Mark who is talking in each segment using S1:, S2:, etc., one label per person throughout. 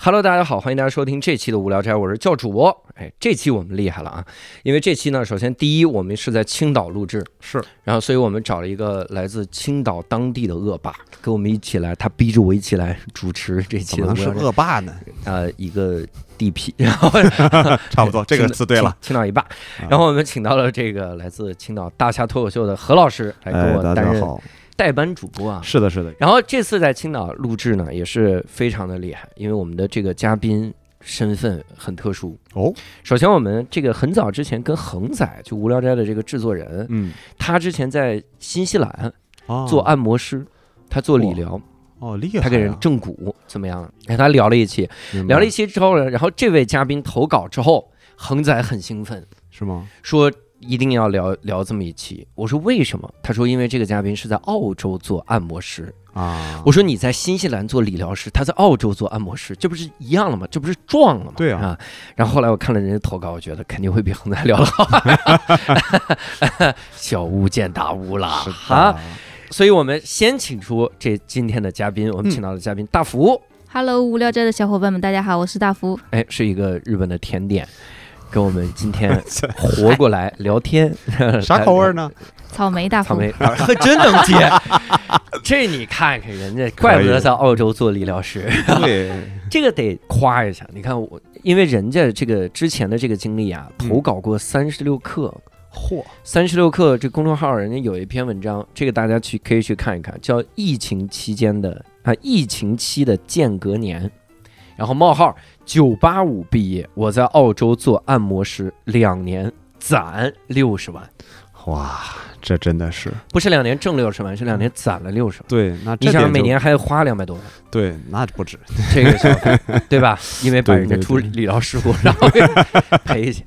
S1: Hello，大家好，欢迎大家收听这期的无聊斋，我是教主播。哎，这期我们厉害了啊，因为这期呢，首先第一，我们是在青岛录制，
S2: 是，
S1: 然后所以我们找了一个来自青岛当地的恶霸，跟我们一起来，他逼着我一起来主持这期
S3: 怎
S1: 的
S3: 么能
S1: 无
S3: 是
S1: 聊斋，
S3: 恶霸呢？
S1: 呃，一个地 痞，然后
S3: 差不多，这个哎
S1: 青岛
S3: 字对了。啊
S1: 青青岛一霸，然后我们请到了这个来自青岛大虾脱口秀的何老师
S3: 哎
S1: 来给我
S3: 大
S1: 担
S3: 家
S1: 任
S3: 好，
S1: 代班主播啊，
S2: 是的，是的，
S1: 然后这次在青岛录制呢，也是非常的厉害，因为我们的这个嘉宾身份很特殊
S3: 哦。
S1: 首先，我们这个很早之前跟恒仔，就无聊斋的这个制作人，
S2: 嗯，
S1: 他之前在新西兰
S3: 哦
S1: 做按摩师，他做理疗，
S3: 哦，厉害啊，
S1: 他给人正骨怎么样？跟他聊了一期，
S3: 明白
S1: 聊了一期之后呢，然后这位嘉宾投稿之后，恒仔很兴奋，
S3: 是吗？
S1: 说。一定要聊聊这么一期，我说为什么？他说因为这个嘉宾是在澳洲做按摩师，
S3: 啊，
S1: 我说你在新西兰做理疗师，他在澳洲做按摩师，这不是一样了吗？这不是撞了吗？
S3: 对啊
S1: 然后后来我看了人家投稿，我觉得肯定会比恒仔聊得好， 小巫见大巫了
S3: 是
S1: 啊！
S3: 的，
S1: 所以我们先请出这今天的嘉宾，我们请到的嘉宾、大福，
S4: Hello，无聊斋的小伙伴们，大家好，我是大福。
S3: 嗯
S1: 哎，是一个日本的甜点。跟我们今 天活过来聊天，
S3: 啥口味 呢？
S4: 草莓大
S1: 草
S4: 福，
S1: 莓，
S3: 哎
S1: 呵，真能接。这你看看人家，怪不得在澳洲做理疗师。
S3: 对，
S1: 这个得夸一下，你看我，因为人家这个之前的这个经历啊，投稿过三十六课，
S3: 嚯，
S1: 三十六课这公众号人家有一篇文章，这个大家去可以去看一看，叫《疫情期间的啊疫情期的间隔年》，然后冒号九八五毕业，我在澳洲做按摩师两年，攒六十万，
S3: 哇，这真的是
S1: 不是两年挣六十万，是两年攒了六十万。
S3: 对，那
S1: 你
S3: 这
S1: 想
S3: 点
S1: 每
S3: 就
S1: 年还花两百多万，
S3: 对，那不止，
S1: 这个消费，对吧？因为把
S3: 对
S1: 人家
S3: 对
S1: 出
S3: 对
S1: 理疗事故，然后给赔去。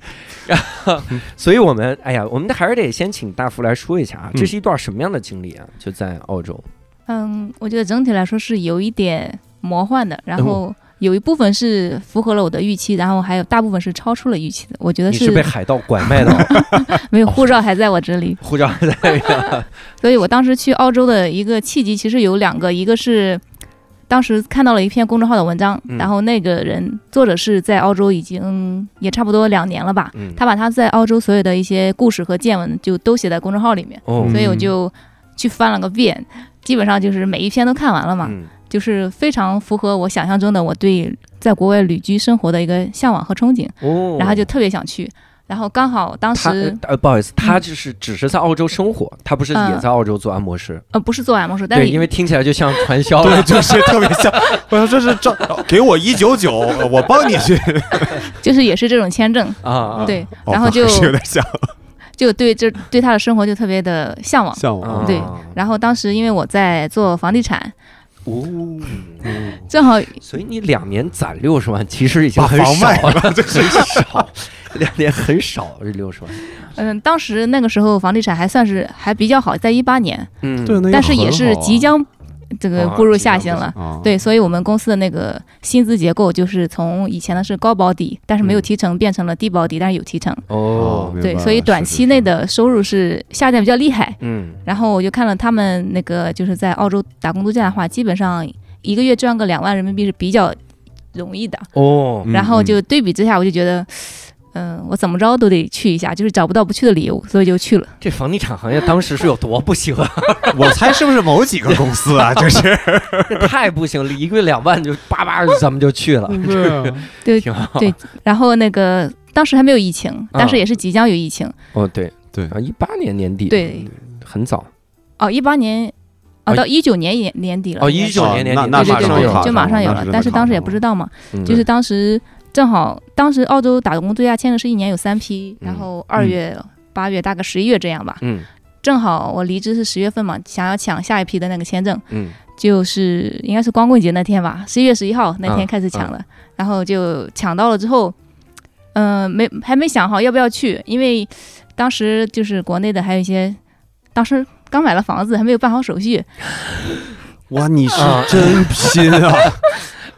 S1: 然 后，所以我们哎呀，我们还是得先请大福来说一下啊，
S3: 嗯
S1: 这是一段什么样的经历啊？就在澳洲，
S4: 嗯，我觉得整体来说是有一点魔幻的，然
S1: 嗯
S4: 后有一部分是符合了我的预期，然后还有大部分是超出了预期的。我觉得
S1: 你是被海盗拐卖到
S4: 没有护照还在我 这里，
S1: 护照在那 个，
S4: 所以我当时去澳洲的一个契机其实有两个，一个是当时看到了一篇公众号的文章，
S1: 嗯
S4: 然后那个人作者是在澳洲已经也差不多两年了吧，
S1: 嗯，
S4: 他把他在澳洲所有的一些故事和见闻就都写在公众号里面。
S1: 哦，
S4: 所以我
S3: 嗯
S4: 就去翻了个遍，基本上就是每一篇都看完了嘛，
S1: 嗯
S4: 就是非常符合我想象中的我对在国外旅居生活的一个向往和憧憬，
S1: 哦，
S4: 然后就特别想去，然后刚好当
S1: 他
S4: 时嗯
S1: 呃，不好意思，他就是只是在澳洲生活，他不是也在澳洲做按摩师，
S4: 呃不是做按摩师，但
S1: 对，
S4: 是
S1: 因为听起来就像传销
S3: 对，
S1: 了，
S3: 就是 特别像，我说这是照，给我一九九，我帮你 去，
S4: 就是也是这种签证，
S1: 啊啊，
S4: 对，
S3: 哦
S4: 然后 就
S3: 有点像
S4: 就对这对他的生活就特别的向往。
S3: 像
S1: 啊
S3: 我，
S4: 对然后当时因为我在做房地产，
S1: 哦，
S4: 正好
S1: 所以你两年攒六十万，其实已经
S3: 把
S1: 很
S3: 房
S1: 少
S3: 卖
S1: 了，很少，两年很少这六十万。
S4: 嗯，当时那个时候房地产还算是还比较好，在一八年，
S1: 嗯
S3: 对，那
S4: 但是也是即将这个
S1: 啊
S4: 步入
S1: 即将
S4: 下
S1: 步
S4: 行
S1: 入
S4: 了。
S3: 啊，
S4: 对，所以我们公司的那个薪资结构就是从以前的是高保底，但是没有提成，变成了低保底，但是有提成。
S1: 哦，
S3: 嗯明白
S4: 对，
S3: 了
S4: 所以短期内的收入是下降比较厉害。
S1: 嗯，
S4: 然后我就看了他们那个就是在澳洲打工度假的话，基本上一个月赚个两万人民币是比较容易的。
S1: 哦，
S3: 嗯
S4: 然后就对比之下，我就觉得，嗯、我怎么着都得去一下，就是找不到不去的理由，所以就去了。
S1: 这房地产行业当时是有多不行，啊
S3: 我猜是不是某几个公司 啊？就是
S1: 这太不行了，一个月两万就叭叭，咱们就去
S4: 嗯
S1: 了，
S5: 对，
S1: 挺好。
S4: 对然后那个当时还没有疫情，但是
S1: 啊
S4: 也是即将有疫情。
S1: 哦，对
S3: 对
S1: 啊，一八年年底，，
S4: 对，
S1: 很早，
S4: 哦，一八年，哦，
S1: 哦
S4: 到一九年年年底了。
S1: 哦，
S4: 应该
S1: 一
S4: 是
S1: 九年年底，
S3: 那
S4: 对对
S3: 马上
S4: 对
S3: 有
S4: 对，
S3: 了
S4: 就马上有
S3: 那
S4: 了
S3: 是，
S4: 但是当时也
S3: 考上
S4: 不知道嘛，
S1: 嗯
S4: 就是当时正好当时澳洲打工度假签证是一年有三批，
S1: 嗯
S4: 然后二月、八月大概十一月这样吧，
S1: 嗯
S4: 正好我离职是十月份嘛，想要抢下一批的那个签证，
S1: 嗯，
S4: 就是应该是光棍节那天吧，十一月十一号那
S1: 嗯
S4: 天开始抢的，然后就抢到了之后，嗯、没还没想好要不要去，因为当时就是国内的还有一些，当时刚买 了房子还没有办好手续，
S3: 哇，你是
S1: 啊
S3: 真拼啊！
S1: 嗯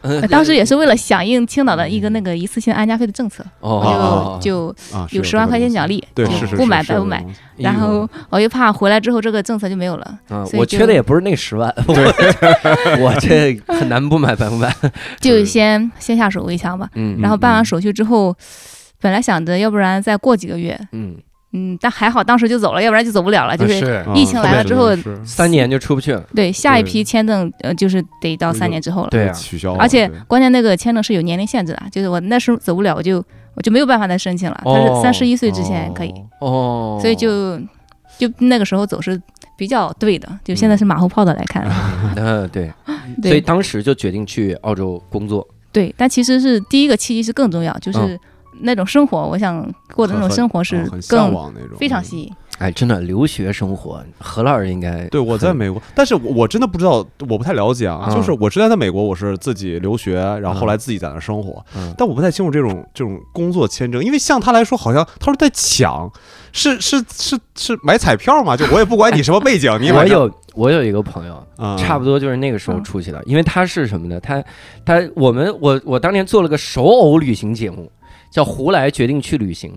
S4: 呃当时也是为了响应青岛的一个那个一次性安家费的政策，
S1: 哦
S4: 我，就
S3: 啊，
S4: 就有十万块钱奖
S3: 励，
S4: 励，
S3: 对，
S4: 就是
S3: 是
S4: 不买
S3: 是
S4: 白不买。，
S1: 哎呦
S4: 然后我又怕回来之后这个政策就没有了，
S1: 啊，
S4: 所以
S1: 我
S4: 就
S1: 缺的也不是那 十万，我我这很难不买白不买。
S4: 就先先下手为强吧。
S1: 嗯
S4: 然后办完
S3: 嗯
S4: 手续之后，本来想着要不然再过几个月，
S1: 嗯，
S4: 嗯，但还好当时就走了，要不然就走不了了，就是
S3: 啊
S4: 疫情来了之后
S3: 后面是
S1: 三年就出不去了。
S4: 对，下一
S3: 对
S4: 批签证呃，就是得到三年之后了。
S1: 对啊，
S3: 取消了，
S4: 而且
S3: 哦对
S4: 关键那个签证是有年龄限制的，就是我那时候走不了，我就我就没有办法再申请了。他
S1: 哦
S4: 是三十一岁之前可以，
S1: 哦，
S4: 所以就就那个时候走是比较对的，就现在是马后炮的来看，
S1: 呃对，所以
S4: 对
S1: 当时就决定去澳洲工作。
S4: 对。但其实是第一个契机是更重要，
S1: 嗯
S4: 就是那种生活，我想过的那种
S3: 很
S4: 生活是
S3: 啊
S1: 哦
S3: 很向
S4: 更
S3: 往那种，
S4: 非常
S3: 嗯
S4: 吸引。
S1: 哎，真的留学生活，何老师应该
S3: 对，我在
S1: 很
S3: 美国，但是我我真的不知道，我不太了解啊。
S1: 嗯
S3: 就是我之前在美国，我是自己留学，然
S4: 嗯
S3: 后后来自己在那儿生活，
S1: 嗯
S3: 但我不太清楚这种这种工作签证，因为像他来说，好像他说在抢，是是是是买彩票嘛？就我也不管你什么背景，你
S1: 我
S3: 反正嗯
S1: 有我有一个朋友，差不
S3: 多
S1: 多就是那个时候出去的，因为他是什么呢？他他我们我我当年做了个首偶旅行节目，叫《胡来决定去旅行》，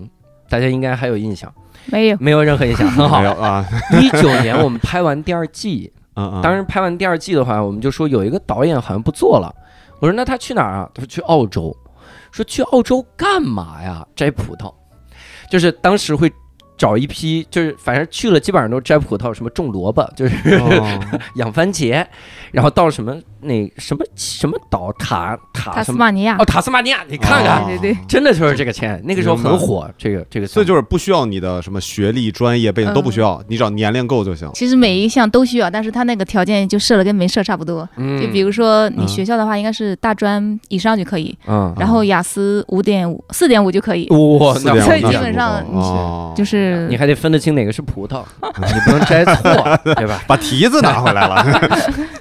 S1: 大家应该还有印象，
S4: 没有，
S1: 没有任何印象，很好
S3: 没。有啊，
S1: 一九年我们拍完第二季，
S3: 嗯嗯，
S1: 当时拍完第二季的话，我们就说有一个导演好像不做了，我说那他去哪儿啊？他说去澳洲，说去澳洲干嘛呀？摘葡萄，就是当时会。找一批，就是反正去了，基本上都摘葡萄，什么种萝卜， 就是
S3: 哦
S1: 养番茄，然后到什么那什么什么岛塔塔
S4: 塔斯
S1: 什么
S4: 马尼亚
S1: 哦，塔斯马尼亚，你看看，
S4: 哦对对对
S1: 真的就是这个钱，那个时候很火，这个这个，
S3: 所以就是不需要你的什么学历、专业背
S4: 嗯
S3: 景都不需要，你只要年龄够就行。
S4: 其实每一项都需要，但是他那个条件就设了跟没设差不多。
S1: 嗯
S4: 就比如说你
S3: 嗯
S4: 学校的话，应该是大专以上就可以，
S1: 嗯，
S4: 然后雅思五点五、四点五就可以，
S1: 哇，
S3: 四
S1: 那
S3: 点
S4: 所以
S3: 五
S4: 基
S3: 点五
S4: 本嗯上你是
S3: 哦
S4: 就
S1: 哦
S4: 是
S1: 你还得分得清哪个是葡萄，你不能摘错，对吧？
S3: 把蹄子拿回来 了。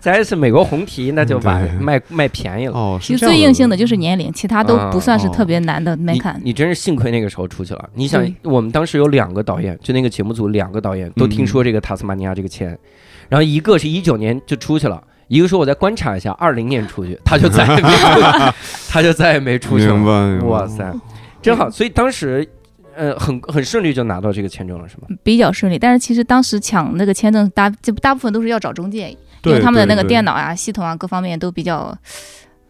S1: 摘是美国红提，那就把
S3: 嗯对
S1: 卖卖便宜了。
S3: 哦，是
S4: 其实
S3: 这样
S4: 最硬性的就是年龄，其他都不算是
S3: 啊
S4: 特别难的门
S1: 你
S4: 槛。
S1: 你真是幸亏那个时候出去了。你想
S4: 对，
S1: 我们当时有两个导演，就那个节目组两个导演都听说这个塔斯马尼亚这个签，然后一个是一九年就出去了，一个说我再观察一下，二零年出 去，他就再也没出去，他就再也没出去
S3: 明
S1: 了。
S3: 白？明白
S1: 哇，塞，真好！所以当时，呃，很很顺利就拿到这个签证了，是吗？
S4: 比较顺利，但是其实当时抢那个签证大就大部分都是要找中介，因为
S3: 对
S4: 他们的那个
S3: 对对
S4: 电脑啊、系统啊各方面都比较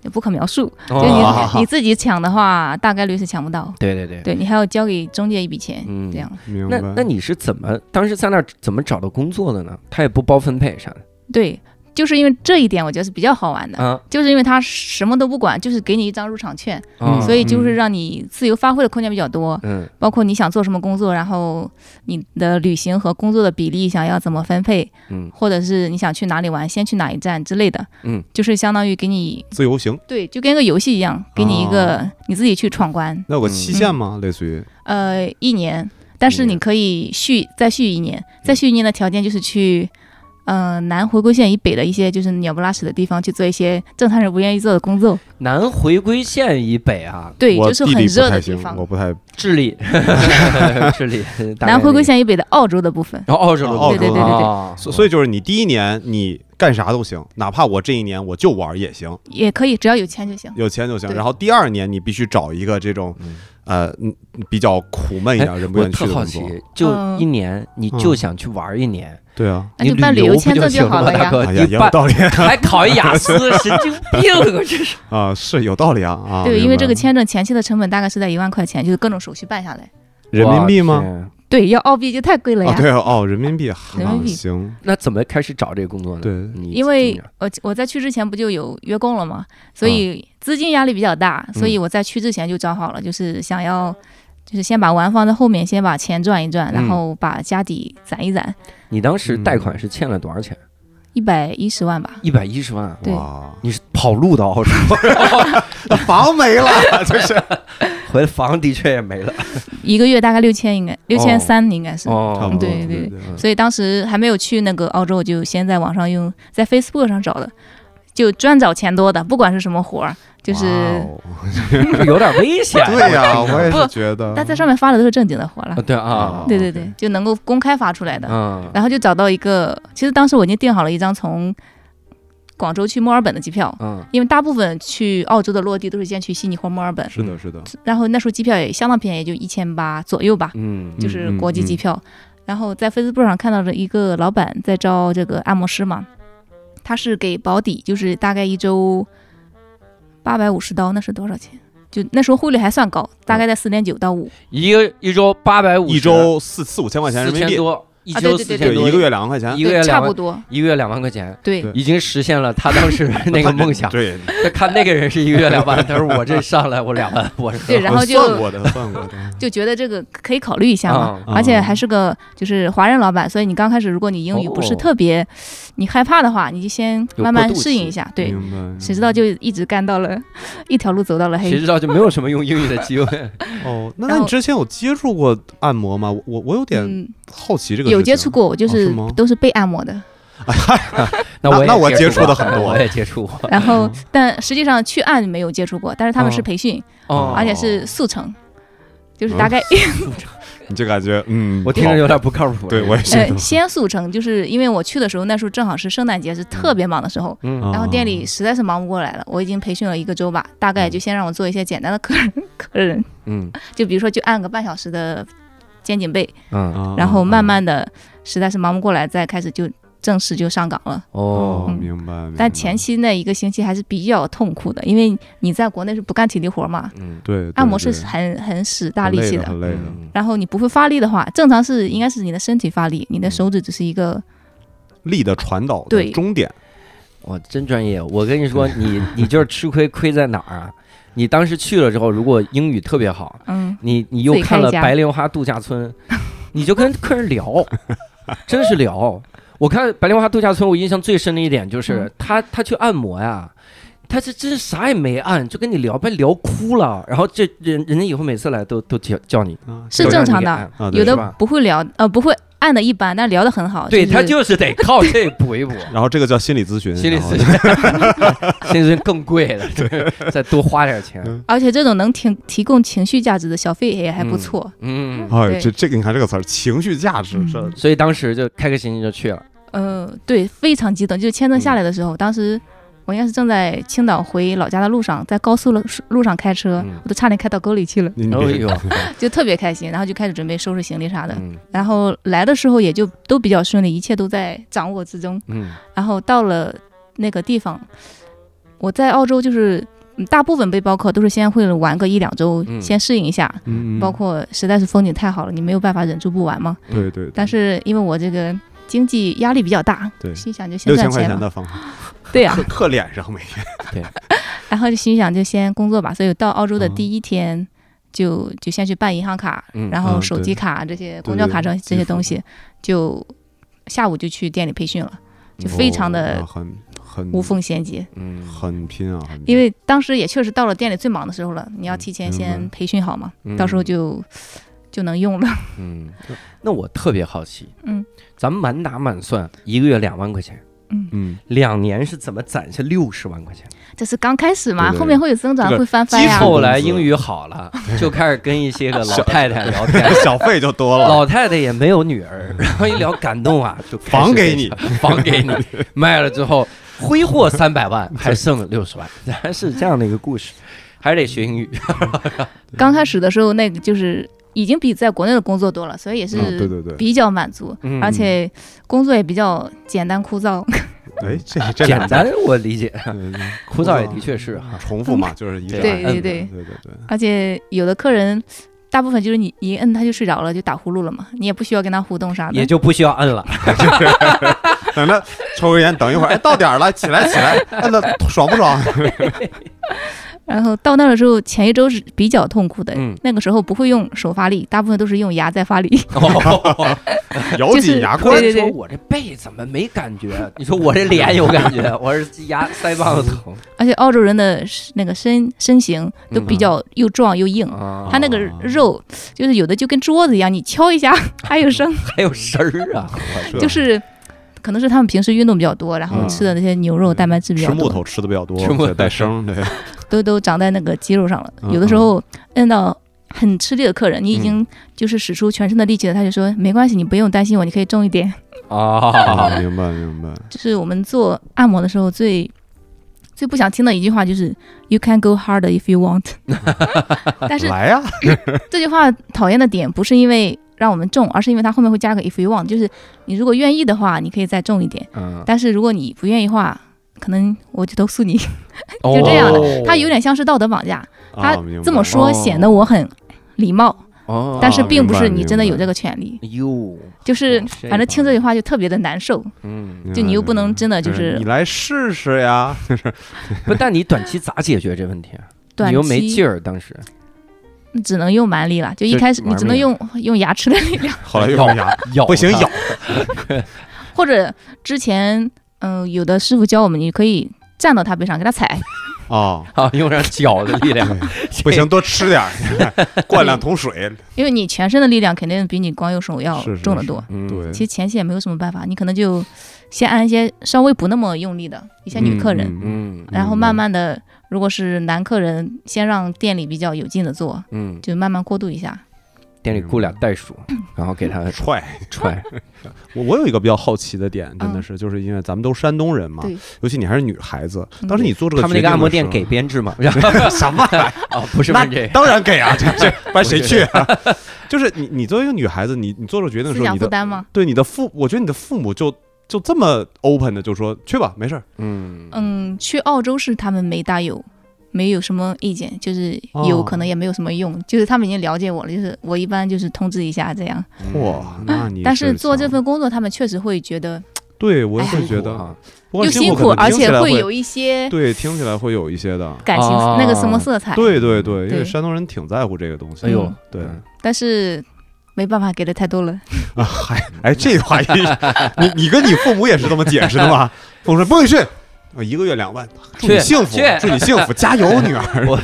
S4: 呃不可描述，
S1: 就
S4: 就你、
S3: 哦
S4: 你自己抢的话，大概率是抢不到，
S1: 对对对，
S4: 对你还要交给中介一笔钱，
S1: 嗯
S4: 这样。
S3: 明
S1: 那
S3: 白。
S1: 那你是怎么当时在那儿怎么找到工作的呢？他也不包分配啥的
S4: 对，就是因为这一点，我觉得是比较好玩的，
S1: 啊，
S4: 就是因为他什么都不管，就是给你一张入场券，
S1: 啊
S4: 所以就是
S3: 嗯
S4: 让你自由发挥的空间比较多，
S1: 嗯
S4: 包括你想做什么工作，然后你的旅行和工作的比例想要怎么分配，
S1: 嗯
S4: 或者是你想去哪里玩，先去哪一站之类的，
S1: 嗯，
S4: 就是相当于给你
S3: 自由行，
S4: 对，就跟个游戏一样，给
S3: 哦
S4: 你一个你自己去闯关，
S3: 那有个期
S4: 嗯
S3: 限吗？类似于
S4: 呃，一年，但是你可以续再续一
S3: 嗯
S4: 年，再续一年的条件就是去。呃，南回归线以北的一些就是鸟不拉屎的地方去做一些正常人不愿意做的工作，
S1: 南回归线以北啊，
S4: 对，
S3: 我
S4: 就是
S3: 地
S4: 很
S3: 理不
S4: 热的
S3: 太
S4: 地
S3: 行
S4: 方。
S3: 我不太
S1: 智利， 智 利，大概
S4: 南回归
S1: 那个，
S4: 线以北的澳洲的部分，
S1: 然后澳洲的
S3: 哦
S1: 部
S3: 对
S1: 分，
S3: 对对对
S4: 对
S1: 哦
S3: 所所以就是你第一年你干啥都行，哪怕我这一年我就玩儿也行，
S4: 也可以，只要有钱就行。
S3: 有钱就行。
S4: 对
S3: 然后第二年你必须找一个这种
S1: 嗯
S3: 呃嗯比较苦闷一点、人不
S1: 哎我
S3: 愿意去
S1: 特
S3: 的
S1: 好
S3: 工
S1: 奇
S3: 作。，
S1: 就一年，你就
S3: 嗯
S1: 想去玩一 年，
S3: 对啊，
S4: 那
S1: 你
S4: 就办
S1: 旅
S4: 旅游
S1: 不
S4: 签证
S1: 行
S4: 就好
S1: 吗
S4: 了
S1: 大
S4: 呀。
S1: 哥，
S3: 哎呀
S1: 你
S3: 也有
S1: 办
S3: 道理
S1: 还考一雅思，神经病，我这是。
S3: 啊，是有道理啊啊。
S4: 对，因为
S3: 明白
S4: 这个签证前期的成本大概是在一万块钱，就是各种手续办下来。
S3: 人民币
S1: 哇
S3: 吗？
S1: 天？
S4: 对，要澳币就太贵了呀。
S3: 啊，对啊哦，人民币，哈
S4: 人民币
S3: 行，
S1: 那怎么开始找这个工作呢？
S3: 对，
S1: 你
S4: 因
S1: 怎
S4: 为
S1: 么样
S4: 我我在去之前不就有约工了吗？所以资金压力比较大，所以我在去之前就找好了，就是想要。就是先把碗放在后面，先把钱赚一赚，
S1: 嗯
S4: 然后把家底攒一攒，
S1: 你当
S3: 嗯
S1: 时贷款是欠了多少钱？
S4: 一百一十万吧。
S1: 一百一十万啊。
S4: 对
S3: 哇，
S1: 你是跑路到澳洲，
S3: 房没 了，这
S1: 哦
S3: 是
S1: 回来房的确也没了。
S4: 一个月大概六千，应该六千三应该是。
S3: 差
S1: 哦
S3: 不多。
S4: 对
S3: 对
S4: 对
S3: 对，
S4: 所以当时还没有去那个澳洲，我就先在网上用在 Facebook 上找的，就专找钱多的，不管是什么活儿，就是、
S1: 哦 有点危险。
S3: 哦对呀，我也
S4: 不
S3: 是觉得
S4: 但在上面发的都是正经的活了
S1: 啊，。对啊，
S4: 对对对，就能够公开发出来的。
S3: 啊
S1: 嗯，
S4: 然后就找到一个，其实当时我已经定好了一张从广州去墨尔本的机票，
S1: 嗯，
S4: 因为大部分去澳洲的落地都是先去悉尼或墨尔本，
S3: 是的，是的，
S4: 然后那时候机票也相当便宜，也就一千八左右吧，
S3: 嗯，
S4: 就是
S1: 嗯
S4: 国际
S1: 嗯
S4: 机票。然后在 Facebook 上看到了一个老板在招这个按摩师嘛，他是给保底，就是大概一周八百五十刀，那是多少钱？就那时候汇率还算高，
S1: 啊
S4: 大概在四点九到五、
S1: 一个一周八百五，
S3: 一周四四五千块钱
S1: 四
S3: 人民
S1: 千
S3: 币，
S1: 多，一
S4: 啊对
S1: 周
S4: 对
S1: 四
S4: 对
S1: 千
S3: 对，
S1: 多，
S3: 一个月两万块钱，
S1: 一个月
S4: 对，差
S1: 两
S4: 不
S1: 万，
S4: 多，
S1: 一个月两万块钱，
S4: 对
S3: 对
S1: 已经实现了他当 时那个梦想。
S3: 对，
S1: 他看那个人是一个月两万，他说我这上来我两万，我啊是
S4: 对，然后就
S3: 哦算过的，算过的，
S4: 就觉得这个可以考虑一下嘛。
S1: 啊
S3: 嗯
S4: 而且还是个就是华人老板，所以你刚开始如果你英语不是特别，你害怕的话，你就先
S1: 哦有
S4: 慢
S1: 过
S4: 慢
S1: 渡
S4: 适应
S1: 期嗯
S4: 一下。 对，
S3: 明白，
S4: 谁知道就一直干到了 一条路走到了
S1: 谁
S4: 黑。
S1: 知道就没有什么用英语的机 会。
S3: 哦，那那
S4: 然
S3: 你
S4: 后
S3: 之前有接触过按摩吗？我我我有点
S4: 嗯，
S3: 好奇这个，
S4: 有接触，过，我就
S3: 哦
S4: 是
S3: 是吗
S4: 都是被按摩的。
S1: 那
S3: 那
S1: 我也
S3: 那我接
S1: 触
S3: 触的
S1: 过
S3: 很多
S1: 我也接 触过。
S4: 然后，但实际上去按没有接触过，但是他们是
S1: 哦
S4: 培训，
S1: 哦
S4: 而，且是速成，就是
S3: 哦
S4: 大概
S3: 啊
S4: 呃
S3: 你就感觉 嗯，
S1: 我听着有点不靠谱。
S3: 好，对我也是，
S4: 呃先速成，就是因为我去的时候那时候正好是圣诞节，是特别忙的时候，
S1: 嗯
S4: 然后店里
S3: 哦
S4: 实在是忙不过来了，我已经培训了一个周吧，大概就先让我做一些简单的客人 客人，
S1: 嗯
S4: 就比如说就按个半小时的肩颈背，
S1: 嗯
S3: 啊
S4: 然后慢。
S3: 啊啊
S4: 慢的实在是忙不过来，再开始就正式就上岗了。
S1: 哦
S3: 哦，
S4: 嗯
S3: 明白。明白
S4: 但前期那一个星期还是比较痛苦的，因为你在国内是不干体力活嘛，
S1: 嗯，
S3: 对对
S4: 按摩是
S3: 对
S4: 很很使大
S3: 很
S4: 力
S3: 累
S4: 气
S3: 的，
S4: 的。
S3: 很累的。
S1: 嗯
S4: 然后你不会发力的话，正常是应该是你的身体发力，你的手
S3: 嗯
S4: 指只是一个
S3: 力的传导的
S4: 对
S3: 终点，
S1: 哇，真专业！我跟你说，你你就是吃亏亏在哪儿啊？你当时去了之后，如果英语特别好，
S4: 嗯，
S1: 你你又
S4: 自己
S1: 看
S4: 开
S1: 了《
S4: 家
S1: 白莲花度假村》， 你就跟客人聊，真是聊。我看《白莲花度假村》，我印象最深的一点就是、
S4: 嗯
S1: 他他去按摩呀，他这真是啥也没按，就跟你聊，被聊哭了。然后这人人家以后每次来都都叫叫你，
S3: 啊
S4: 是
S1: 都
S4: 正
S1: 让你
S4: 常
S1: 给
S4: 的
S1: 按
S3: 啊对
S4: 有的
S1: 是吧
S4: 不会聊，呃，不会按的一般，但聊得很好。
S1: 对
S4: 是
S1: 他就是得靠这补一补。
S3: 然后这个叫心理咨询，
S1: 心理
S3: 然后
S1: 咨询， 心理咨询更贵了，对， 再多花点钱。
S4: 而且这种能提提供情绪价值的小费也还不错。
S1: 嗯，
S3: 哎，
S4: 对
S3: 这这个你看这个词儿，情绪价值
S4: 嗯
S3: 是
S1: 所以当时就开开心心就去了。
S4: 呃，对，非常激动。就是签证下来的时候，
S3: 嗯
S4: 当时我应该是正在青岛回老家的路上，在高速路路上开车，
S1: 嗯
S4: 我都差点开到沟里去了，
S3: 你你
S1: 哎
S3: 别
S1: 呦，
S4: 就特别开心。然后就开始准备收拾行李啥的。
S1: 嗯
S4: 然后来的时候也就都比较顺利，一切都在掌握之中。
S1: 嗯
S4: 然后到了那个地方，我在澳洲就是。嗯大部分背包客都是先会玩个一两周，
S1: 嗯
S4: 先适应一下。
S3: 嗯嗯嗯
S4: 包括实在是风景太好了，你没有办法忍住不玩嘛。
S3: 对对，对
S4: 但是因为我这个经济压力比较大，
S3: 对
S4: 心想就
S3: 嗯
S4: 先
S3: 六千
S4: 赚
S3: 块钱
S4: 吧，
S3: 的方法，
S4: 对呀、
S3: 刻刻脸上每天
S4: 然后就心想就先工作吧，所以到澳洲的
S3: 哦
S4: 第一天就、就先去办银行卡，
S1: 嗯
S3: 嗯
S4: 然后
S3: 对
S4: 手机卡、啊这些公
S3: 对
S4: 交
S3: 对
S4: 卡这
S3: 对
S4: 这些
S3: 基础
S4: 东西，就下午就去店里培训了，就非常
S3: 哦啊
S4: 的
S3: 很很
S4: 无缝衔接。
S1: 嗯，
S3: 很拼啊，很拼
S4: 因为当时也确实到了店里最忙的时候了，你要提
S3: 嗯
S4: 前
S3: 明白
S4: 先培训好嘛，
S1: 嗯
S4: 到时候就就能用了。
S1: 嗯，那我特别好奇，
S4: 嗯，
S1: 咱们满打满算一个月两万块钱，
S3: 嗯，
S1: 两年是怎么攒下六十万块钱？
S4: 这是刚开始嘛，
S3: 对对
S4: 后面会有增长，
S3: 这个
S4: 会翻番
S3: 基
S4: 哎呀。
S3: 础
S1: 后来英语好 了，就开始跟一些个老太太聊天。
S3: 小费就多了， 嗯
S1: 老太太也没有女 儿，然后一聊感动啊，就开始
S3: 房 给你，
S1: 房给你，卖了之后挥霍三百 万，还剩六十万，咱是这样的一个故事，还是得学英语。
S4: 刚开始的时候，那个就是已经比在国内的工作多了，所以也
S3: 啊对
S4: 是
S3: 对对，
S4: 比较满足，
S1: 嗯
S4: 而且工作也比较简单枯燥。
S3: 哎，这这
S1: 简
S3: 俩字儿
S1: 单，我理解，
S3: 对对
S1: 枯燥也的确是啊哈。
S3: 重复嘛，就是一个
S1: 对
S3: 按
S1: 对
S4: 对
S3: 对对对，
S4: 而且有的客人，大部分就是你一摁他就睡着了，就打呼噜了嘛，你也不需要跟他互动啥
S1: 也
S4: 的。
S1: 就不需要 摁了，
S3: 等着抽根烟，等一会儿，哎，到点儿了，起来起来，哎，那爽不爽？
S4: 然后到那儿的时候，前一周是比较痛苦的，
S1: 嗯
S4: 那个时候不会用手发力，大部分都是用牙在发力。
S1: 哦
S3: 咬紧牙
S1: 突
S3: 关
S1: 然
S4: 对，对对
S1: 啊说我这背怎么没感觉？你说我这脸有感觉，我这牙腮帮子疼
S4: 而且澳洲人的那个身身形都比
S1: 嗯
S4: 较又壮又硬，
S1: 啊，
S4: 他那个肉就是有的就跟桌子一样，你敲 一下还有声。
S1: 还有声儿啊，
S3: 这
S4: 就是可能是他们平时运动比较多，然后
S3: 嗯
S4: 吃的那些牛肉、蛋白质比
S3: 吃
S4: 较
S3: 木
S4: 多，
S3: 头吃的比较多
S1: 吃木，头
S3: 对带生对，
S4: 都都长在那个肌肉上了。
S3: 嗯
S4: 有的时候摁到很吃力的客人，你已经就是使出全身的力气了，他就说没关系，你不用担心我，你可以重一点。
S1: 啊，
S3: 啊，明白明白，
S4: 就是我们做按摩的时候最最不想听的一句话就是 “You can go harder if you want”，但是
S3: 来呀，
S4: 这句话讨厌的点不是因为让我们重，而是因为它后面会加个 “if you want”，就是你如果愿意的话，你可以再重一点，
S3: 嗯，
S4: 但是如果你不愿意的话，可能我就投诉你。
S3: 哦
S1: 就
S4: 这样的它有点像是道德绑架，他
S3: 啊明白
S4: 这么
S1: 哦
S4: 说显得我很礼貌，
S1: 哦，哎
S4: 但是并不
S3: 啊明白
S4: 是你真的
S3: 明白哦
S4: 有这个权利。
S1: 哟，
S4: 就是
S1: 这
S4: 反正听这句
S1: 帮
S4: 话就特别的难受，
S1: 嗯，
S3: 明
S4: 就
S3: 白
S4: 你又
S3: 明
S4: 不能
S3: 白
S4: 真的就
S3: 嗯你
S4: 是
S3: 来试试呀，
S1: 不，但你短期咋解决这问题啊？
S4: 短
S1: 你又没
S4: 期
S1: 劲儿，当时
S4: 只能用蛮力了。就一
S1: 就
S4: 开始
S1: 玩
S4: 你只
S1: 命
S4: 能用用牙齿的力量，
S3: 后来又咬牙，
S1: 咬
S3: 不行
S1: 它
S3: 咬，
S4: 或者之前嗯、有的师傅教我们，你可以站到他背上给他踩，
S3: 啊，
S1: 啊，用上脚的力 量，
S3: 不行，多吃 点儿，灌两桶水，
S4: 因为你全身的力量肯定比你光用手要
S3: 是是
S4: 重得
S3: 是
S4: 多。
S1: 嗯，
S3: 对，
S4: 其实前期也没有什么办法，你可能就先按一些稍微不那么用力的一些女客人，
S3: 嗯，
S1: 嗯
S4: 然后
S3: 嗯
S4: 慢慢的，如果是男客人，先让店里比较有劲的做，
S1: 嗯，
S4: 就慢慢过渡一下。
S1: 店里雇俩袋鼠，然后给它
S3: 嗯踹。
S1: 踹，
S3: 我我有一个比较好奇的点，真的是，就是因为咱们都山东人嘛
S4: 嗯对，
S3: 尤其你还是女孩子，
S4: 嗯
S3: 当时你做这个
S1: 他们那个
S3: 决定的
S1: 按摩店
S3: 时候
S1: 给编 制吗？然
S3: 什么玩 意儿？
S1: 后啊，不是
S3: 那
S1: 问这个，
S3: 当然给啊，这 这不然谁去啊？ 就是你你作为一个女孩子，你你做这个决定的时
S4: 思
S3: 候，
S4: 想
S3: 你
S4: 负
S3: 的
S4: 担吗？
S3: 对你的父，我觉得你的父母就就这么 open 的就说去吧，没事儿，
S1: 嗯
S4: 嗯，去澳洲是他们没大有，没有什么意见，就是有
S3: 哦
S4: 可能也没有什么用，就是他们已经了解我了，就是我一般就是通知一下这样。
S1: 嗯
S3: 哇，那你
S4: 嗯但是做这
S3: 强
S4: 份工作，他们确实会觉得
S3: 对我
S4: 哎
S3: 也
S4: 呀
S3: 会觉
S1: 辛苦啊
S3: 得不过
S4: 又辛
S3: 辛
S4: 苦，
S3: 可能
S4: 而
S3: 听
S4: 且
S3: 起来
S4: 会
S3: 会
S4: 有一些
S3: 对听起来会有一些的，
S4: 感情、
S1: 啊
S4: 那个什么色彩。
S3: 对对对，因为
S4: 哎嗯对
S3: 山东人挺在乎这个东西的。
S1: 哎呦，
S4: 嗯
S3: 对，
S4: 但是没办法，给的太多了。
S3: 啊，嗨， 哎，这话一，你你跟你父母也是这么解释的吗？父母说不许去，我一个月两万，祝你
S1: 去
S3: 幸福
S1: 去，
S3: 祝你幸福，加油，女 儿。
S1: 我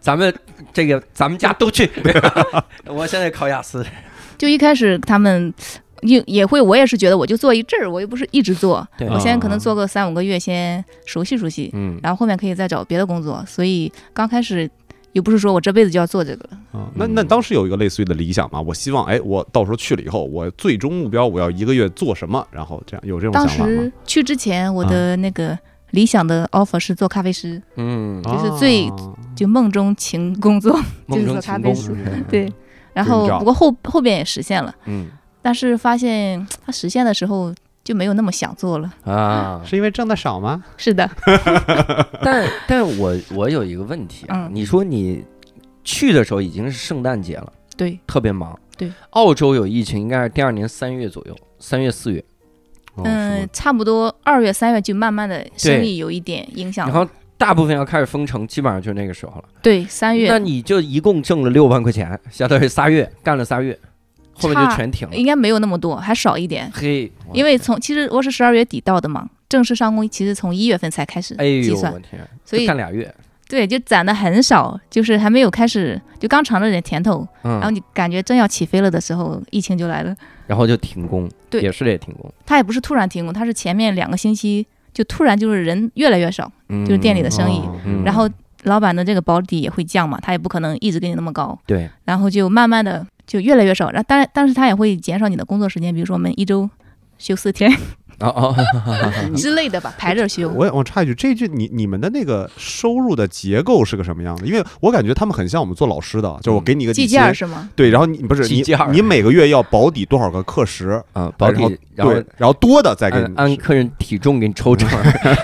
S1: 咱们这个咱们家都 去，我现在考雅思，
S4: 就一开始他们也也会，我也是觉得我就做一阵儿，我又不是一直做，
S1: 对
S4: 我先可能
S3: 啊
S4: 做个三五个月，先熟悉熟悉，
S1: 嗯
S4: 然后后面可以再找别的工作。所以刚开始又不是说我这辈子就要做这个了，
S3: 啊那那当时有一个类似于的理想吗？我希望，哎，我到时候去了以后，我最终目标我要一个月做什么，然后这样有这种
S4: 当
S3: 想法吗
S4: 时？去之前，我的那个理想的 offer 是做咖啡师，
S1: 嗯，
S4: 时就是最
S3: 啊
S4: 就梦中情工作。
S1: 梦
S4: 就
S1: 中
S4: 是做咖
S1: 情功，
S4: 啡师
S1: 嗯，
S4: 对，
S3: 对
S4: 然
S3: 你
S4: 后
S3: 知道
S4: 不过后后边也实现了，
S1: 嗯
S4: 但是发现它实现的时候就没有那么想做了。
S1: 啊，
S3: 是因为挣的少吗？
S4: 是的，
S1: 哦但但我我有一个问题啊，
S4: 嗯
S1: 你说你去的时候已经是圣诞节了，
S4: 对，
S1: 特别忙，
S4: 对，
S1: 澳洲有疫情，应该是第二年三月左右，三月四月，
S3: 哦
S4: 嗯、
S3: 是吗
S4: 差不多二月三月就慢慢的生
S1: 对
S4: 意有一点影响
S1: 然
S4: 了。
S1: 后大部分要开始封城，基本上就那个时候了。
S4: 对，三
S1: 那
S4: 月
S1: 你就一共挣了六万块钱，相当于仨月干了仨月，后面就
S4: 差
S1: 全停了。
S4: 应该没有那么多，还少一点，
S1: 嘿，
S4: 因为从其实我是十二月底到的嘛，正式上工其实从一月份才开始
S1: 哎
S4: 计
S1: 呦
S4: 算，
S1: 我天，
S4: 所
S1: 就
S4: 以
S1: 干俩月，
S4: 对就攒的很少，就是还没有开始，就刚尝了点甜头，
S1: 嗯
S4: 然后，你感觉真要起飞了的时候，疫情就来了。
S1: 然后就停工，
S4: 对
S1: 也是得停工，
S4: 它也不是突然停工，它是前面两个星期就突然就是人越来越少，就是店里的生意
S3: 哦
S1: 嗯
S4: 然后老板的这个保底也会降嘛，他也不可能一直给你那么高，
S1: 对，
S4: 然后就慢慢的就越来越少，然后当然但是他也会减少你的工作时间，比如说我们一周休四天
S1: 哦哦，
S4: 之类的吧，排着休。
S3: 嗯我我插一句，这一句你你们的那个收入的结构是个什么样的？因为我感觉他们很像我们做老师的，就我给你一个
S4: 计
S3: 底
S4: 件
S3: 薪，
S4: 儿是吗？
S3: 对，然后你不是
S1: 计
S3: 你
S1: 件儿
S3: 你每个月要保底多少个课时？
S1: 啊，保
S3: 然后
S1: 底， 然后
S3: 对，然后多的再给
S1: 按
S3: 你
S1: 按客人体重给你抽 成 儿。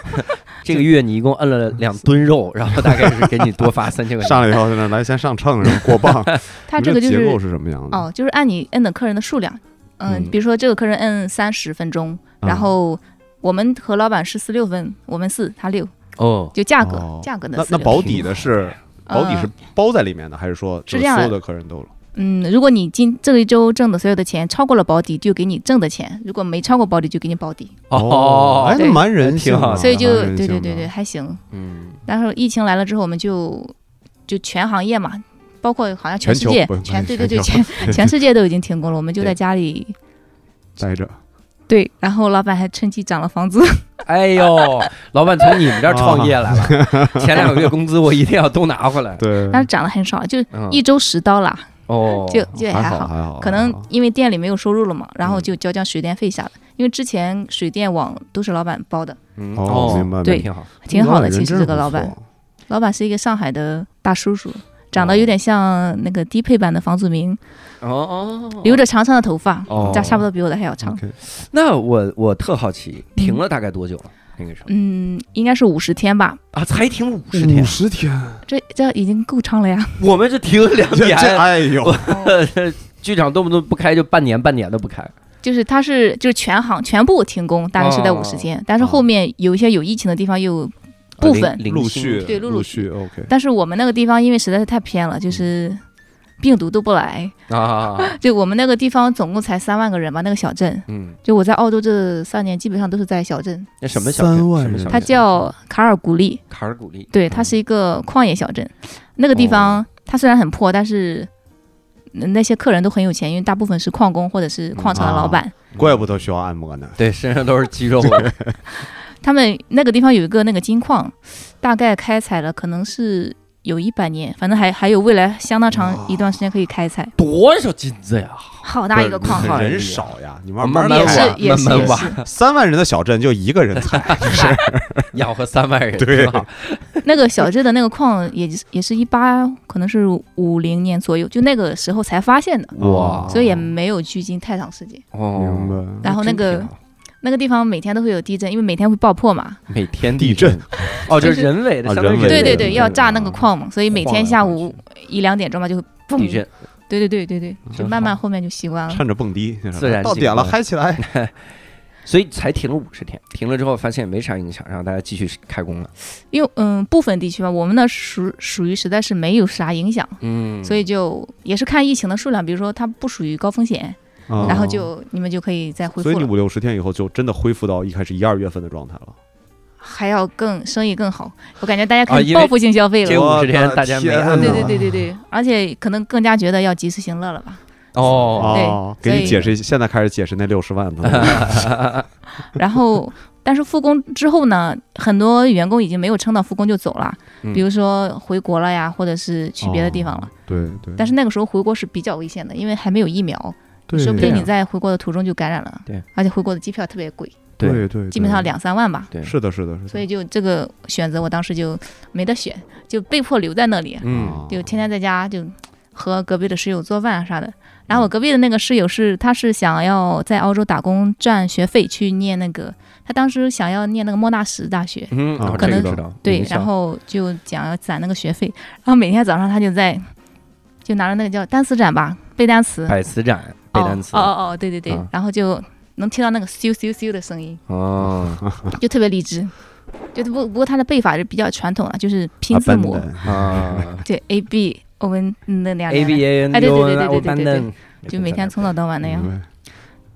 S1: 这个月你一共摁了两吨肉，然后大概是给你多发三千块钱。
S3: 上来以后在那儿来先上秤，然后过磅。
S4: 他
S3: 你
S4: 这个就
S3: 结构
S4: 是
S3: 是什嗯么样的？
S4: 哦，就是按你摁的客人的数量，嗯，
S1: 嗯
S4: 比如说这个客人摁三十分钟，
S3: 嗯
S4: 然后我们和老板是四六分，我们四他六，
S1: 哦，
S4: 就价格、
S3: 哦
S4: 价格的
S3: 那
S4: 四
S3: 那
S4: 六
S3: 保底的是保底
S4: 呃
S3: 是包在里面的，还是说就是
S4: 这样
S3: 所
S4: 的
S3: 有的客人都
S4: 嗯，如果你今这一周挣的所有的钱超过了保底，就给你挣的钱；如果没超过保底，就给你保底。
S3: 哎，
S1: 哦，
S3: 那
S4: 对
S3: 蛮人性
S1: 挺好
S3: 的，
S1: 的
S4: 所以就
S3: 蛮人
S4: 对对
S3: 性
S4: 对
S3: 的
S4: 对，还行。
S1: 嗯，
S4: 然后疫情来了之后，我们就就全行业嘛，包括好像全世
S3: 全球
S4: 界
S3: 不用，
S4: 全对对
S3: 全球
S4: 对，全 全世界都已经停工了，我们就
S1: 对
S4: 在家里。
S3: 待着
S4: 对，然后老板还趁机涨了房 资，
S1: 哎呦，老板从你们这儿创业 来
S3: 啊
S1: 了，前两个月工资我一定要都拿回来。
S3: 对
S4: 但是涨了很少，就
S1: 嗯
S4: 一周十刀啦，
S1: 哦，
S4: 就就也还
S3: 还
S4: 好。
S3: 还好，
S4: 可
S3: 还
S4: 能
S3: 好
S4: 因为店里没有收入了嘛，然后
S3: 嗯
S4: 就交交水电费啥的。因为之前水电网都是老板包的，
S1: 嗯
S3: 哦，明白，
S4: 对
S1: 挺好。
S4: 挺好的。
S3: 人
S4: 其实
S3: 真
S4: 这
S3: 不
S4: 个老板
S3: 错，，
S4: 老板是一个上海的大叔叔，长
S1: 哦
S4: 得有点像那个低配版的房祖名，
S1: 哦哦哦
S4: 留着长长的头发，
S1: 哦
S4: 差差不多比我的还要长。
S3: OK
S1: 那我我特好奇，停了大概多久了？那个时候
S4: 嗯，应该是五十天吧，
S1: 啊，才停五十天，
S3: 十天，
S4: 这这已经够长了呀。
S1: 我们这停了两
S3: 这
S1: 年，
S3: 这哎呦，
S1: 剧场动不动不开就半年，半年都不开。
S4: 就是它是就是全行全部停工，大概是在
S1: 哦
S4: 五十天，但是后面有一些有疫情的地方又部分，
S1: 啊零
S3: 陆续
S4: 对陆陆
S3: 陆
S4: 续
S3: 续 OK，
S4: 但是我们那个地方因为实在是太偏了，就是病毒都不来。
S1: 啊，
S4: 就我们那个地方总共才三万个人吧，那个小镇。
S1: 嗯，
S4: 就我在澳洲这三年基本上都是在小镇，
S1: 那什么小镇？
S3: 三万
S1: 什么
S3: 人
S1: 小
S4: 它
S1: 镇？嗯
S4: 叫卡尔古利，
S1: 卡尔古丽，
S4: 对，它是一个旷野小镇。那个地
S1: 哦
S4: 方它虽然很破，但是。那些客人都很有钱，因为大部分是矿工或者是矿场
S1: 嗯
S4: 的
S1: 啊
S4: 老板，
S3: 怪不得需要按摩呢。
S1: 对，身上都是肌肉。
S4: 他们那个地方有一个那个金矿，大概开采了可能是有一百年，反正还还有未来相当长一段时间可以开采，
S1: 多少金子呀？
S4: 好大一个矿
S1: 不是
S4: 号，
S1: 人
S3: 人
S1: 少
S3: 少呀，你慢
S1: 慢慢
S3: 慢
S4: 也
S1: 挖
S4: 是也是
S1: 慢慢
S4: 也
S1: 挖
S4: 是。
S3: 三万人的小镇就一 个人才，
S1: 养活三万人，
S3: 对
S1: 挺好
S4: 那个小镇的那个矿也就是也是一八，可能是五零年左右，就那个时候才发现的，
S1: 哇
S4: 所以也没有距今太长时间。
S1: 哦
S3: 明白？
S4: 然后那
S1: 真挺
S4: 个
S1: 好
S4: 那个地方每天都会有地震，因为每天会爆破嘛。
S1: 每天
S3: 地震，
S1: 哦，这
S4: 就是
S1: 是人为的，
S3: 啊
S1: 相当于
S3: 人为
S4: 对
S3: 对的对
S4: 对对，
S3: 对
S4: 要
S3: 对
S4: 炸
S3: 啊
S4: 那个矿嘛，所以每天下午一两点钟吧就会蹦
S1: 地。震，
S4: 对对对对对，
S1: 真
S4: 就慢慢
S1: 好
S4: 后面就习惯了。
S3: 趁着蹦迪，
S1: 自然醒
S3: 到点了
S1: 过来
S3: 嗨起 来。
S1: 所以才停了五十天。停了之后发现没啥影响，让大家继续开工了。
S4: 因为嗯，部分地区吧，我们那属属于实在是没有啥影响，
S1: 嗯
S4: 所以就也是看疫情的数量，比如说它不属于高风险，
S3: 嗯
S4: 然后就你们就可以再恢
S3: 所以
S4: 复
S3: 你
S4: 了，
S3: 五六十天以后就真的恢复到一开始一二月份的状态了。
S4: 还要更生意更好。我感觉大家
S1: 啊
S4: 开始
S1: 因为
S4: 报复性消费
S1: 这
S4: 了，
S1: 五
S3: 我
S1: 十
S3: 的
S1: 天大家没
S3: 天啊
S1: 按
S3: 呐
S4: 对
S1: 到
S4: 对对对对，而且可能更加觉得要及时行乐了吧。
S1: 哦，
S3: 哦，给
S4: 对所以
S3: 你解释一下，现在开始解释那六十万 了。
S4: 然后，但是复工之后呢，很多员工已经没有撑到复工就走了，
S1: 嗯哦
S4: 比如说回国了呀，或者是去别的地方了。
S3: 对
S1: 嗯
S3: 对，
S4: 但是那个时候回国是比较危险的，因为还没有疫苗，
S3: 对
S4: 说不定
S1: 对
S4: 你在回国的途中就感染了。
S1: 对，
S4: 而且回国的机票特别贵，
S1: 对
S3: 对对，
S4: 基本上两三万吧。
S1: 对
S3: 是的，是的，是的。
S4: 所以就这个选择，我当时就没得选，就被迫留在那里，
S1: 嗯，
S3: 啊
S4: 就天天在家就和隔壁的室友做饭啊啥的。
S1: 嗯
S4: 然后我隔壁的那个室友是，他是想要在澳洲打工赚学费去念那个，他当时想要念那个莫纳什大学，
S1: 嗯，
S3: 啊
S1: 哦
S3: 可
S1: 这个
S4: 能
S1: 知道
S4: 对
S1: 名，校
S4: 然后就讲要攒那个学费，然后每天早上他就在就拿着那个叫单词展吧，背单词，
S1: 百词斩哎背单词
S4: 哦哦哦哦，对对对，
S1: 啊
S4: 然后就能听到那个咻咻咻的声音，
S1: 哦
S4: 就特别励志。就不不过他的背法是比较传统的，就是拼
S3: 啊
S4: 字母，
S3: 笨的
S1: 啊
S4: 对 A B，我们那两
S1: ，A
S4: 年
S1: B A N
S4: 哎对
S1: U
S4: 对对
S1: N
S4: 对
S1: O
S4: 对
S1: B
S4: 对
S1: N
S4: 对
S1: N，
S4: 就每天从早到晚那样。
S3: 明白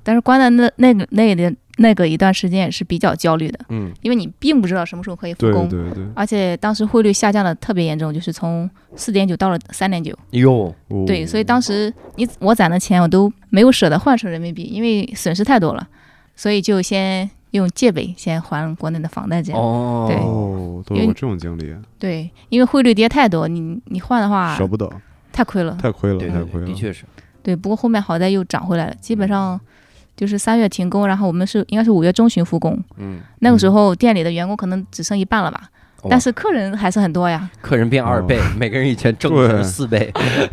S4: 但是关在那那个那里那个一段时间也是比较焦虑的，
S1: 嗯，
S4: 因为你并不知道什么时候可以复
S3: 对
S4: 工，
S3: 对对，
S4: 而且当时汇率下降的特别严重，就是从四点九到了三点九。
S1: 哟，
S3: 哦
S4: 对，所以当时你我攒的钱我都没有舍得换成人民币，因为损失太多了，所以就先用借呗先还国内的房贷这样。
S1: 哦，
S4: 对
S3: 哦，都有
S4: 因
S3: 过
S4: 为
S3: 这种经历，
S4: 对，因为汇率跌太多，你你换的话
S3: 舍不得，
S4: 太亏了。
S3: 太亏了，
S1: 对
S3: 太
S1: 对
S3: 亏
S1: 对，
S3: 了。
S1: 的确是，
S4: 对，不过后面好在又涨回来了，基
S3: 嗯
S4: 本上就是三月停工，然后我们是应该是五月中旬复工，
S1: 嗯，
S4: 那个时候店里的员工可能只剩一半了吧，
S1: 哦
S4: 但是客人还是很多 呀，
S1: 客人变二倍，每个人以前挣的
S3: 对
S1: 是四倍，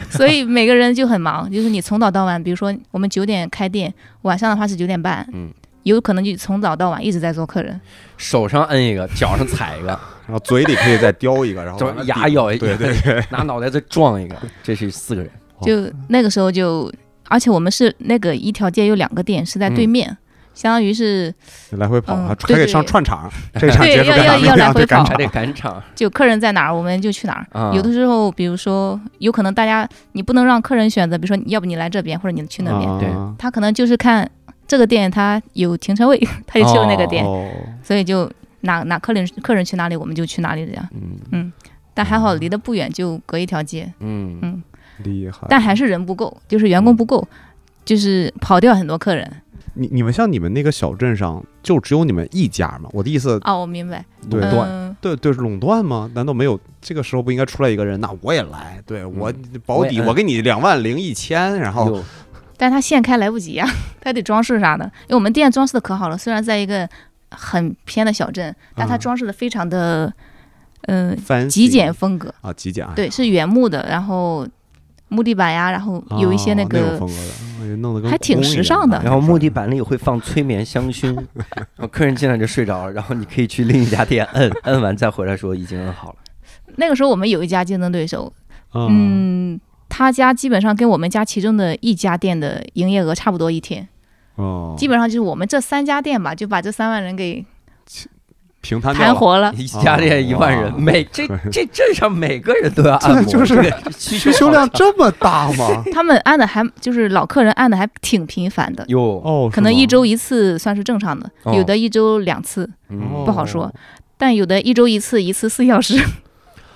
S4: 所以每个人就很忙，就是你从早到晚，比如说我们九点开店，晚上的话是九点半，
S1: 嗯，
S4: 有可能就从早到晚一直在做客人，
S1: 手上摁一个，脚上踩一个，
S3: 然后嘴里可以再叼一个，然后
S1: 就
S3: 往那
S1: 牙
S3: 顶
S1: 咬一
S3: 对对对，
S1: 拿脑袋再撞一个，这是四个人，
S3: 哦
S4: 就那个时候就，而且我们是那个一条街有两个店是在对
S1: 嗯
S4: 面，相当于是
S3: 来回跑，
S4: 嗯
S3: 还
S4: 对
S3: 还可以
S4: 对
S3: 上串 场，这个场
S4: 对
S3: 结束
S4: 要
S3: 干
S4: 要
S3: 啥？
S4: 要
S3: 那
S4: 来
S3: 样
S4: 回
S3: 对干
S4: 跑
S1: 还
S3: 啥？
S1: 得赶场，
S4: 就客人在哪儿我们就去哪儿。
S1: 啊
S4: 有的时候，比如说，有可能大家你不能让客人选择，比如说，要不你来这边，或者你去那边，
S3: 啊
S1: 对
S4: 他可能就是看这个店他有停车位， 他就去了那个店，
S3: 哦，
S4: 所以就哪哪客人客人去哪里，我们就去哪里这样。
S1: 嗯
S4: 但还
S3: 嗯
S4: 好离得不远，就隔一条街，
S1: 嗯
S4: 嗯，
S3: 厉害！
S4: 但还是人不够，就是员工不够，就是跑掉很多客人。
S3: 你你们像你们那个小镇上，就只有你们一家吗？我的意思，
S4: 哦，我明白，
S3: 对
S1: 垄断
S4: 嗯，
S3: 对对，垄断吗？难道没有？这个时候不应该出来一个人？那我也来，对我保
S1: 我也
S3: 底，
S1: 嗯
S3: 我给你两万零一千，然后
S1: 有
S4: 但他现开来不及呀、 他得装饰啥的。因为我们店装饰的可好了，虽然在一个很偏的小镇，但他
S3: 嗯
S4: 装饰的非常的，嗯、
S3: 翻
S4: 极简风格，
S3: 啊，极简啊，
S4: 对，是原木的，然后木地板呀，然后
S3: 哦，
S4: 有一些
S3: 那
S4: 个
S3: 种风格的，哎呀弄得跟
S4: 还挺
S3: 宫一
S4: 时
S3: 样
S4: 尚的
S1: 然后木地板里会放催眠香薰， 然后哦客人进来就睡着了，然后你可以去另一家店摁，摁完再回来说已经摁好了。
S4: 那个时候我们有一家竞争对手，
S3: 啊
S4: 嗯，他家基本上跟我们家其中的一家店的营业额差不多一天，
S3: 哦，
S4: 基本上就是我们这三家店吧，就把这三万人给
S3: 平摊掉
S4: 盘
S3: 了
S4: 活了。
S1: 一家店一万人，
S3: 哇
S1: 每 这这镇上每个人都要按摩，
S3: 哦这就是
S1: 这个需
S3: 需求量这么大吗？
S4: 他们按的还就是老客人按的还挺频繁的，
S1: 哟，
S3: 哦，
S4: 可能
S3: 是吗
S4: 一周一次算是正常的，
S1: 哦
S4: 有的一周两次，
S1: 嗯
S3: 哦
S4: 不好说，但有的一周一次，一次四小时，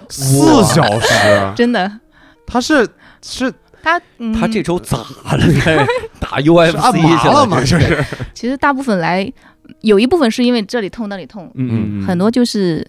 S3: 四小 时，
S4: 真的。
S3: 他是是
S4: 他嗯，
S1: 他这周咋 了？打 UFC
S3: 是按
S1: 去
S3: 麻了吗？
S1: 这
S3: 这是，
S4: 其实大部分来有一部分是因为这里痛那里痛，
S1: 嗯
S4: 很多
S3: 哦
S4: 就是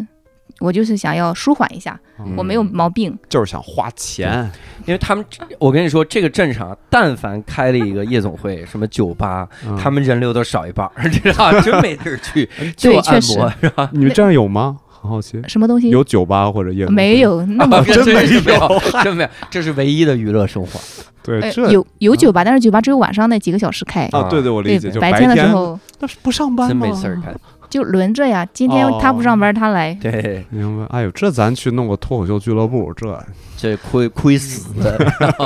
S4: 我就是想要舒缓一下，
S1: 嗯
S4: 我没有毛病，
S3: 就是想花钱，
S1: 因为他们，我跟你说，这个镇上啊但凡开了一个夜总会，什么酒吧，他
S3: 们
S1: 们人流都少一半儿， 知道吧真没地儿 去，
S3: 哎
S1: 就
S4: 对
S1: 按
S4: 确 实
S1: 摩，啊是吧？
S3: 你们这样有吗？很好奇，
S4: 什么东西
S3: 有酒吧或者夜总会
S4: 没？有那 么、
S1: 真没有， 真没有，这是唯一的娱乐生活。
S3: 对，
S4: 呃
S3: 这嗯
S4: 有有酒吧，但是酒吧只有晚上那几个小时开。
S3: 啊，对对，我理
S4: 对
S3: 解，，就
S4: 白
S3: 天
S4: 的时候
S3: 那是不上班
S1: 真
S3: 吗？
S1: 没事儿干。
S4: 就轮着呀。今天
S3: 哦
S4: 他不上班，他来。
S1: 对，
S3: 明白，哎呦，这咱去弄个脱口秀俱乐部， 这
S1: 这亏亏死的。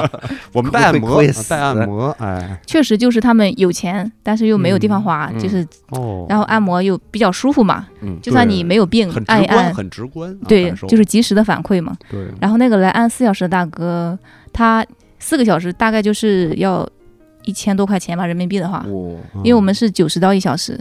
S3: 我们带按摩
S1: 会会，死
S3: 带按摩，哎，
S4: 确实就是他们有钱，但是又没有地方花，
S1: 嗯
S4: 就是
S3: 哦，
S4: 然后按摩又比较舒服嘛。
S1: 嗯
S4: 就算
S3: 对
S4: 你没有病
S3: 很，
S4: 按
S3: 直
S4: 一按
S3: 观，，很直观啊，
S4: 对
S3: 感，受嗯
S4: 就是及时的反馈嘛。
S3: 对，
S4: 然后那个来按四小时的大哥，他四个小时大概就是要一千多块钱吧，人民币的话，
S1: 我
S4: 因为我们是九十刀一小时，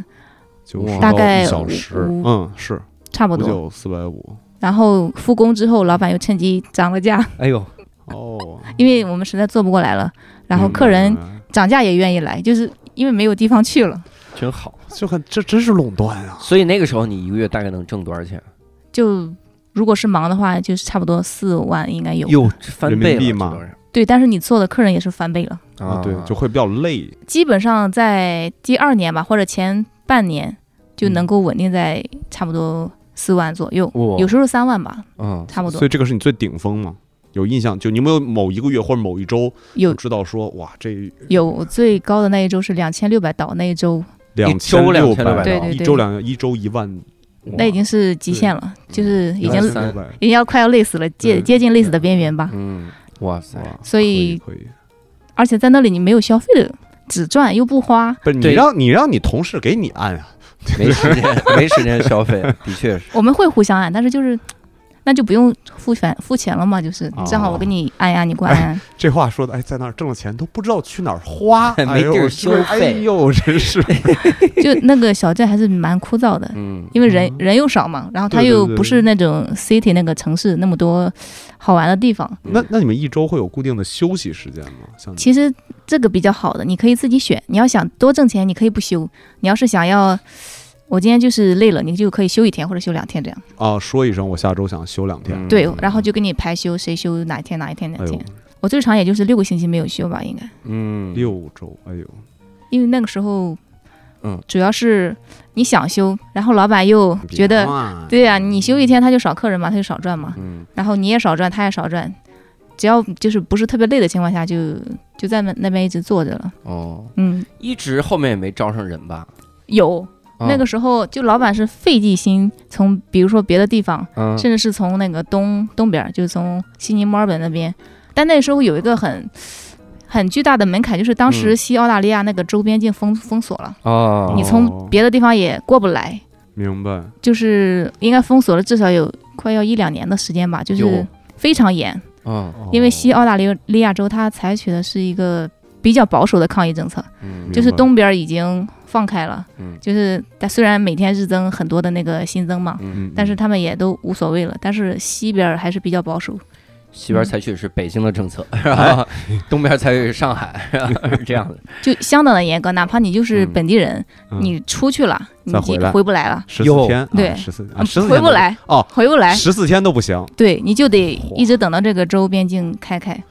S3: 九十
S1: 大
S4: 概
S3: 嗯小时，
S4: 五
S3: 嗯，是
S4: 差不
S3: 五
S4: 多。
S3: 九四百五，
S4: 然后复工之后，老板又趁机涨了价，
S1: 哎呦，
S3: 哦，
S4: 因为我们实在做不过来了。然后客人
S3: 明白
S4: 涨价也愿意来，就是因为没有地方去了，
S1: 真好。
S3: 就很这真是垄断啊！
S1: 所以那个时候你一个月大概能挣多少钱？
S4: 就。如果是忙的话，就是差不多四万应该有。
S1: 哟，翻倍
S3: 人民币嘛
S1: 了
S4: 对，但是你做的客人也是翻倍了。
S1: 这都是啊，
S3: 对，就会比较累，
S4: 基本上在第二年吧，或者前半年就能够稳定在差不多四万左右，
S1: 哇
S4: 有时候三万吧，
S1: 嗯，
S4: 差不
S3: 所
S4: 多
S3: 以这个是你最顶峰嘛？有印象？就你有没有某一个月或者某一周
S4: 有
S3: 知道说哇，这
S4: 有最高的那一周是两千六百刀，那一周
S3: 两
S1: 周
S3: 六
S1: 2600
S3: 百，
S4: 对对对
S3: 一周两一周一万，
S4: 那已经是极限了，就是已经
S1: 嗯
S3: 六百，
S4: 已经要快要累死了，接
S3: 对
S4: 接近累死的边缘吧。
S1: 嗯，哇塞，
S3: 哇，
S4: 所以
S3: 可以可以。
S4: 而且在那里你没有消费的，只赚又不花，
S3: 不是你
S1: 对
S3: 让你让你同事给你按啊，
S1: 没时间，没时间消费，的确 是。
S4: 我们会互相按，但是就是。那就不用付钱付钱了嘛，就是
S3: 哦
S4: 正好我给你按呀，你给我按 呀，
S3: 这话说的，哎，在那儿挣了钱都不知道去哪儿花，
S1: 没
S3: 哎呦
S1: 地儿
S3: 是不是
S1: 消费
S3: 哎呦，真是
S4: 就那个小镇还是蛮枯燥的，
S1: 嗯，
S4: 因为人、
S3: 嗯
S4: 人又少嘛，然后它
S3: 对对
S4: 又
S3: 对
S4: 不是那种 city 那个城市那么多好玩的地方。
S3: 那那你们一周会有固定的休息时间吗？像你
S4: 其实这个比较好的，你可以自己选。你要想多挣钱，你可以不休；你要是想要，我今天就是累了，你就可以休一天或者休两天这样。
S3: 啊，说一声，我下周想休两天。
S1: 嗯
S4: 对，然后就给你排休，谁休哪一天哪一天哪
S3: 哎
S4: 一
S3: 呦
S4: 天。，我最长也就是六个星期没有休吧，应该，
S1: 嗯，
S3: 六周，哎呦，
S4: 因为那个时候，
S1: 嗯，
S4: 主要是你想休，然后老板又觉得，对呀、你休一天他就少客人嘛，他就少赚嘛。
S1: 嗯，
S4: 然后你也少赚，他也少赚，只要就是不是特别累的情况下就，就在那那边一直坐着了。
S1: 哦，
S4: 嗯，
S1: 一直后面也没招上人吧？
S4: 有、
S1: 啊
S4: 那个时候就老板是费尽心从比如说别的地方，
S1: 嗯，
S4: 甚至是从那个东东边儿，就是从悉尼、墨尔本那边，但那时候有一个很。很巨大的门槛就是当时
S1: 嗯
S4: 西澳大利亚那个周边境封封锁了，
S1: 哦，
S4: 你从别的地方也过不来，
S3: 明白，
S4: 就是应该封锁了至少有快要一两年的时间吧，就
S1: 有
S4: 是非常严。
S1: 嗯
S4: 因为西
S3: 哦
S4: 澳大利利亚州它采取的是一个比较保守的抗疫政策，
S1: 嗯
S4: 就是
S3: 明白
S4: 东边儿已经放开了，
S1: 嗯
S4: 就是但虽然每天日增很多的那个新增嘛，
S1: 嗯
S3: 嗯，
S4: 但是他们也都无所谓了，但是西边儿还是比较保守，
S1: 西边采取是北京的政策，然后东边采取是上海，然后是这样的。
S4: 就相当的严格，哪怕你就是本地人，
S3: 嗯
S4: 你出去了，你
S3: 再回
S4: 就
S3: 来
S4: 回不来了，
S3: 十
S1: 哟
S3: 四天，
S4: 对
S3: 十四啊，十四
S4: 回不来，
S3: 哦，
S4: 回不来，
S3: 十四天都不行，
S4: 对，你就得
S1: 嚯
S4: 一直等到这个州边境开开。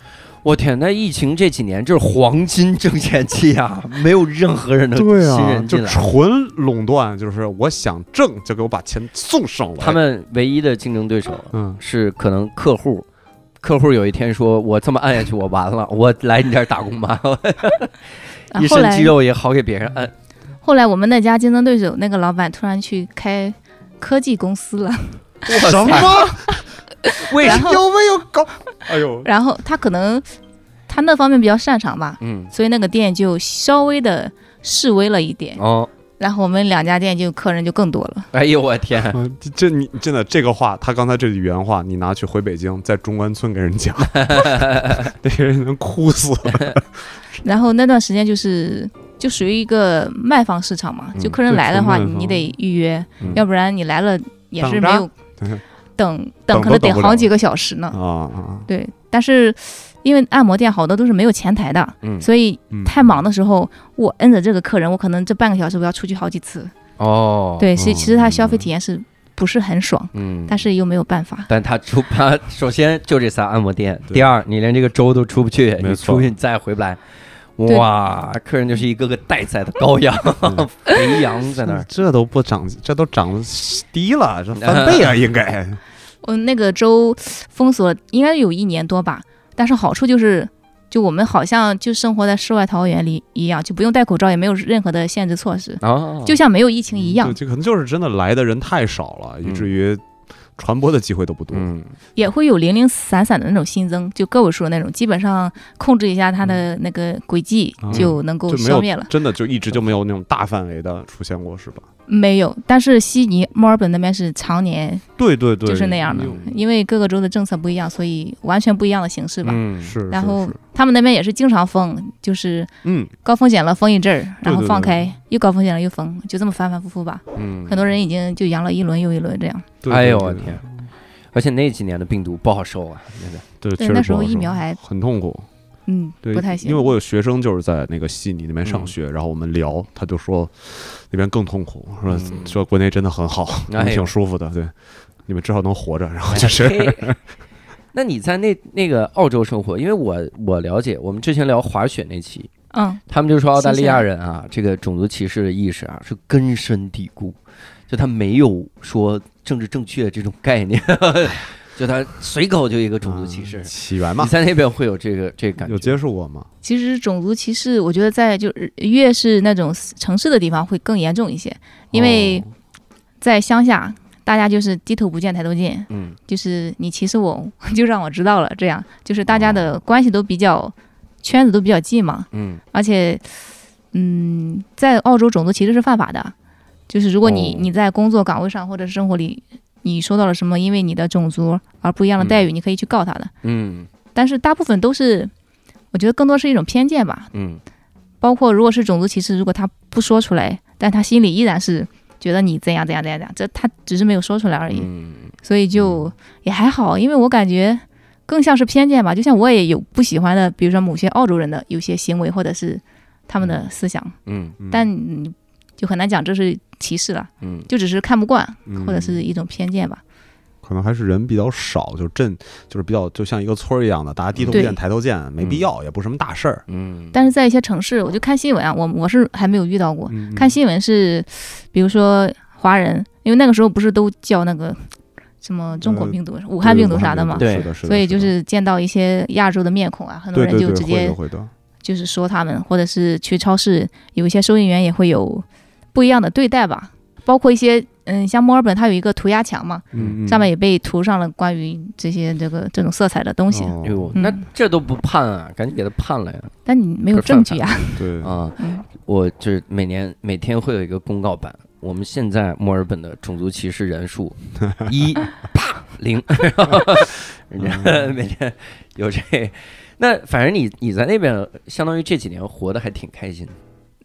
S1: 我天，那疫情这几年这是黄金挣钱期啊，没有任何人能
S3: 对
S1: 新
S3: 啊，
S1: 人进
S3: 就
S1: 来。
S3: 纯垄断，就是我想挣就给我把钱送上来。
S1: 他们唯一的竞争对手
S3: 嗯，
S1: 是可能客户，客户有一天说：“我这么按下去，我完了， 我来你这儿打工吧，
S4: 啊
S1: 一
S4: 后
S1: 身
S4: 来
S1: 肌肉也好给别人按。
S4: 后来我们那家竞争对手那个老板突然去开科技公司了，
S1: 哇塞
S3: 什么？
S1: 为什么？
S3: 有没有搞？哎呦，
S4: 然后他可能他那方面比较擅长吧，
S1: 嗯，
S4: 所以那个店就稍微的示威了一点，
S1: 哦，
S4: 然后我们两家店就客人就更多了。
S1: 哎呦我天，
S3: 嗯，这这你真的这个话，他刚才这句原话，你拿去回北京，在中关村给人 讲， 那些人能哭死。
S4: 然后那段时间就是就属于一个卖方市场嘛，
S3: 嗯
S4: 就客人来的话，
S3: 就纯卖
S4: 你
S3: 方
S4: 你得预约，
S3: 嗯
S4: 要不然你来了也是没有
S3: 等着
S4: 等
S3: 等都
S4: 可能
S3: 等
S4: 得
S3: 不了
S4: 好几个小时呢。
S3: 啊啊！
S4: 对，但是因为按摩店好多都是没有前台的，
S1: 嗯
S4: 所以
S3: 嗯
S4: 太忙的时候，我摁着这个客人，我可能这半个小时我要出去好几次。
S1: 哦，，
S4: 对，其
S3: 哦
S4: 其实他消费体验是不是很爽，
S1: 嗯，
S4: 但是又没有办法。
S1: 但他出 他首先就这仨按摩店，
S3: 对
S1: 第二你连这个州都出不去，
S3: 没
S1: 你
S3: 错
S1: 出去你再回不来，哇，客人就是一个个待宰的羔 羊
S3: 嗯，
S1: 肥羊在那 儿。
S3: 这都不涨，这都涨低了，这 翻倍啊，应该。
S4: 嗯，那个州封锁应该有一年多吧，但是好处就是，就我们好像就生活在世外桃源里一样，就不用戴口罩，也没有任何的限制措施，
S1: 哦，嗯
S4: 就像没有疫情一样
S3: 就，就可能就是真的来的人太少了，以至于传播的机会都不多。
S1: 嗯，
S4: 也会有零零散散的那种新增，就个位数的那种，基本上控制一下它的那个轨迹
S3: 嗯
S4: 就能够
S3: 就没
S4: 消
S3: 有
S4: 灭了。
S3: 真的就一直就没有那种大范围的出现过，是吧？
S4: 没有，但是悉尼、墨尔本那边是常年
S3: 对对对，
S4: 就是那样的
S3: 嗯，
S4: 因为各个州的政策不一样，所以完全不一样的形式吧。
S1: 嗯
S3: 是，是
S4: 然后
S3: 是
S4: 他们那边也是经常封，就是
S3: 嗯，
S4: 高风险了封一阵儿，然后
S3: 对对
S4: 放
S3: 对
S4: 开，又高风险了又封，就这么反反复复吧。
S1: 嗯
S4: 很多人已经就阳了一轮又一轮这样。
S3: 对
S1: 哎呦
S3: 对
S1: 我
S3: 对
S1: 天，而且那几年的病毒不好受啊，真的。
S3: 对，
S4: 对
S3: 确实
S4: 那时候
S3: 不好
S4: 疫
S3: 说
S4: 苗还
S3: 很痛苦，
S4: 嗯，
S3: 对，
S4: 不太行。
S3: 因为我有学生就是在那个悉尼那边上
S1: 嗯
S3: 学，然后我们聊，他就说那边更痛苦，说、
S1: 嗯
S3: 说国内真的很好，
S1: 哎呦哎
S3: 挺舒服的，对，你们至少能活着，然后就是。
S1: 嘿 那你在那那个澳洲生活？因为我我了解，我们之前聊滑雪那期，
S4: 嗯，
S1: 他们就说澳大利亚
S4: 新西兰
S1: 人啊，这个种族歧视的意识啊是根深蒂固，就他没有说政治正确这种概念， 就他随口就一个种族歧视
S3: 嗯。起源
S1: 你
S3: 嘛，
S1: 在那边会有这个这个感
S3: 有
S1: 觉
S3: 接触过吗？
S4: 其实种族歧视，我觉得在就越是那种城市的地方会更严重一些，因为
S3: 哦
S4: 在乡下大家就是低头不见抬头见，
S1: 嗯，
S4: 就是你歧视我，就让我知道了，这样就是大家的关系都比较圈子都比较近嘛，
S1: 嗯
S4: 而且，嗯，在澳洲种族歧视是犯法的，就是如果你、
S1: 哦
S4: 你在工作岗位上或者生活里，你受到了什么因为你的种族而不一样的待遇，你可以去告他的，
S1: 嗯
S4: 但是大部分都是，我觉得更多是一种偏见吧，
S1: 嗯
S4: 包括如果是种族歧视，如果他不说出来，但他心里依然是觉得你怎样怎样怎样怎样，这他只是没有说出来而已。
S1: 嗯，
S4: 所以就也还好，因为我感觉更像是偏见吧。就像我也有不喜欢的，比如说某些澳洲人的有些行为或者是他们的思想，
S1: 嗯
S3: 嗯
S4: 但嗯就很难讲这是歧视了，
S1: 嗯
S4: 就只是看不惯或者是
S3: 嗯
S4: 一种偏见吧。
S3: 可能还是人比较少，就镇就是比较就像一个村儿一样的，大家低头
S4: 对
S3: 见抬头见，没
S1: 嗯
S3: 必要，也不是什么大事儿。
S1: 嗯，
S4: 但是在一些城市，我就看新闻啊，我我是还没有遇到过。
S3: 嗯
S4: 看新闻是，比如说华人，因为那个时候不是都叫那个什么中国
S3: 呃
S4: 病毒、武汉病毒啥的嘛，
S1: 对
S3: 是的，是的
S4: 所以就是
S3: 的
S4: 是见到一些亚洲的面孔啊，很多
S3: 对
S4: 人
S3: 对对，
S4: 就直
S3: 会
S4: 接
S3: 的会的，
S4: 就是说他们，或者是去超市，有一些收银员也会有不一样的对待吧。包括一些，嗯，像墨尔本，它有一个涂鸦墙嘛，
S3: 嗯嗯
S4: 上面也被涂上了关于这些这个这种色彩的东西。
S3: 哦
S1: 哎呦，
S4: 嗯
S1: 那这都不判啊，赶紧给他判了呀！
S4: 但你没有证据啊，
S3: 对
S1: 啊，
S4: 嗯
S1: 我就是每年每天会有一个公告版，我们现在墨尔本的种族歧视人数一啪零，人家每天有这，那反正你你在那边，相当于这几年活得还挺开心的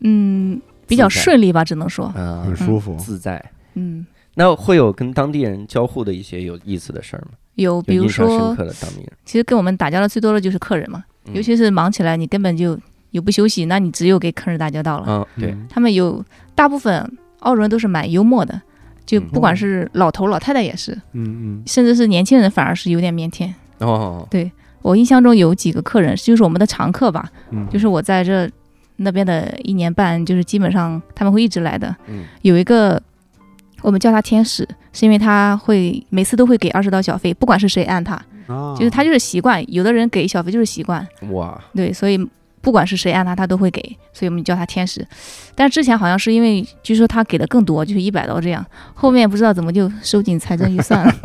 S4: 嗯，比较顺利吧，只能说，
S1: 啊
S3: 嗯很，舒服。
S1: 自在。
S4: 嗯，
S1: 那会有跟当地人交互的一些有意思的事儿吗？
S4: 有，比
S1: 有
S4: 如
S1: 印象深
S4: 说，
S1: 刻的当面，
S4: 其实跟我们打交道最多的就是客人嘛，
S1: 嗯
S4: 尤其是忙起来，你根本就也不休息，那你只有给客人打交道了。
S1: 嗯，对，
S4: 他们有大部分澳洲人都是蛮幽默的，就
S1: 嗯
S4: 不管是老头老太太也是，
S3: 嗯嗯
S4: 甚至是年轻人反而是有点腼腆。
S1: 哦，
S4: 我印象中有几个客人，就是我们的常客吧，
S3: 嗯，
S4: 就是我在这那边的一年半，就是基本上他们会一直来的。
S1: 嗯
S4: 有一个我们叫他天使，是因为他会每次都会给二十刀小费，不管是谁按他，
S1: 哦
S3: 啊
S4: 就是他就是习惯，有的人给小费就是习惯，
S1: 哇，
S4: 对，所以不管是谁啊按他，他都会给，所以我们叫他天使。但是之前好像是因为据说他给的更多，就是一百刀这样，后面不知道怎么就收紧财政预算 了。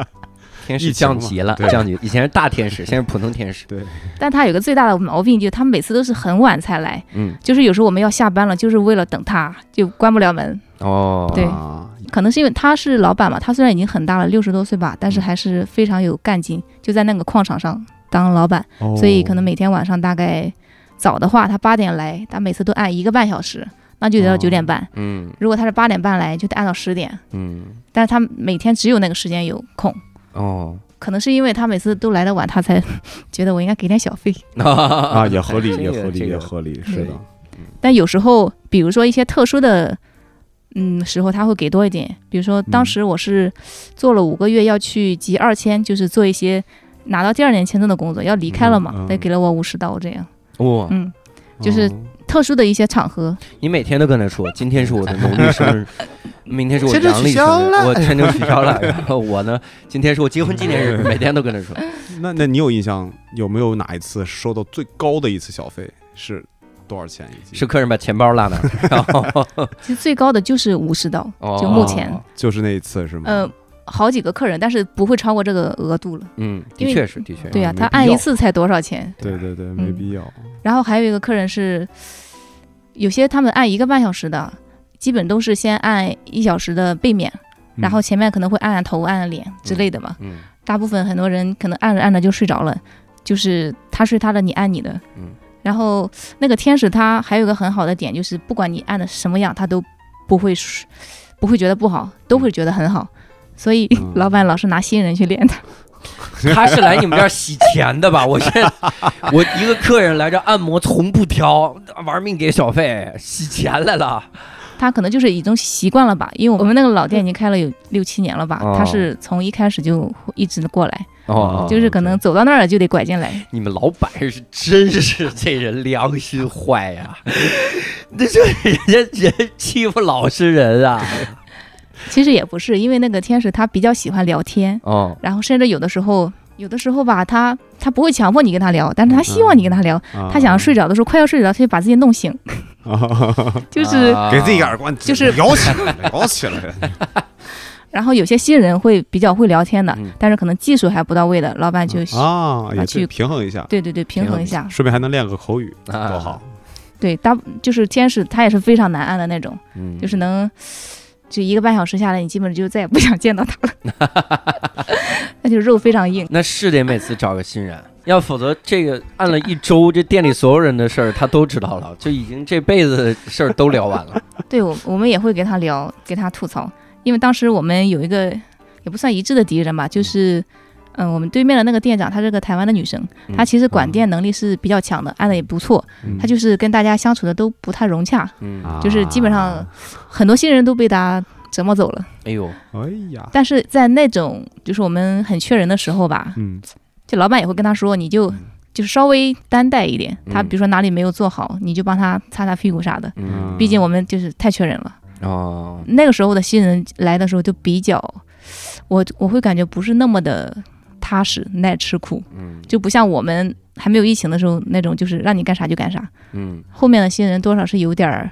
S1: 天使
S3: 疫情
S1: 降
S3: 嘛
S1: 级了，
S3: 对
S1: 降级，以前是大天使，现在是普通天使，
S4: 但他有个最大的毛病，就是他们每次都是很晚才来，
S1: 嗯，
S4: 就是有时候我们要下班了，就是为了等他，就关不了门。
S1: 哦，
S4: 对
S3: 啊
S4: 可能是因为他是老板嘛，他虽然已经很大了，六十多岁吧，
S3: 嗯
S4: 但是还是非常有干劲，就在那个矿场上当老板，
S3: 哦
S4: 所以可能每天晚上大概早的话，他八点来，他每次都按一个半小时，那就得到
S3: 哦
S4: 九点半。
S1: 嗯
S4: 如果他是八点半来，就得按到十点，
S1: 嗯，
S4: 但是他每天只有那个时间有空，
S1: 哦，
S4: 可能是因为他每次都来的晚，他才觉得我应该给点小费。
S3: 啊
S1: 啊
S3: 也合理，
S1: 这
S3: 也
S1: 个
S3: 合理，
S1: 这
S3: 也
S1: 个
S3: 合理，是的，
S4: 但有时候，比如说一些特殊的，嗯，时候他会给多一点。比如说当时我是做了五个月要去集二签，就是做一些拿到第二年签证的工作，要离开了嘛，
S3: 嗯嗯
S4: 他给了我五十刀这样。
S1: 哇，
S4: 嗯，就是
S3: 哦
S4: 特殊的一些场合，
S1: 你每天都跟他说，今天是我的农历生 日，明天是我
S3: 签证
S1: 阳历
S3: 取消
S1: 生日，
S3: 了
S1: 我签证取消了，然后我呢，今天是我结婚纪念 日，每天都跟他说，
S3: 那那你有印象有没有哪一次收到最高的一次小费是多少钱一斤？
S1: 是客人把钱包落那儿， 然后
S4: 其实最高的就是五十刀，
S1: 哦
S4: 就目前，
S3: 就是那一次是吗？
S4: 呃，好几个客人，但是不会超过这个额度了。
S1: 嗯，的
S4: 因为
S1: 确是，的确是，
S4: 对呀、啊
S3: 没必
S4: 他按
S3: 要
S4: 一次才多少钱？
S3: 对对对，没
S4: 嗯
S3: 必要。
S4: 然后还有一个客人是，有些他们按一个半小时的，基本都是先按一小时的背面，
S3: 嗯
S4: 然后前面可能会按按头、按按脸之类的吧。
S1: 嗯，
S4: 大部分很多人可能按着按着就睡着了，就是他睡他的，你按你的。
S1: 嗯
S4: 然后那个天使他还有一个很好的点，就是不管你按的什么样，他都不会睡不会觉得不好，都会觉得很好。所以
S3: 嗯
S4: 老板老是拿新人去练他，
S1: 他是来你们这儿洗钱的吧？我现在我一个客人来这按摩从不挑，玩命给小费，洗钱来了。
S4: 他可能就是已经习惯了吧，因为我们那个老店已经开了有六七年了吧，
S1: 哦
S4: 他是从一开始就一直过来，
S3: 哦
S4: 就是可能走到那儿了就得拐进来。
S1: 你们老板是真是这人良心坏呀、 那这人家人欺负老实人啊！
S4: 其实也不是，因为那个天使他比较喜欢聊天，
S1: 哦，
S4: 然后甚至有的时候，有的时候吧，他他不会强迫你跟他聊，但是他希望你跟他
S3: 哦
S4: 聊。
S3: 啊
S4: 他想 要睡着的时候，快要睡着，他就把自己弄醒，
S3: 着，
S4: 就是。
S1: 啊
S3: 给自己一个耳光，
S4: 就是
S3: 摇起来，摇起 来。
S4: 然后有些新人会比较会聊天的，
S1: 嗯
S4: 但是可能技术还不到位的，老板就、
S3: 啊，也
S4: 啊
S3: 去
S4: 去
S3: 平衡一下，
S4: 对对对平衡一下。
S3: 顺便还能练个口语，
S1: 啊
S3: 多好。
S4: 对，大就是天使他也是非常难按的那种，
S1: 嗯
S4: 就是能就一个半小时下来，你基本就再也不想见到他了， 那就肉非常硬。
S1: 那是得每次找个新人，要否则这个按了一周，这店里所有人的事儿他都知道了，就已经这辈子的事儿都聊完 了。
S4: 对我，我们也会给他聊，给他吐槽，因为当时我们有一个也不算一致的敌人吧，就是，嗯、我们对面的那个店长，她是个台湾的女生，她其实管店能力是比较强的，按的也不错，
S3: 嗯
S4: 她就是跟大家相处的都不太融洽，
S1: 嗯，
S4: 就是基本上
S3: 啊，
S4: 很多新人都被她折磨走了。
S1: 哎呦，
S3: 哎 呀，
S4: 但是在那种就是我们很缺人的时候吧，
S3: 嗯，
S4: 就老板也会跟她说，你就。就是稍微担待一点，她
S1: 嗯
S4: 比如说哪里没有做好，你就帮她擦擦屁股啥的。
S1: 嗯
S4: 毕竟我们就是太缺人了。
S1: 哦，
S4: 那个时候的新人来的时候就比较，我我会感觉不是那么的踏实，耐吃苦，
S1: 嗯
S4: 就不像我们还没有疫情的时候那种，就是让你干啥就干啥。
S1: 嗯
S4: 后面的新人多少是有点儿，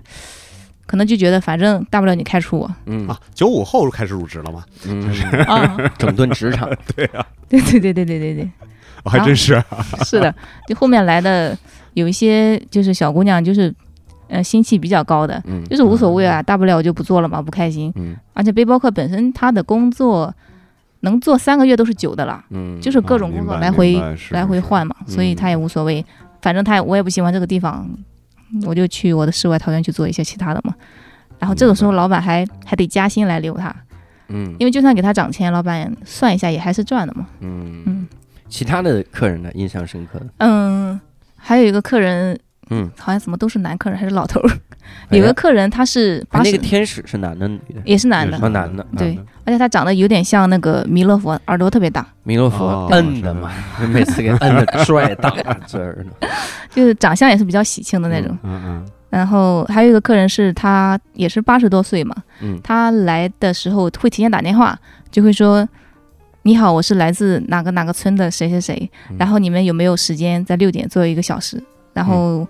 S4: 可能就觉得反正大不了你开除 我
S1: 嗯
S3: 啊，九五后开始入职了吗？
S1: 嗯，
S4: 啊，
S1: 整顿职场，
S4: 对对对对对对对，
S3: 哦
S4: 啊
S3: 还真是，
S4: 是的，就后面来的有一些就是小姑娘，就是呃心气比较高的，
S1: 嗯
S4: 就是无所谓啊，大不了我就不做了嘛，不开心。
S1: 嗯
S4: 而且背包客本身他的工作能做三个月都是久的了。
S1: 嗯，
S4: 就是各种
S3: 啊
S4: 工作
S3: 明白
S4: 来回
S3: 明白是嗯
S4: 来回
S3: 是
S4: 换嘛，所以他也无所谓，反正他也我也不喜欢这个地方，我就去我的世外桃源去做一些其他的嘛。然后这个时候老板还还得加薪来留他，
S1: 嗯
S4: 因为就算给他涨钱，老板算一下也还是赚的嘛。
S1: 嗯，
S4: 嗯
S1: 其他的客人呢，印象深刻的，
S4: 嗯，还有一个客人，
S1: 嗯，
S4: 好像怎么都是男客人还是老头儿，
S1: 哎
S4: 有
S1: 呀
S4: 个客人他是
S1: 哎
S4: 八
S1: 那个，
S4: 十
S1: 天使是男的女的？
S4: 也是男的
S1: 啊，，男的，
S4: 对
S1: 男
S3: 嗯
S1: 的，
S4: 而且他长得有点像那个弥勒佛，耳朵特别大，
S1: 弥勒佛
S3: 哦
S1: 摁的嘛，每次给摁的拽大嘴儿呢。
S4: 就是长相也是比较喜庆的那种。
S3: 嗯
S4: 然后还有一个客人是他也是八十多岁嘛，
S1: 嗯
S4: 他来的时候会提前打电话，就会说：“你好，我是来自哪个哪个村的谁谁谁，
S1: 嗯
S4: 然后你们有没有时间在六点做一个小时？”然
S1: 嗯
S4: 后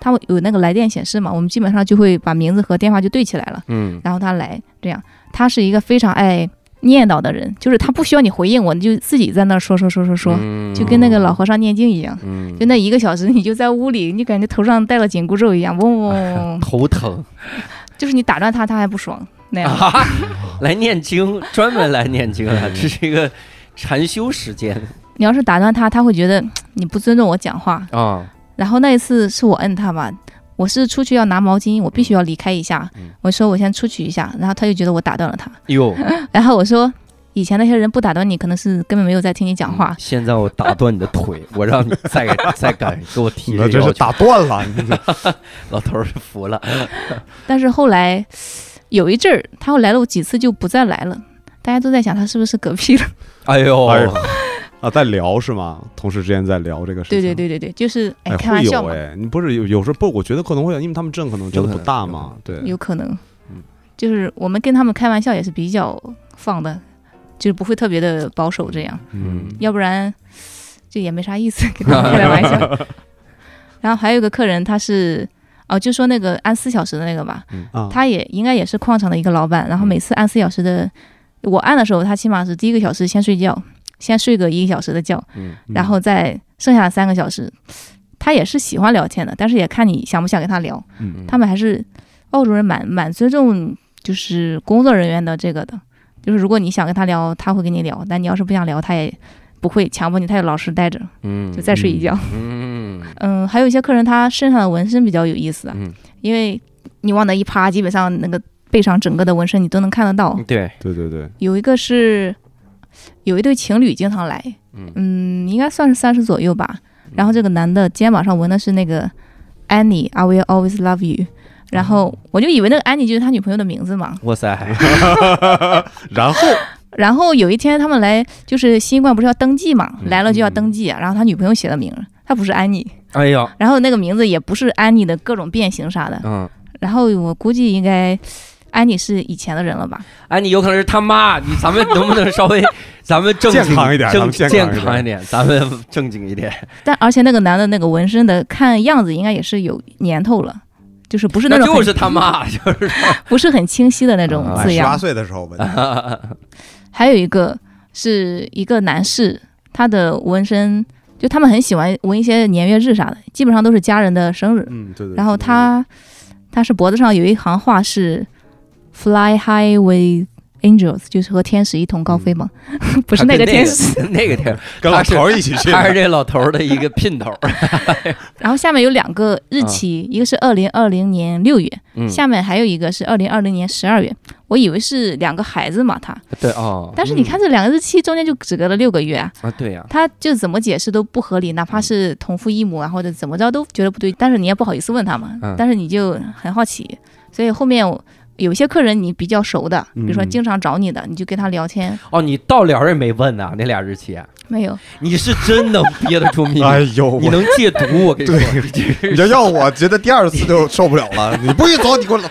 S4: 他会有那个来电显示嘛，我们基本上就会把名字和电话就对起来了，
S1: 嗯
S4: 然后他来这样。他是一个非常爱念叨的人，就是他不需要你回应我，你就自己在那儿说说说说说，
S1: 嗯
S4: 就跟那个老和尚念经一样。
S1: 嗯，
S4: 就那一个小时，你就在屋里，你感觉头上戴了紧箍咒一样，嗡嗡嗡嗡 嗡
S1: 头疼，
S4: 就是你打断他，他还不爽那
S1: 啊
S4: 样。
S1: 来念经，专门来念经了，这是一个禅修时间
S4: 你要是打断他，他会觉得你不尊重我讲话。
S1: 啊。
S4: 然后那一次是我摁他吧，我是出去要拿毛巾，我必须要离开一下，
S1: 嗯
S4: 我说我先出去一下，然后他就觉得我打断了他，
S1: 哟，
S4: 然后我说。以前那些人不打断你，可能是根本没有在听你讲话。
S1: 现在我打断你的腿， 我让你再再敢给 我提
S3: 嗯，
S1: 这
S3: 那真
S1: 要
S3: 是
S1: 求，
S3: 打断了，你这
S1: 老头儿服了。
S4: 但是后来有一阵儿，他又来了我几次就不再来了，大家都在想他是不是嗝 屁了。
S1: 哎呦，
S3: 哎呦啊，在聊是吗？同事之间在聊这个事情。
S4: 对对。对对对，就是哎
S3: 哎，
S4: 开玩
S3: 会
S4: 笑
S3: 有
S4: 嘛，
S3: 哎，你不是有有时候不？我觉得可能会有，因为他们挣可能挣的不大嘛，对，
S4: 有可能
S1: 嗯，
S4: 就是我们跟他们开玩笑也是比较放的，就是不会特别的保守这样，
S1: 嗯
S4: 要不然这也没啥意思跟他们开 玩笑。然后还有一个客人，他是哦，就说那个按四小时的那个吧，
S3: 啊，
S4: 嗯他也应该也是矿场的一个老板，然后
S1: 嗯
S4: 每次按四小时的，我按的时候，他起码是第一个小时先睡觉，先睡个一个小时的觉，
S1: 嗯
S3: 嗯
S4: 然后再剩下的三个小时，他也是喜欢聊天的，但是也看你想不想跟他聊。
S1: 嗯
S4: 他们还是澳洲人蛮蛮尊重就是工作人员的这个的，就是如果你想跟他聊，他会跟你聊；但你要是不想聊，他也不会强迫你，他也老实待着，
S1: 嗯
S4: 就再睡一觉。
S1: 嗯
S4: 嗯还有一些客人他身上的纹身比较有意思啊，
S1: 嗯
S4: 因为你往那一趴，基本上那个背上整个的纹身你都能看得到。
S1: 对，
S3: 对对对，
S4: 有一个是有一对情侣经常来，
S1: 嗯
S4: 嗯，应该算是三十左右吧。然后这个男的肩膀上纹的是那个 Annie，I will always love you。然后
S1: 嗯
S4: 我就以为那个 Annie 就是他女朋友的名字嘛。
S1: 哇塞，
S3: 然后
S4: 然后有一天他们来，就是新冠不是要登记嘛，
S1: 嗯
S4: 来了就要登记啊、然后他女朋友写的名儿，他不是 Annie，
S1: 哎呦，
S4: 然后那个名字也不是 Annie 的各种变形啥的。
S1: 嗯，
S4: 然后我估计应该 Annie 是以前的人了吧。
S1: 哎，你有可能是他妈，你咱们能不能稍微， 咱们正经
S3: 健康一点
S1: 正
S3: 咱们
S1: 健
S3: 健
S1: 康
S3: 康
S1: 一
S3: 一
S1: 点，咱们正经一点，
S4: 但而且那个男的那个纹身的，看样子应该也是有年头了，就是不是那种很
S1: 就是他妈， 就是
S4: 不是很清晰的那种
S1: 啊
S4: 字
S3: 十
S4: 样。
S3: 八岁的时候吧，
S4: 还有一个是一个男士，他的纹身就他们很喜欢纹一些年月日啥的，基本上都是家人的生日。
S3: 嗯对对。
S4: 然后他他是脖子上有一行话是 “Fly high with angels”，就是和天使一同高飞嘛， 不是那个天使。，
S1: 那个 天使，
S3: 跟老头儿一起去
S1: 他是这老头儿的一个姘头，
S4: 然后下面有两个日期，一个是二零二零年六月，
S1: 嗯
S4: 下面还有一个是二零二零年十二月，我以为是两个孩子嘛，他，
S1: 对哦，
S4: 但是你看这两个日期中间就只隔了六个月啊，
S1: 啊对呀，
S4: 他就怎么解释都不合理，哪怕是同父异母啊或者怎么着都觉得不对，但是你也不好意思问他嘛，
S1: 嗯
S4: 但是你就很好奇，所以后面我有些客人你比较熟的，比如说
S3: 嗯
S4: 经常找你的，你就跟他聊天，
S1: 哦，你到了也没问呐，那俩日期，啊
S4: 没有，
S1: 你是真能憋得住秘
S3: 哎
S1: 密，
S3: 呦，
S1: 你
S3: 我
S1: 能戒毒，我跟你说，你 这
S3: 你这要我觉得第二次就受不了 了，你不许走，你给我怎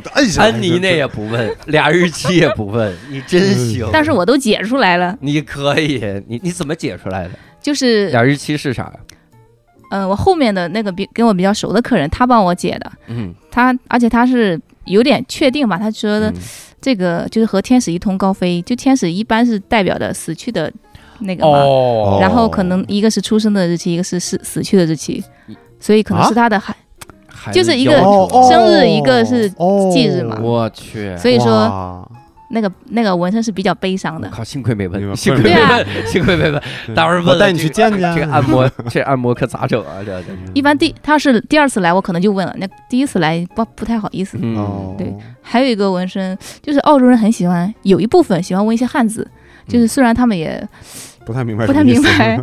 S3: 么摁下来？
S1: 安妮那也不问，俩日期也不问，你真
S3: 嗯
S1: 行，
S4: 但是我都解出来了，
S1: 你可以，你你怎么解出来的？
S4: 就是
S1: 俩日期是啥呀？
S4: 呃我后面的那个比跟我比较熟的客人，他帮我解的，
S1: 嗯，
S4: 他而且他是有点确定吧，他觉得
S1: 嗯
S4: 这个就是和天使一同高飞，就天使一般是代表的死去的那个嘛，
S1: 哦
S4: 然后可能一个是出生的日期，一个是死死去的日期，所以可能是他的孩，就是一个
S1: 还有
S3: 哦哦哦
S4: 生日一个是忌日嘛
S1: 我去，
S4: 所以说
S3: 哇
S4: 那个那个纹身是比较悲伤的。
S1: 靠，幸亏没
S3: 你
S1: 问，
S3: 们
S1: 幸亏
S4: 对
S1: 没
S4: 啊
S1: 问，幸亏没 问。待会儿问
S3: 我
S1: 了
S3: 带你去见见啊
S1: 这个按摩，这按摩可咋整啊？这这，
S4: 一般第他要是第二次来，我可能就问了。那第一次来不不太好意思。
S1: 嗯
S3: 哦，
S4: 对还有一个纹身，就是澳洲人很喜欢，有一部分喜欢纹一些汉字，
S1: 嗯
S4: 就是虽然他们也
S3: 不太明白，
S4: 不太明 白，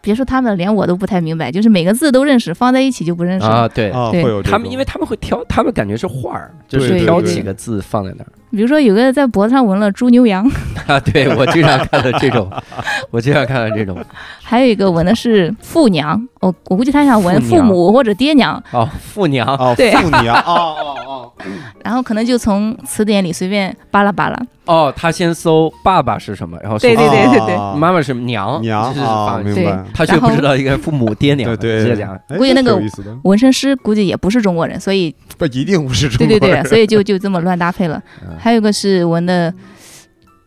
S4: 别说他们了，连我都不太明白，就是每个字都认识，放在一起就不认识了。
S1: 啊，对，
S3: 啊，会
S4: 对
S3: 有这
S1: 他们
S3: 种
S1: 因为他们会挑，他们感觉是画儿，就是
S4: 对对
S1: 挑
S4: 对
S1: 几个字放在那儿
S4: 比如说有个在脖子上纹了猪牛羊，
S1: 啊。 对我经常看到这种， 我经常看到这种
S4: 还有一个纹的是父娘，我我估计他想纹
S1: 父
S4: 父
S1: 娘
S4: 母或者爹娘，
S1: 哦，父娘
S3: 哦，
S4: 对
S3: 妇 女啊，哦哦哦，
S4: 然后可能就从词典里随便扒拉扒拉。
S1: 哦，他先搜爸爸是什么，然后搜
S4: 对对对对对
S3: 啊
S1: 妈妈是娘
S3: 娘
S1: 这是
S3: 啊，
S1: 放
S3: 明
S4: 对
S3: 白，
S1: 他却不知道应该父母爹娘
S3: 对对，
S1: 这俩。
S3: 哎
S4: 估计那个
S3: 挺有意思的
S4: 纹身师估计也不是中国人，所以
S3: 不一定不是中
S4: 对对
S3: 国人
S4: 对，，所以就就这么乱搭配了。
S1: 嗯
S4: 还有一个是纹的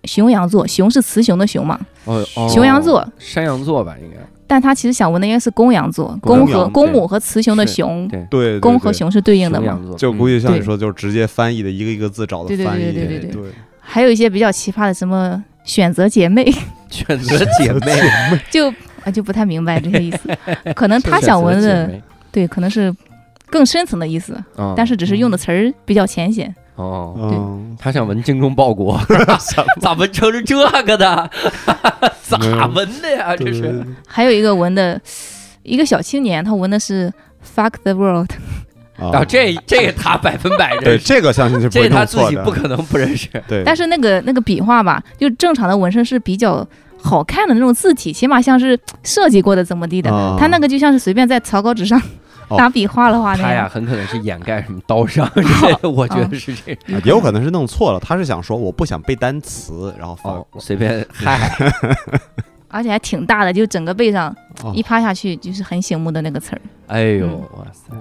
S4: 熊羊座，熊是雌雄的熊嘛，
S1: 哦，哦
S4: 熊羊座，
S1: 山羊座吧，应该
S4: 但他其实想纹的应该是公羊座，
S1: 公
S4: 公
S3: 羊
S4: 和
S3: 对
S4: 公母和雌雄的
S1: 是
S4: 熊，
S1: 对
S3: 对对
S4: 公
S3: 对
S4: 和熊是对应的
S1: 熊
S4: 嘛。
S1: 羊座
S3: 就估
S1: 计
S3: 计像你
S4: 对
S3: 说，就是直接翻译的一个一个字找的
S4: 对对
S3: 翻译，
S4: 对对
S1: 对
S4: 对对
S3: 对，
S4: 还有一些比较奇葩的，什么选择姐妹，
S1: 选择姐妹，
S4: 就啊就不太明白这些意思。可能 他
S1: 选
S4: 想
S1: 择
S4: 纹
S1: 姐
S4: 的，
S1: 妹，
S4: 对，可能是更深层的意思，
S1: 嗯
S4: 但是只是用的词儿比较浅显。
S1: 哦，
S3: 嗯，
S1: 他想纹精忠报国，咋纹成是这个的？ 咋纹的呀？这
S3: 对对
S1: 是
S3: 对
S4: 还有一个纹的，一个小青年，他纹的是 “fuck the world”，
S1: 啊，
S3: 啊，
S1: 这这个他百分百
S3: 对
S1: 认识，
S3: 这个相信是不
S1: 这
S3: 会
S1: 他
S3: 弄
S1: 自
S3: 错
S1: 己
S3: 的
S1: 不可能不认识。
S3: 对，
S4: 但是那个那个笔画吧，就正常的纹身是比较好看的那种字体，起码像是设计过的怎么地的。
S3: 啊
S4: 他那个就像是随便在草稿纸上
S3: 哦
S4: 打笔画了画那
S1: 他呀，
S4: 样。哦
S1: 很可能是掩盖什么刀伤， 这我觉得是这种
S3: 啊也有可能是弄错了，他是想说我不想背单词，然后放
S1: 哦，随便嗨，
S4: 而且还挺大的，就整个背上
S3: 哦
S4: 一趴下去就是很醒目的那个词儿。
S1: 哎呦，
S4: 嗯
S1: 哇塞，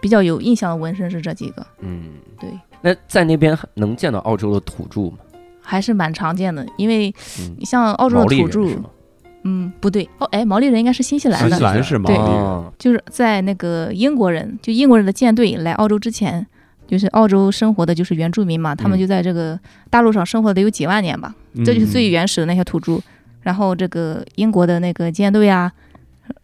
S4: 比较有印象的纹身是这几个，
S1: 嗯，
S4: 对。
S1: 那在那边能见到澳洲的土著吗？
S4: 还是蛮常见的。因为
S1: 嗯
S4: 你像澳洲
S1: 毛
S4: 的
S1: 利
S4: 土
S1: 人
S4: 著
S1: 是，吗？
S4: 嗯，不对，哦，哎，毛利人应该是新西兰
S3: 新
S4: 的
S3: 西，兰是毛利
S4: 对
S3: 人，
S1: 哦
S4: 就是在那个英国人，就英国人的舰队来澳洲之前，就是澳洲生活的就是原住民嘛，他们
S1: 嗯
S4: 就在这个大陆上生活得有几万年吧，这就是最原始的那些土著。然后这个英国的那个舰队啊，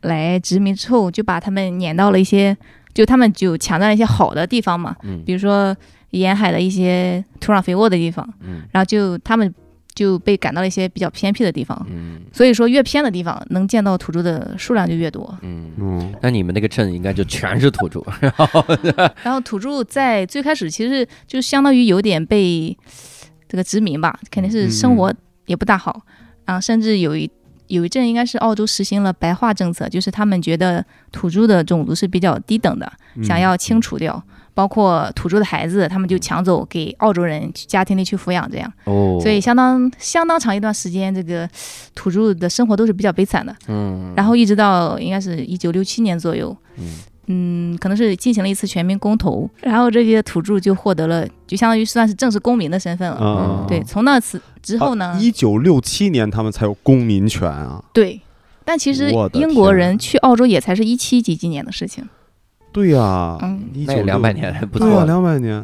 S4: 来殖民之后，就把他们撵到了一些，就他们就抢占了一些好的地方嘛，
S1: 嗯
S4: 比如说沿海的一些土壤肥沃的地方，
S1: 嗯
S4: 然后就他们就被赶到了一些比较偏僻的地方。
S1: 嗯
S4: 所以说，越偏的地方能见到土著的数量就越多。
S1: 嗯。
S3: 嗯，
S1: 那你们那个镇应该就全是土著，
S4: 然后土著在最开始其实就相当于有点被这个殖民吧，肯定是生活也不大好，然后甚至有一有一阵应该是澳洲实行了白化政策，就是他们觉得土著的种族是比较低等的，
S3: 嗯
S4: 想要清除掉，包括土著的孩子，他们就抢走给澳洲人去家庭里去抚养，这样，
S1: 哦，
S4: 所以相当相当长一段时间，这个土著的生活都是比较悲惨的。
S1: 嗯，
S4: 然后一直到应该是一九六七年左右，
S1: 嗯
S4: 嗯，可能是进行了一次全民公投，然后这些土著就获得了，就相当于算是正式公民的身份了。
S3: 啊
S4: 嗯对，从那次之后呢，
S3: 一九六七年他们才有公民权啊，
S4: 对，但其实
S3: 我的
S4: 英
S3: 天
S4: 国
S3: 啊
S4: 人去澳洲也才是一七几几年的事情，
S3: 对呀，
S4: 嗯，
S3: 一
S1: 那
S3: 九
S1: 有两百年还不
S3: 对呀，
S1: 错，
S3: 两百年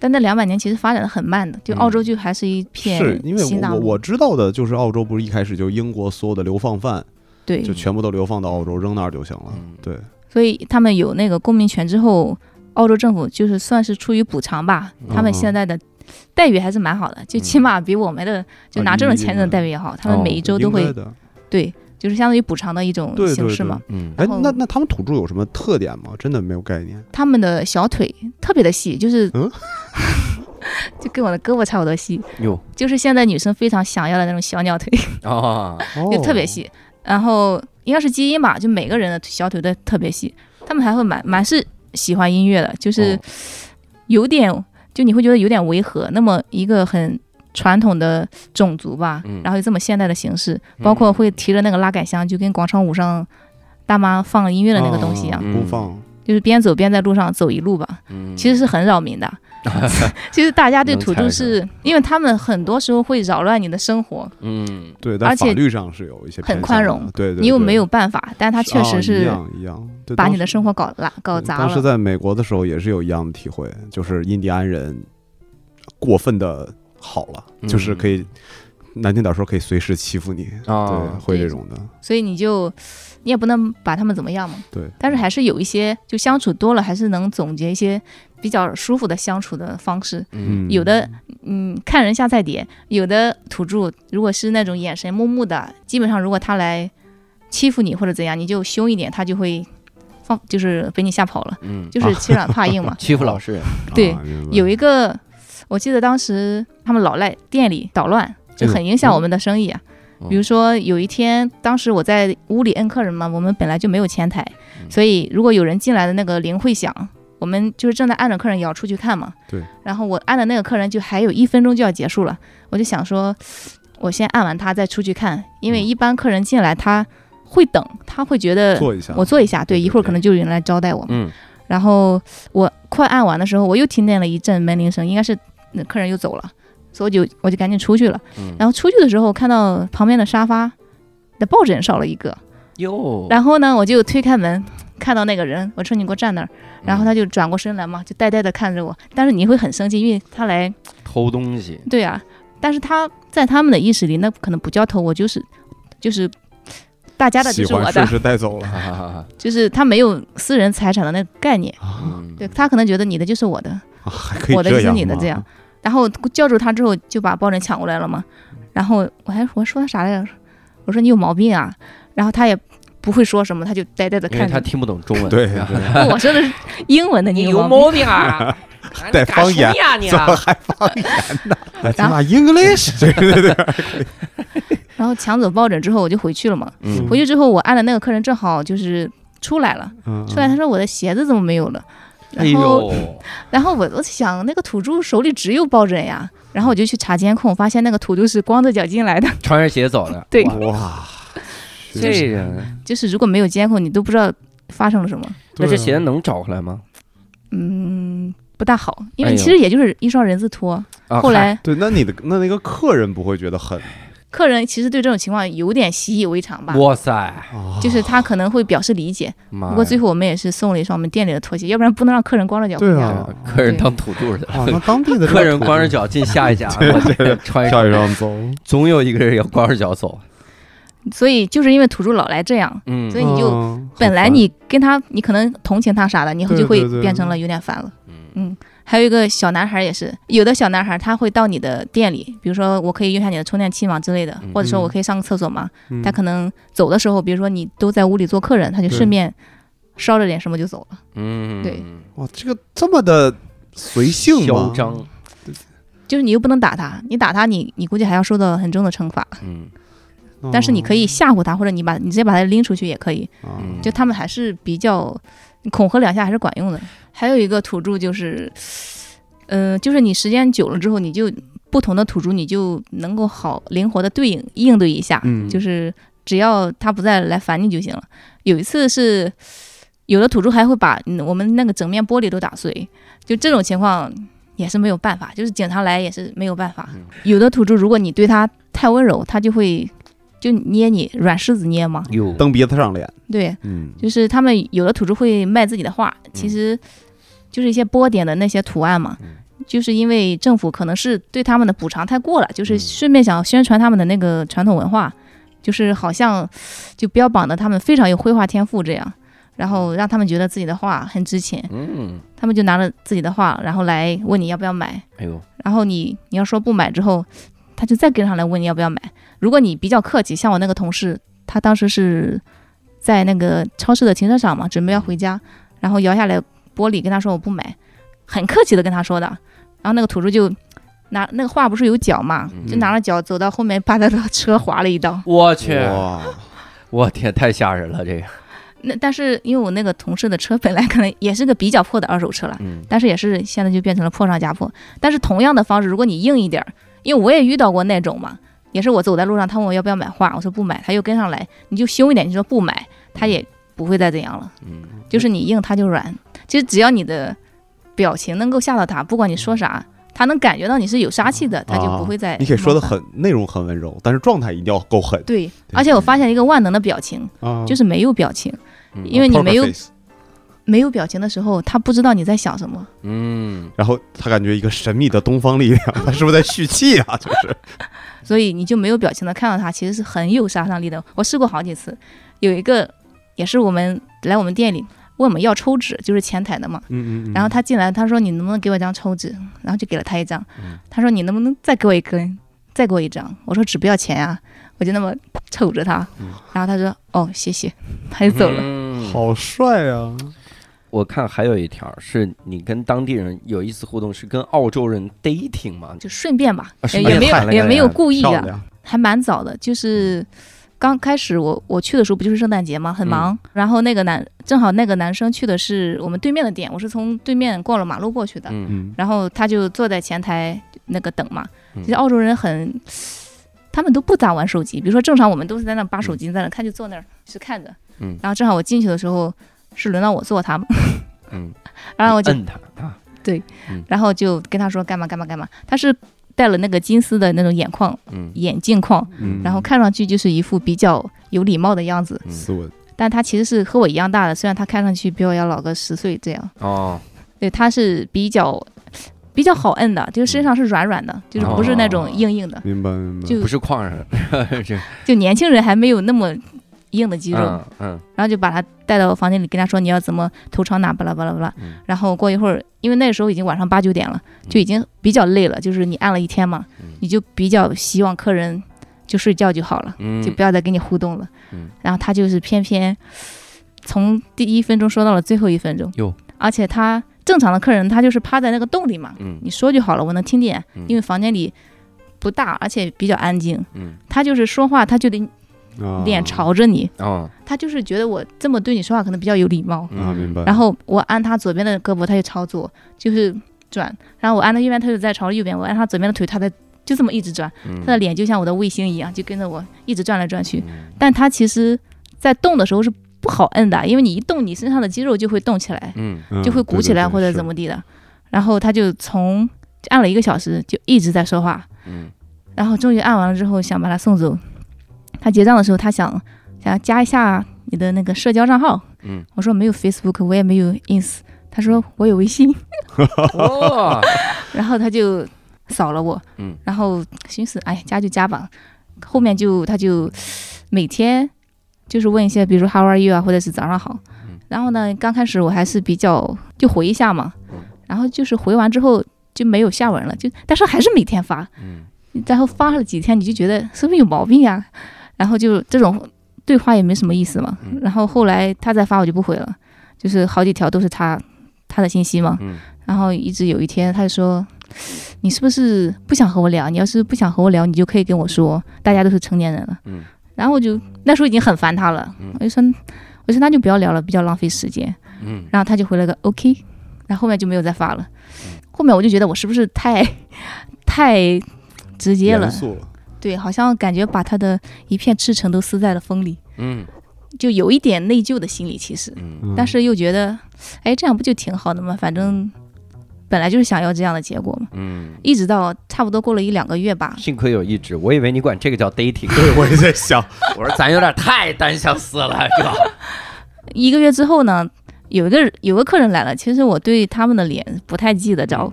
S4: 但那两百年其实发展的很慢的，就澳洲就还是一片
S3: 嗯是因为
S4: 新大
S3: 我我
S4: 陆。
S3: 我知道的就是澳洲不是一开始就英国所有的流放犯
S4: 对
S3: 就，全部都流放到澳洲扔那儿就行了，
S1: 嗯
S3: 对，
S4: 所以他们有那个公民权之后，澳洲政府就是算是出于补偿吧，他们
S3: 嗯
S4: 现在的待遇还是蛮好的，就起码比我们的就
S3: 啊
S4: 拿这种签证
S3: 一哦
S4: 的待遇也好，他们每一周都
S3: 应该
S4: 会
S3: 的。
S4: 对，就是相当于补偿的一种
S3: 对对
S4: 形式
S3: 对
S4: 嘛。
S1: 嗯
S3: 哎
S4: 然后，
S3: 那那他们土著有什么特点吗？真的没有概念。
S4: 他们的小腿特别的细，就是，
S3: 嗯
S4: 就跟我的胳膊差不多细，
S1: 哟
S4: 就是现在女生非常想要的那种小鸟腿，
S1: 啊，
S3: 哦
S4: 就特别细。然后应该是基因吧，就每个人的小腿都特别细。他们还会蛮蛮是喜欢音乐的，就是
S1: 哦
S4: 有点，就你会觉得有点违和。那么一个很传统的种族吧，
S1: 嗯
S4: 然后有这么现代的形式，包括会提着那个拉杆箱，就跟广场舞上大妈放音乐的那个东西一样，
S3: 啊公放
S4: 就是边走边在路上走一路吧。
S1: 嗯
S4: 其实是很扰民的。其实大家对土著
S1: 能
S4: 是因为他们很多时候会扰乱你的生活，
S1: 嗯
S3: 对，但
S4: 而
S3: 法
S4: 且
S3: 律上是有一些
S4: 很
S3: 偏
S4: 宽
S3: 向
S4: 容
S3: 的对对对，
S4: 你又没有办法，但他确
S3: 啊
S4: 实
S3: 一
S4: 是
S3: 样一样，对
S4: 把
S3: 当
S4: 你的
S3: 时
S4: 生活搞拉搞
S3: 嗯
S4: 砸
S3: 当时
S4: 了。
S3: 在美国的时候也是有一样的体会，就是印第安人过分的好了，就是可以难听点说可以随时欺负你，对，
S1: 啊，
S3: 会这种的，
S4: 所以你就你也不能把他们怎么样嘛。
S3: 对，
S4: 但是还是有一些，就相处多了，还是能总结一些比较舒服的相处的方式。
S3: 嗯，
S4: 有的，嗯，看人下菜碟；有的土著，如果是那种眼神木木的，基本上如果他来欺负你或者怎样，你就凶一点，他就会放，就是被你吓跑了，
S1: 嗯，。
S4: 就是欺软怕硬嘛
S1: 欺负老实人，
S4: 对
S3: 啊，明白
S4: 有一个，我记得当时他们老赖店里捣
S3: 哎
S4: 乱，就很影响我们的生意啊。
S1: 嗯
S3: 哦
S4: 比如说有一天，当时我在屋里摁客人嘛，我们本来就没有前台，
S1: 嗯
S4: 所以如果有人进来的那个铃会响，我们就是正在按着客人也要出去看嘛。
S3: 对。
S4: 然后我按的那个客人就还有一分钟就要结束了，我就想说，我先按完他再出去看，因为
S3: 嗯
S4: 一般客人进来他会等，他会觉得
S3: 做一下，
S4: 我坐一下，对，
S3: 对对
S4: 一会儿
S3: 对
S4: 可能就有人来招待我嘛。
S1: 嗯
S4: 然后我快按完的时候，我又听见了一阵门铃声，应该是那客人又走了，所以我就我就赶紧出去了。
S1: 嗯，
S4: 然后出去的时候，看到旁边的沙发的抱枕少了一个，
S1: 哟，
S4: 然后呢，我就推开门，看到那个人，我说你给我站那儿，
S1: 嗯
S4: 然后他就转过身来嘛，就呆呆的看着我。但是你会很生气，因为他来，
S1: 偷东 西，
S4: 对啊，但是他在他们的意识里，那可能不叫偷，我就是 就是大家的就
S3: 喜
S4: 是我
S3: 欢
S4: 的
S3: 顺，势带走了，
S1: 哈哈哈哈，
S4: 就是他没有私人财产的那个概念，
S3: 啊，
S1: 嗯
S4: 对他可能觉得你的就是我的。
S3: 啊还可以
S4: 我的
S3: 这
S4: 就是
S3: 样
S4: 你的
S3: 吗
S4: 这 样，然后叫住他之后就把抱枕抢过来了嘛。然后我还我说他啥来着？我说你有毛病啊！然后他也不会说什么，他就呆呆的
S1: 因为
S4: 看
S1: 他
S4: 着。
S1: 听不懂中文，啊
S3: 对
S1: 然后
S3: 对
S4: 我说的是英 文的，你有毛病。
S1: 病 啊！
S3: 带方言
S1: 呀你
S3: 怎
S4: 啊
S3: 么还放盐呢？哎，咱俩 English，对对对，
S4: 然后抢走抱枕之后，我就回去了嘛。
S1: 嗯
S4: 回去之后，我按的那个客人正好就是出来了，
S3: 嗯
S4: 出来 他说我的鞋子怎么没有了？
S1: 哎
S4: 然后
S1: 呦，
S4: 然后我我想那个土著手里只有抱枕呀，然后我就去查监控，发现那个土著是光着脚进来的。
S1: 穿着鞋走的，
S4: 对
S1: 哇
S3: 哇，
S1: 这
S3: 啊
S1: 人
S4: 就是如果没有监控，你都不知道发生了什么。
S1: 那这鞋能找回来吗？
S4: 嗯，不大好，因
S1: 哎
S4: 为
S1: 呦
S4: 其实也就是一双人字拖。
S1: 啊
S4: 后来
S3: 对，那你的那那个客人不会觉得很
S4: 客人其实对这种情况有点习以为常吧
S1: 嗨，哇塞，
S3: 啊？
S4: 就是他可能会表示理解。
S1: 妈
S4: 不
S1: 呀
S4: 过最后我们也是送了一双我们店里的拖鞋，要不然不能让客人光着脚回
S3: 对
S4: 家。
S3: 啊，
S1: 客人当土著的，
S3: 啊，那当地的 这个
S1: 客人
S3: 土
S1: 光着脚进下一 家，我天穿一
S3: 跳一上走，
S1: 总有一个人要光着脚走，
S4: 所以就是因为土著老来这样，
S1: 嗯
S4: 所以你就
S3: 嗯
S4: 本来你跟他，你可能同情他啥的，你
S3: 对
S4: 就会
S3: 对对
S4: 变成了有点烦了。
S1: 嗯
S4: 嗯，还有一个小男孩也是，有的小男孩他会到你的店里，比如说我可以用下你的充电器嘛之类的，或者说我可以上个厕所嘛，
S3: 嗯
S4: 他可能走的时候，比如说你都在屋里做客人，他就
S3: 对
S4: 顺便烧着点什么就走了。
S1: 嗯，
S4: 对
S3: 哇，这个这么的随性
S1: 嚣
S3: 吗？
S1: 张，
S4: 就是你又不能打他，你打他你你估计还要受到很重的惩罚。
S1: 嗯
S3: 嗯，
S4: 但是你可以吓唬他，或者你把你直接把他拎出去也可以。
S3: 啊
S1: 嗯
S4: 就他们还是比较恐吓两下还是管用的。还有一个土著就是，呃，就是你时间久了之后，你就不同的土著你就能够好灵活的对应应对一下，
S3: 嗯
S4: 就是只要他不再来烦你就行了。有一次是。有的土著还会把嗯我们那个整面玻璃都打碎，就这种情况也是没有办法，就是警察来也是没有办法。
S1: 嗯
S4: 有的土著如果你对他太温柔，他就会就捏你软柿子捏嘛，
S1: 有
S3: 蹬鼻子上脸，
S4: 对，
S3: 嗯，
S4: 就是他们有的土著会卖自己的画，其实就是一些波点的那些图案嘛，
S1: 嗯
S4: 就是因为政府可能是对他们的补偿太过了，就是
S1: 嗯
S4: 顺便想宣传他们的那个传统文化，就是好像就标榜的他们非常有绘画天赋这样，然后让他们觉得自己的画很值钱，
S1: 嗯，
S4: 他们就拿着自己的画，然后来问你要不要买，
S1: 哎呦，
S4: 然后你你要说不买之后，他就再跟上来问你要不要买。如果你比较客气，像我那个同事，他当时是在那个超市的停车场嘛，准备要回家，然后摇下来玻璃跟他说我不买，很客气的跟他说的。然后那个土著就拿那个画不是有脚嘛，就拿了脚走到后面，把他的车划了一刀。
S1: 我去，
S3: 哇，
S4: 啊
S1: 我天，太吓人了，这个，
S4: 那但是因为我那个同事的车本来可能也是个比较破的二手车了，
S1: 嗯
S4: 但是也是现在就变成了破上加破。但是同样的方式，如果你硬一点儿，因为我也遇到过那种嘛，也是我走在路上，他问我要不要买画，我说不买，他又跟上来，你就凶一点，你说不买，他也不会再怎样了。
S1: 嗯，
S4: 就是你硬，他就软。其实只要你的表情能够吓到他，不管你说啥，他能感觉到你是有杀气的，他就不会再、
S3: 啊你可以说的。很内容很温柔，但是状态一定要够狠
S4: 对，而且我发现一个万能的表情，
S3: 啊
S4: 就是没有表情，
S1: 嗯
S4: 因为你没有
S3: Poker face
S4: 没有表情的时候，他不知道你在想什么。
S1: 嗯，
S3: 然后他感觉一个神秘的东方力量， 他是不是在蓄气啊？就是，
S4: 所以你就没有表情的看到他，其实是很有杀伤力的。我试过好几次，有一个也是我们来我们店里问我们要抽纸，就是前台的嘛。
S3: 嗯嗯
S4: 然后他进来，他说你能不能给我一张抽纸？然后就给了他一张。
S1: 嗯
S4: 他说你能不能再给我一根？再给我一张？我说纸不要钱啊！我就那么瞅着他，然后他说哦谢谢，他就走了。
S1: 嗯
S3: 好帅啊！
S1: 我看还有一条是你跟当地人有一次互动，是跟澳洲人 dating 嘛？
S4: 就顺便吧，
S1: 啊
S4: 也
S1: 顺
S4: 也
S1: 便
S4: 没
S1: 看了
S4: 有
S1: 个
S4: 也没有
S1: 人
S4: 故意啊
S3: 漂
S4: 的，
S3: 亮，
S4: 还蛮早的，
S1: 嗯
S4: 就是刚开始我我去的时候不就是圣诞节嘛，很忙。然后那个男正好那个男生去的是我们对面的店，我是从对面过了马路过去的。
S1: 嗯，
S3: 嗯，
S4: 然后他就坐在前台那个等嘛。
S1: 嗯
S4: 其实澳洲人很，他们都不咋玩手机。比如说正常我们都是在那扒手机，在那看就坐那儿是看着。
S1: 嗯
S4: 然后正好我进去的时候是轮到我坐他们。
S1: 嗯。
S4: 然后我就
S1: 摁他啊，
S4: 然后就跟他说干嘛干嘛干嘛。他是戴了那个金丝的那种眼框
S1: 嗯
S4: 眼镜框，
S1: 嗯
S4: 然后看上去就是一副比较有礼貌的样子，
S3: 斯文，
S4: 但他其实是和我一样大的，虽然他看上去比我要老个十岁这样。
S1: 哦，
S4: 对，他是比较比较好摁的，就是身上是软软的，就是不是那种硬硬的，
S1: 哦
S3: 明白明白。
S4: 就
S1: 不是矿上， 这
S4: 就年轻人还没有那么硬的肌肉。
S1: 嗯嗯
S4: 然后就把他带到房间里，跟他说你要怎么头朝哪，巴拉巴拉巴拉。
S1: 嗯
S4: 然后过一会儿，因为那时候已经晚上八九点了，
S1: 嗯
S4: 就已经比较累了，就是你按了一天嘛，
S1: 嗯
S4: 你就比较希望客人就睡觉就好了。
S1: 嗯，
S4: 就不要再跟你互动了。
S1: 嗯
S4: 然后他就是偏偏从第一分钟说到了最后一分钟，
S1: 哟
S4: 而且他正常的客人他就是趴在那个洞里嘛，
S1: 嗯
S4: 你说就好了，我能听见
S1: 嗯，
S4: 因为房间里不大，而且比较安静。
S1: 嗯
S4: 他就是说话，他就得
S3: 啊
S4: 脸朝着你，
S1: 哦嗯
S4: 他就是觉得我这么对你说话可能比较有礼貌。
S3: 啊，明白。
S4: 然后我按他左边的胳膊，他就朝左，就是转；然后我按他右边，他就在朝右边；我按他左边的腿，他在就这么一直转。
S1: 嗯
S4: 他的脸就像我的卫星一样，就跟着我一直转来转去。但他其实，在动的时候是不好摁的，因为你一动，你身上的肌肉就会动起来，
S1: 嗯
S3: 嗯
S4: 就会鼓起来或者怎？么地的。然后他就从就按了一个小时，就一直在说话。
S1: 嗯
S4: 然后终于按完了之后，想把他送走。他结账的时候，他想想加一下你的那个社交账号。
S1: 嗯，
S4: 我说没有 Facebook，我也没有 Ins。他说我有微信，
S1: 哦，
S4: 然后他就扫了我，
S1: 嗯
S4: 然后寻思，哎，加就加吧。后面就他就每天就是问一些，比如说 How are you 啊，或者是早上好。
S1: 嗯
S4: 然后呢，刚开始我还是比较就回一下嘛
S1: 嗯，
S4: 然后就是回完之后就没有下文了，就但是还是每天发，
S1: 嗯
S4: 然后发了几天你就觉得是不是有毛病呀、然后就这种对话也没什么意思嘛
S1: 嗯。
S4: 然后后来他再发我就不回了，就是好几条都是他他的信息嘛。
S1: 嗯
S4: 然后一直有一天，他就说：“你是不是不想和我聊？你要是不想和我聊，你就可以跟我说，大家都是成年人了。”
S1: 嗯。
S4: 然后我就那时候已经很烦他了，
S1: 嗯
S4: 我就说：“我说那就不要聊了，比较浪费时间。
S1: 嗯”
S4: 然后他就回了个 “OK”，然后后面就没有再发了。后面我就觉得我是不是太 太直接了
S3: 严？肃了，
S4: 对，好像感觉把他的一片赤诚都撕在了风里，
S1: 嗯
S4: 就有一点内疚的心理。其实，
S1: 嗯
S3: 嗯
S4: 但是又觉得，哎，这样不就挺好的吗？反正本来就是想要这样的结果嘛。
S1: 嗯，
S4: 一直到差不多过了一两个月吧，
S1: 幸亏有意志，我以为你管这个叫 dating，
S3: 对我也在想，
S1: 我说咱有点太单相思了，哥。
S4: 一个月之后呢，有一个有个客人来了，其实我对他们的脸不太记得着，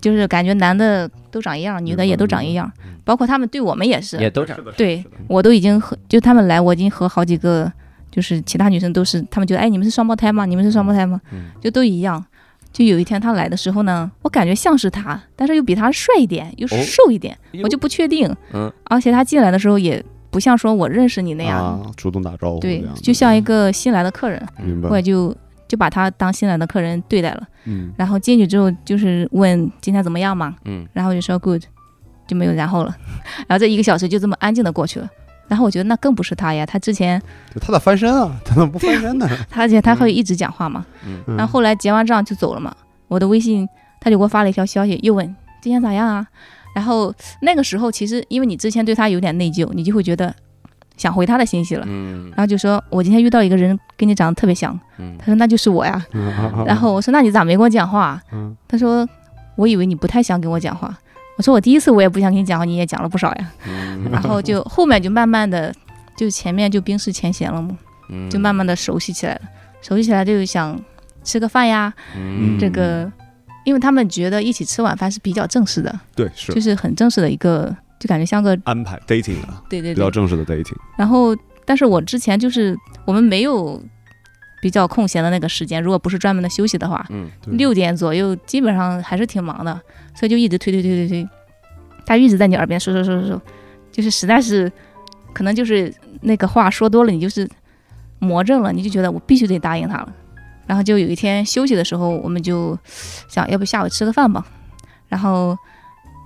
S4: 就是感觉男的都长一样，嗯女的也都长一样，包括他们对我们也是，
S1: 也都这样，
S4: 对我都已经和就他们来，我已经和好几个就是其他女生都是，他们觉得哎，你们是双胞胎吗？你们是双胞胎吗？
S1: 嗯
S4: 就都一样。就有一天他来的时候呢，我感觉像是他，但是又比他帅一点，又
S1: 哦
S4: 瘦一点，
S1: 哟
S4: 我就不确定。
S1: 嗯，
S4: 而且他进来的时候也不像说我认识你那样，
S3: 啊，主动打招呼这
S4: 对
S3: 样的，，
S4: 就像一个新来的客人，
S3: 明白
S4: 我，也就就把他当新来的客人对待了。
S3: 嗯，
S4: 然后进去之后就是问今天怎么样嘛，
S1: 嗯
S4: 然后就说 good，就没有然后了。 然后这一个小时就这么安静的过去了。然后我觉得那更不是他呀，他之前
S3: 就他咋翻身啊？他怎么不翻身呢？
S4: 他而且他会一直讲话嘛。
S1: 嗯
S3: 嗯
S4: 然后后来结完账就走了嘛。我的微信他就给我发了一条消息，又问今天咋样啊？然后那个时候其实因为你之前对他有点内疚，你就会觉得想回他的信息了。
S1: 嗯
S4: 然后就说我今天遇到一个人跟你长得特别像，
S1: 嗯
S4: 他说那就是我呀。
S3: 嗯啊啊啊
S4: 然后我说那你咋没跟我讲话啊？
S3: 嗯
S4: 他说我以为你不太想跟我讲话。我说我第一次我也不想跟你讲话，你也讲了不少 呀。
S1: 嗯
S4: 然后就后面就慢慢的，就前面就冰释前嫌了嘛，
S1: 嗯
S4: 就慢慢的熟悉起来了。熟悉起来就想吃个饭呀，
S3: 嗯
S4: 这个，因为他们觉得一起吃晚饭是比较正式的，
S3: 对是
S4: 就是很正式的一个，就感觉像个
S3: 安排 dating 啊，
S4: 对对
S3: 比较
S4: 对。
S3: 正式的 dating。
S4: 然后，但是我之前就是我们没有比较空闲的那个时间，如果不是专门的休息的话，
S3: 嗯，
S4: 六点左右基本上还是挺忙的，所以就一直推推推推推，他一直在你耳边说说说说说，就是实在是，可能就是那个话说多了，你就是魔怔了，你就觉得我必须得答应他了。然后就有一天休息的时候，我们就想要不下午吃个饭吧。然后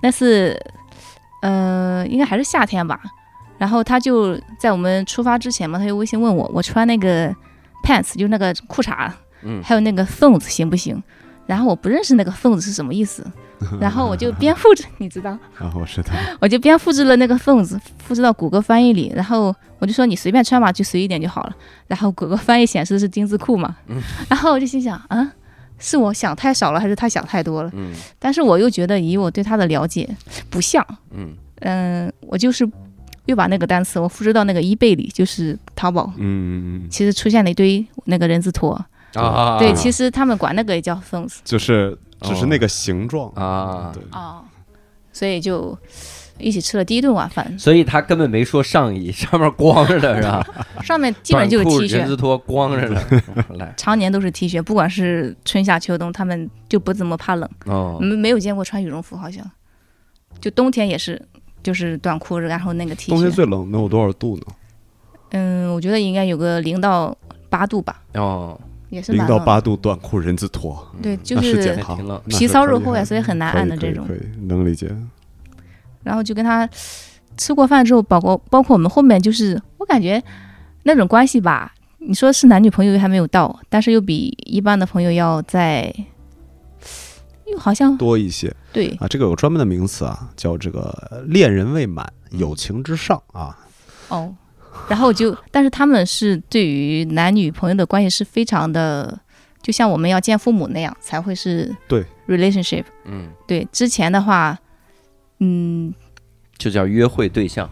S4: 那次，呃，应该还是夏天吧。然后他就在我们出发之前嘛，他就微信问我，我穿那个 pants 就是那个裤衩，
S3: 嗯
S4: 还有那个缝子行不行？然后我不认识那个缝子是什么意思，然后我就边复制，你知道，
S3: 然后是 的，
S4: 我就边复制了那个缝子，复制到谷歌翻译里，然后我就说你随便穿吧，就随意点就好了。然后谷歌翻译显示的是丁字裤嘛，然后我就心想，啊，是我想太少了，还是他想太多了？
S3: 嗯
S4: 但是我又觉得以我对他的了解，不像，
S3: 嗯
S4: 嗯、我就是又把那个单词我复制到那个 eBay 里，就是淘宝，
S3: 嗯
S4: 其实出现了一堆那个人字拖，
S1: 啊，
S4: 对，其实他们管那个也叫缝子。
S3: 就是只是那个形状
S1: 哦啊，
S3: 对，
S4: 哦，所以就一起吃了第一顿晚饭
S1: 所以他根本没说上衣，上面光着的是吧？
S4: 上面 基本就是
S1: 短裤
S4: T
S1: 人
S4: 恤，
S1: 字拖光着的， 来
S4: 常年都是 T 恤，不管是春夏秋冬，他们就不怎么怕冷，
S1: 哦
S4: 没、，没有见过穿羽绒服，好像就冬天也是，就是短裤，然后那个 T
S3: 冬天
S4: 恤，
S3: 最冷能有多少度呢？
S4: 嗯，我觉得应该有个零到八度吧，
S1: 哦，
S4: 也是
S3: 零
S4: 蛮
S3: 到
S4: 冷，
S3: 八度短裤人字拖，
S4: 对，就
S3: 那是健
S4: 是
S1: 还挺
S3: 康，
S1: 冷。
S3: 那
S4: 皮
S3: 是
S4: 糙
S3: 可
S4: 肉
S3: 以
S4: 厚呀，所以很难
S3: 可以
S4: 啊按的
S3: 可以
S4: 这种
S3: 可。以能理解。
S4: 然后就跟他吃过饭之后，包括包括我们后面就是，我感觉那种关系吧，你说是男女朋友还没有到，但是又比一般的朋友要在，又好像
S3: 多一些
S4: 对
S3: 啊，这个有专门的名词啊，叫这个恋人未满，友情之上啊。
S4: 哦。然后就，但是他们是对于男女朋友的关系是非常的，就像我们要见父母那样才会是
S3: 对
S4: relationship。
S1: 嗯，
S4: 对，之前的话，嗯，
S1: 就叫约会对象。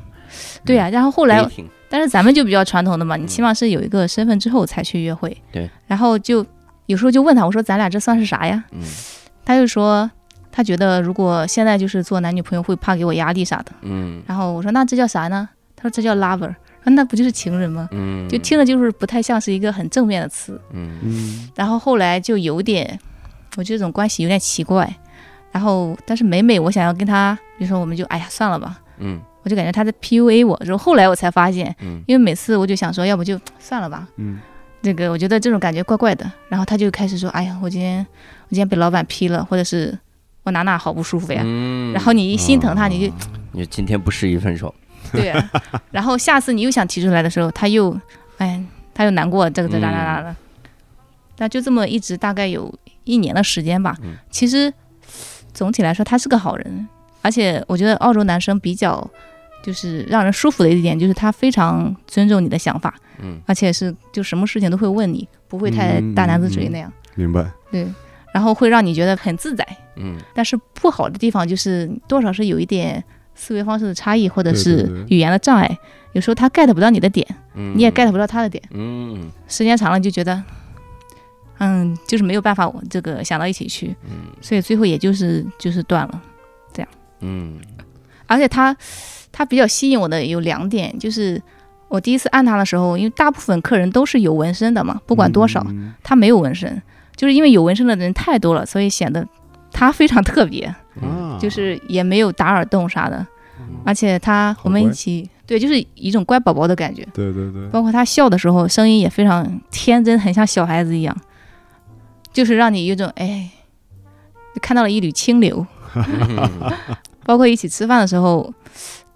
S4: 对啊。然后后来
S1: dating
S4: 但是咱们就比较传统的嘛，你
S1: 嗯
S4: 起码是有一个身份之后才去约会。
S1: 对。
S4: 然后就有时候就问他，我说咱俩这算是啥呀？
S1: 嗯
S4: 他就说他觉得如果现在就是做男女朋友会怕给我压力啥的。
S1: 嗯
S4: 然后我说那这叫啥呢？他说这叫 lover。我说那不就是情人吗？
S1: 嗯，
S4: 就听着就是不太像是一个很正面的词。
S1: 嗯
S3: 嗯，
S4: 然后后来就有点，我觉得这种关系有点奇怪。然后但是每每我想要跟他，比如说我们就哎呀算了吧，
S1: 嗯
S4: 我就感觉他在 PUA 我。然后后来我才发现，
S1: 嗯
S4: 因为每次我就想说，要不就算了吧。
S3: 嗯，
S4: 这个我觉得这种感觉怪怪的。然后他就开始说，哎呀，我今天我今天被老板批了，或者是我哪哪好不舒服呀。
S1: 嗯，
S4: 然后你一心疼他，你就、
S1: 你今天不适宜分手，
S4: 对、然后下次你又想提出来的时候，他又，哎，他又难过，这
S1: 嗯
S4: 个这啦啦啦的。那就这么一直大概有一年的时间吧。
S1: 嗯
S4: 其实总体来说，他是个好人，而且我觉得澳洲男生比较就是让人舒服的一点，就是他非常尊重你的想法，
S1: 嗯
S4: 而且是就什么事情都会问你，不会太大男子主义那样。
S3: 明白。
S4: 对，然后会让你觉得很自在。
S1: 嗯
S4: 但是不好的地方就是多少是有一点思维方式的差异，或者
S3: 对
S4: 是
S3: 对对
S4: 语言的障碍。有时候他 get 不到你的点，
S1: 嗯，
S4: 你也 get 不到他的点。
S1: 嗯
S4: 时间长了就觉得，嗯，就是没有办法，我这个想到一起去，
S3: 嗯
S4: 所以最后也就是就是断了。
S1: 嗯
S4: 而且他他比较吸引我的有两点，就是我第一次按他的时候，因为大部分客人都是有纹身的嘛，不管多少，
S3: 嗯
S4: 他没有纹身，就是因为有纹身的人太多了，所以显得他非常特别。
S1: 嗯
S3: 啊，嗯
S4: 就是也没有打耳洞啥的，而且他
S3: 好
S4: 我们一
S3: 乖
S4: 起对，就是一种乖宝宝的感觉。
S3: 对对对，
S4: 包括他笑的时候，声音也非常天真，很像小孩子一样，就是让你有种哎，就看到了一缕清流。
S1: 啊
S4: 包括一起吃饭的时候，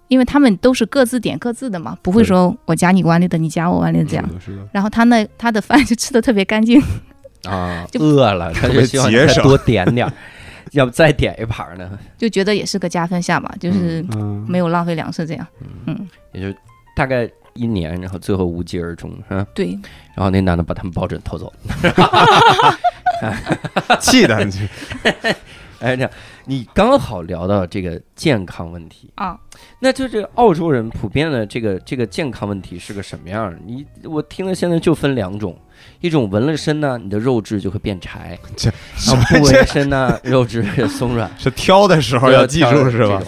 S4: 因为他们都是各自点各自的嘛，不会
S3: 对
S4: 说我夹你碗里的，你夹我碗里的这样。
S3: 嗯是的，是的。
S4: 然后他那他的饭就吃的特别干净，
S1: 啊，
S4: 就
S1: 饿了，他就希望你
S3: 特别节
S1: 再
S3: 省
S1: 多点 点儿，要不再点一盘儿呢，
S4: 就觉得也是个加分项吧，就是
S3: 嗯，
S4: 没有浪费粮食这样。
S1: 也就大概一年，然后最后无疾而终，是吧？
S4: 对，
S1: 然后那男的把他们抱枕偷走了。
S3: 气的，
S1: 哎，这样你刚好聊到这个健康问题
S4: 啊，
S1: 那就是澳洲人普遍的这个这个健康问题是个什么样儿？你我听了现在就分两种，一种纹了身呢，你的肉质就会变柴；
S3: 这
S1: 然后不纹身呢，肉质 松软。
S3: 是挑的时候要记住是吧？？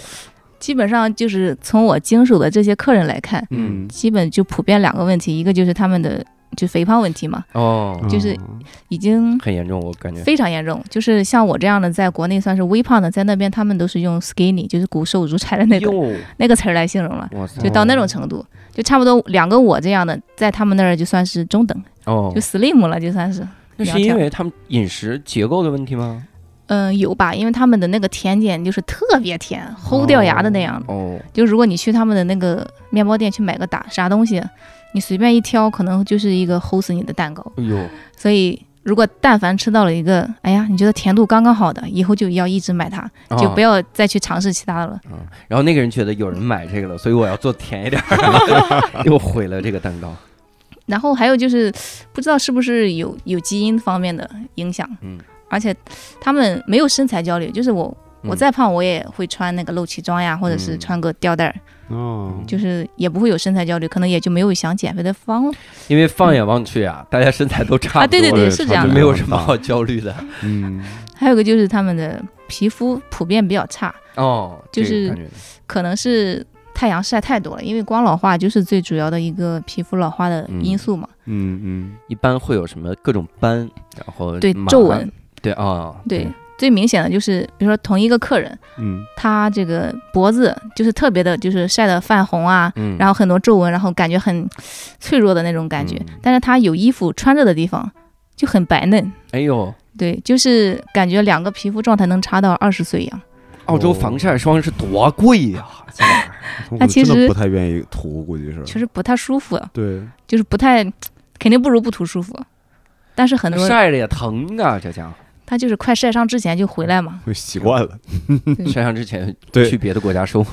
S4: 基本上就是从我经手的这些客人来看，
S1: 嗯，
S4: 基本就普遍两个问题，一个就是他们的就肥胖问题嘛，
S1: 哦，
S4: 就是
S3: 嗯
S4: 已经
S1: 很严重，我感觉。
S4: 非常严重。就是像我这样的，在国内算是微胖的，在那边他们都是用 skinny，就是骨瘦如柴的那个
S1: 哟，哦
S4: 那个词儿来形容了，
S1: 哇塞
S4: 就！到那种程度，就差不多两个我这样的，在他们那儿就算是中等，
S1: 哦
S4: 就，slim 了，就算是。
S1: 那是因为他们饮食结构的问题吗？
S4: 嗯，有吧？因为他们的那个甜点就是特别甜，齁掉牙的那样的。
S1: 哦，
S4: 就如果你去他们的那个面包店去买个打啥东西，你随便一挑，可能就是一个齁死你的蛋糕。
S1: 哎呦，
S4: 所以，如果但凡吃到了一个，哎呀，你觉得甜度刚刚好的，以后就要一直买它， 就不
S1: 要。
S4: 要再去尝试其他的了。
S1: 啊然后那个人觉得有人买这个了，所以我要做甜一点儿， 又毁了这个蛋糕。
S4: 然后还有就是，不知道是不是有有基因方面的影响，
S1: 嗯，
S4: 而且他们没有身材焦虑，就是我。
S1: 嗯
S4: 我再胖，我也会穿那个露脐装呀，或者是
S1: 嗯
S4: 穿个吊带儿，
S3: 哦，
S4: 就是也不会有身材焦虑，可能也就没有想减肥的方
S1: 因为放眼望去啊，大家身材都差不多，
S4: 啊对对对
S3: 对
S4: 是
S3: 差
S4: 这样
S3: 不
S4: 的
S3: 多
S1: 没有什么好焦虑的。
S3: 嗯，
S4: 还有一个就是他们的皮肤普遍比较差，
S1: 哦，
S4: 就
S1: 这个
S4: 是
S1: 感觉
S4: 可能是太阳晒太多了，因为光老化就是最主要的一个皮肤老化的因素嘛。
S3: 嗯嗯，
S1: 一般会有什么各种斑，然后
S4: 对
S1: 嗯麻
S4: 皱纹，，
S1: 对啊，
S4: 对，最明显的就是，比如说同一个客人，
S3: 嗯
S4: 他这个脖子就是特别的，就是晒得泛红啊。
S1: 嗯，
S4: 然后很多皱纹，然后感觉很脆弱的那种感觉，但是他有衣服穿着的地方就很白嫩，
S1: 哎呦，
S4: 对，就是感觉两个皮肤状态能差到二十岁一样。
S1: 澳洲防晒霜是多贵呀、在哪儿
S3: 嗯，
S4: 那其
S3: 我真的
S4: 实
S3: 不太愿意涂，估计是，
S4: 确实不太舒服，啊
S3: 对，
S4: 就是不太，肯定不如不涂舒服。但是很多
S1: 晒着也疼啊，这家伙。
S4: 他就是快晒伤之前就回来嘛，
S3: 会习惯了，
S4: 嗯
S1: 晒伤之前
S3: 对
S1: 去别的国家收，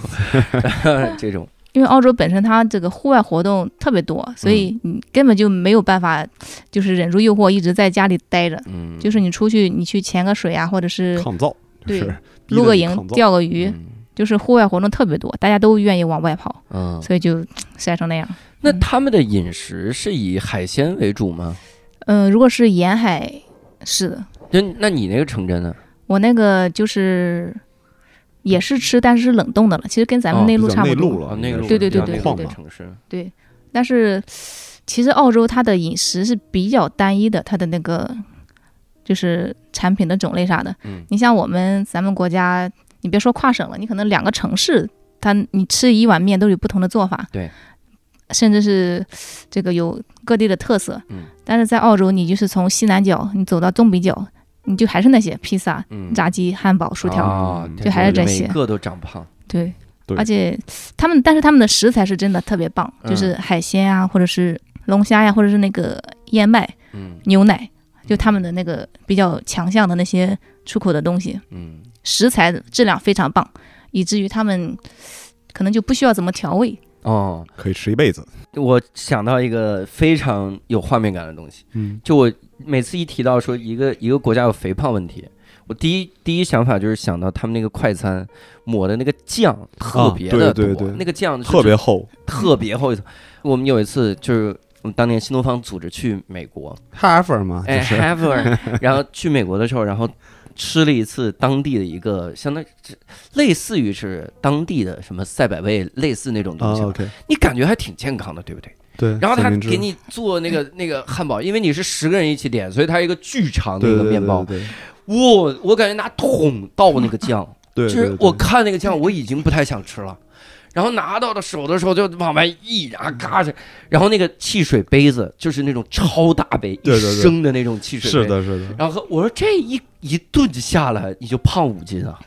S1: 这种
S4: 因为澳洲本身它这个户外活动特别多，所以你根本就没有办法，就是忍住诱惑一直在家里待着。
S1: 嗯，
S4: 就是你出去，你去潜个水啊，或者是
S3: 抗造，就
S4: 对
S3: 是逼
S4: 露
S3: 着
S4: 个
S3: 你
S4: 营
S3: 抗、造
S4: 钓个鱼，
S1: 嗯
S4: 就是户外活动特别多，大家都愿意往外跑，
S1: 嗯，
S4: 所以嗯就晒成那样。
S1: 那他们的饮食是以海鲜为主吗？
S4: 嗯，如果是沿海，是的，
S1: 那那你那个城镇呢？
S4: 我那个就是也是吃，但是是冷冻的了，其实跟咱们
S1: 哦
S4: 内
S3: 比
S4: 陆
S3: 较
S4: 差不
S3: 内
S4: 多。
S3: 陆了，
S1: 啊，那个
S3: 应该
S4: 对对
S3: 是
S4: 对
S3: 比较
S4: 对
S3: 矿
S1: 对
S3: 嘛
S1: 城市，
S4: 但是其实澳洲它的饮食是比较单一的，它的那个就是产品的种类啥的。
S1: 嗯
S4: 你像我们咱们国家，你别说跨省了，你可能两个城市，它你吃一碗面都有不同的做法。
S1: 对。
S4: 甚至是这个有各地的特色，
S1: 嗯
S4: 但是在澳洲，你就是从西南角你走到东北角，你就还是那些披萨、
S1: 嗯，
S4: 炸鸡、汉堡、薯条，
S1: 啊
S3: 嗯
S1: 对
S4: 就还是这
S1: 每
S4: 些
S1: 个都长胖。
S4: 对，
S3: 对
S4: 而且他们，但是他们的食材是真的特别棒，
S1: 嗯
S4: 就是海鲜啊，或者是龙虾呀、或者是那个燕麦、
S1: 嗯
S4: 牛奶，就他们的那个比较强项的那些出口的东西，
S1: 嗯，
S4: 食材质量非常棒，以至于他们可能就不需要怎么调味。
S1: 哦，
S3: 可以吃一辈子，
S1: 我想到一个非常有画面感的东西，
S3: 嗯
S1: 就我每次一提到说一个一个国家有肥胖问题，我第一第一想法就是想到他们那个快餐抹的那个酱特别的多，
S3: 啊对对对
S1: 那个酱就是
S3: 特别厚，
S1: 特别厚一层。我们有一次就是我们当年新东方组织去美国，
S3: 哈佛嘛，啊就
S1: 哎
S3: 是
S1: h a v e r 然后去美国的时候，然后吃了一次当地的一个相当于类似于是当地的什么赛百味类似那种
S3: 啊
S1: 东西吧，
S3: ，OK，
S1: 你感觉还挺健康的，对不对？
S3: 对，
S1: 然后他
S3: 三明治
S1: 给你做那个那个汉堡，因为你是十个人一起点，所以它有一个巨长的
S3: 对
S1: 一
S3: 对
S1: 个
S3: 对
S1: 面包。
S3: 对对
S1: 哇，我感觉拿桶倒那个酱，
S3: 对，
S1: 就是
S3: 对
S1: 我
S3: 对
S1: 看那个酱我已经不太想吃了，然后拿到的手的时候就往外一拿，嘎着，然后那个汽水杯子就是那种超大杯，
S3: 对对对
S1: 一升的那种汽水杯。
S3: 是。的，是的，
S1: 然后我说这一一顿下来你就胖五斤啊，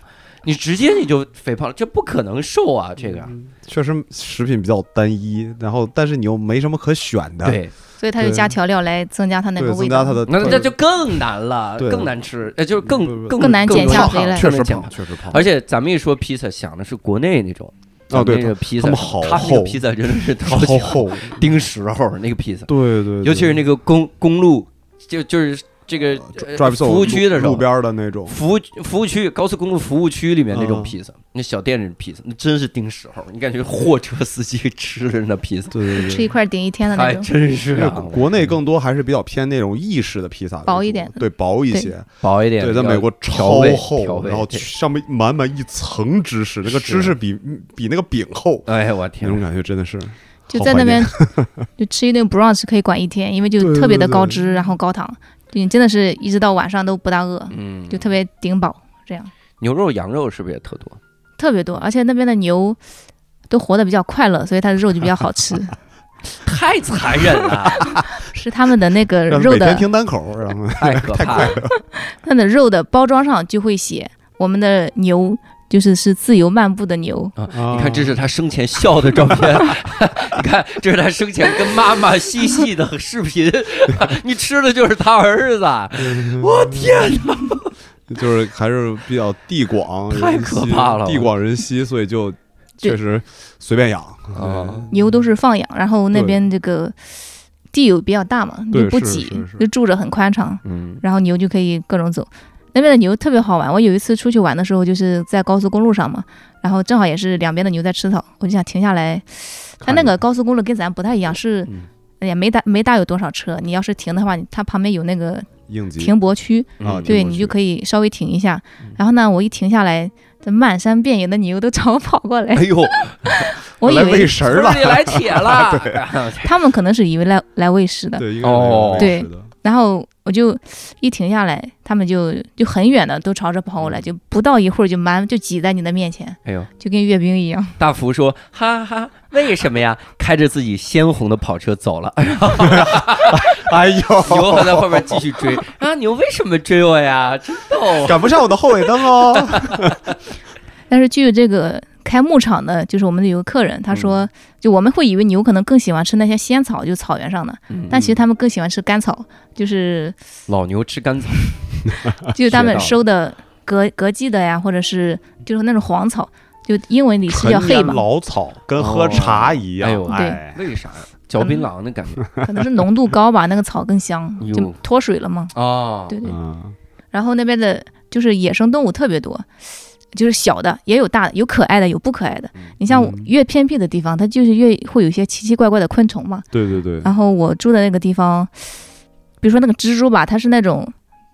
S1: 你直接你就肥胖了，这不可能瘦啊，这个。
S3: 确实食品比较单一，然后但是你又没什么可选的，
S1: 对，
S4: 所以他就
S3: 对
S4: 加调料来增加它那
S3: 对，
S4: 个
S3: 增
S4: 味
S3: 加
S4: 道。
S3: 它的
S1: 那
S3: 特
S1: 那就更难了，
S3: 对
S1: 更难吃，呃，就是
S3: 不不
S1: 更
S3: 不
S1: 更
S4: 更难减
S1: 容易
S4: 下
S1: 胖
S4: 肥来
S3: 确
S1: 更
S3: 实
S1: 难减
S3: 胖，确实胖，
S1: 而且咱们一说披萨，想的是国内那种。
S3: 哦
S1: 咱
S3: 对
S1: 们那个披萨，
S3: 他们好
S1: 他们那个
S3: 厚
S1: 披萨真的 是超
S3: 超
S1: 级
S3: 厚，
S1: 钉石猴儿那个披萨，
S3: 对对，对哦
S1: 尤其是那个公公路，就就是这个
S3: ，drive
S1: 呃
S3: drive-thru，
S1: 服务区的时
S3: 路
S1: 候
S3: 路，边的那种，
S1: 服务服务区高速公路服务区里面那种
S3: 嗯
S1: 披萨，那小店里的披萨，那真是盯时候，你感觉货车司机 吃的那披萨，
S3: 对对
S4: 吃一
S3: 对。
S4: 块顶一天的那
S1: 还
S4: 种，
S1: 真是
S3: 因为
S1: 啊，
S3: 国内更多还是比较偏那种意式的披萨为主，
S4: 薄一点
S3: 对，薄一
S4: 对
S3: 些。
S1: 薄一点，
S3: 对，在美国
S1: 调
S3: 超
S1: 味调
S3: 厚，
S1: 味
S3: 然后
S1: 对
S3: 上面满满一层芝士，那个芝士比比那个饼厚，
S1: 哎呀，我
S3: 那
S1: 天
S3: 种，感觉真的是
S4: 就在那边 就吃一顿 brunch 可以管一天，因为就
S3: 对对
S4: 特别的
S3: 对
S4: 高脂，然后高糖，就你真的是一直到晚上都不大饿，
S1: 嗯，
S4: 就特别顶饱，这样
S1: 牛肉、羊肉是不是也特多？
S4: 特别多。而且那边的牛都活得比较快乐，所以它的肉就比较好 吃，
S1: 太残忍了，
S4: 是他们的那个
S3: 让
S4: 肉
S3: 每
S4: 的
S3: 天听单口，然后
S1: 太可怕了，
S4: 它的肉的包装上就会写我们的牛就是是自由漫步的牛，
S3: 嗯啊
S1: 你看，这是他生前笑的照片。 你看，这是他生前跟妈妈嬉戏的视频。 你吃的就是他儿子，
S3: 我天哪！就是还是比较 地广人稀，
S1: 太可怕了
S3: 地广人稀，所以就
S4: 对
S3: 确实随便养
S1: 啊
S4: 牛都是放养，然后那
S3: 对
S4: 边这个地有比较大嘛，
S3: 对
S4: 就不
S3: 是
S4: 挤
S3: 是是，
S4: 就住着很宽敞，
S1: 嗯
S4: 然后牛就可以各种走。那边的牛特别好玩，我有一次出去玩的时候，就是在高速公路上嘛，然后正好也是两边的牛在吃草，我就想停下来。它
S3: 看
S4: 那
S3: 一
S4: 个高速公路跟咱不太一样，是
S1: 嗯
S4: 也没大没大有多少车，你要是停的话，它旁边有那个
S3: 应急
S4: 停泊区，
S3: 啊
S1: 嗯
S3: 停
S4: 对
S3: 泊
S4: 你
S3: 区嗯
S4: 就可以稍微停一下。然后呢，我一停下来，这漫山遍野的牛都 朝我跑过来，
S3: 哎呦，
S4: 我以
S3: 来喂
S4: 为
S3: 食
S1: 村
S3: 儿
S1: 儿
S3: 了，
S1: 里 来铁了，
S4: 他们可能是以为来来喂食的。
S3: 对，应该
S1: 哦
S3: 是
S4: 对
S3: 喂食的
S4: 然后我就一停下来，他们就就很远的都朝着跑过来，就不到一会儿就满就挤在你的面前，
S1: 嗯哎呦，
S4: 就跟阅兵一样。
S1: 大福说：“哈哈，为什么呀？”开着自己鲜红的跑车走了，
S3: 哎呦，
S1: 牛还在后面继续追啊！牛为什么追我呀？真逗！
S3: 赶不上我的后尾灯 哦。
S4: 但是据这个开牧场的，就是我们的有个客人，他
S1: 嗯
S4: 说，就我们会以为牛可能更喜欢吃那些鲜草，就草原上的，
S1: 嗯
S4: 但其实他们更喜欢吃干草，就是
S1: 老牛吃干草，
S4: 就是他
S1: 学
S4: 们
S1: 到了
S4: 收的隔隔季的呀，或者是就是那种黄草，就英文里是叫
S3: 陈
S4: 黑
S3: 年
S4: 嘛，
S3: 老草跟喝茶一
S1: 哦哎呦
S3: 样，
S4: 对
S3: 哎，
S1: 为啥呀？嚼槟榔的感觉
S4: 可能是浓度高吧，那个草更香，
S1: 哟
S4: 就脱水了嘛。
S1: 哦，
S4: 对对，
S3: 嗯，
S4: 然后那边的就是野生动物特别多，就是小的也有大的，有可爱的，有不可爱的。你像我
S3: 嗯
S4: 越偏僻的地方，它就是越会有一些奇奇怪怪的昆虫嘛。
S3: 对对对，
S4: 然后我住的那个地方，比如说那个蜘蛛吧，它是那种，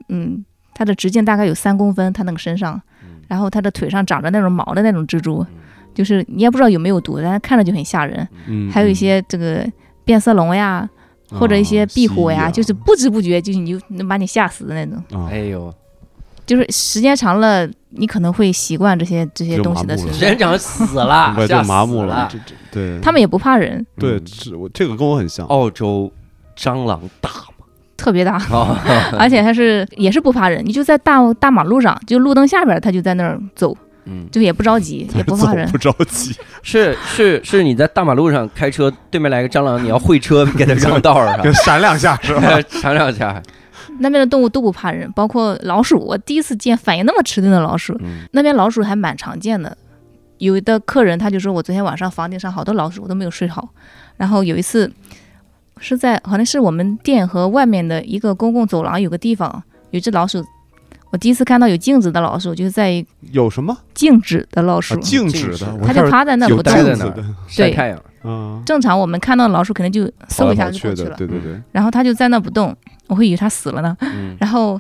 S4: 嗯，它的直径大概有三公分，它那个身上，
S3: 嗯
S4: 然后它的腿上长着那种毛的那种蜘蛛，就是你也不知道有没有毒，但是看着就很吓人。
S3: 嗯啊
S4: 还有一些这个变色龙呀，或者一些壁虎呀，就是不知不觉就是你就能把你吓死的那种。
S3: 啊
S1: 哎呦，
S4: 就是时间长了，你可能会习惯这些这些
S3: 就
S4: 东西
S3: 麻
S4: 的
S3: 木
S4: 存
S3: 了
S1: 时
S4: 在
S1: 间。长死了，
S3: 我就
S1: 吓啊死
S3: 麻木了
S1: 了。
S3: 这这对，
S4: 他们哦也不怕人，
S3: 对，
S1: 嗯
S3: 是我这个跟我很 像。
S1: 澳洲蟑螂大
S4: 特别 大，
S3: 哦
S1: 啊，
S4: 而且它是也是不怕人。你就在大大马路上，就路灯下边，它就在那儿走，
S1: 嗯，
S4: 就也不 着急，也不怕人
S3: 走。不着急，
S1: 是是是，你在大马路上开车，对面来个蟑螂，你要会车给它让道儿
S3: 就 闪两下是吧？
S1: 上， 尝两下。
S4: 那边的动物都不怕人，包括老鼠。我第一次见反应那么迟钝的老鼠，
S1: 嗯，
S4: 那边老鼠还蛮常见的。有的客人他就说，我昨天晚上房顶上好多老鼠，我都没有睡好。然后有一次是在好像是我们店和外面的一个公共走廊有个地方，有一只老鼠。我第一次看到有镜子的老鼠，就是在一
S3: 有什么
S4: 静止的老鼠
S3: 啊，静止
S1: 静止
S3: 的？我
S4: 它
S3: 这
S4: 就
S3: 儿
S4: 趴在那
S3: 有
S4: 不动
S1: 待。在
S3: 镜
S1: 那
S3: 子
S1: 儿
S3: 的，
S1: 晒
S4: 对
S1: 太阳，
S3: 嗯，
S4: 正常我们看到老鼠肯定就
S3: 跑
S4: 嗖
S3: 来
S4: 一下
S3: 跑
S4: 就
S3: 去
S4: 过去
S3: 的，
S4: 了，
S3: 对对对，
S4: 然后它就在那不动，我会以为它死了呢。
S1: 嗯，
S4: 然后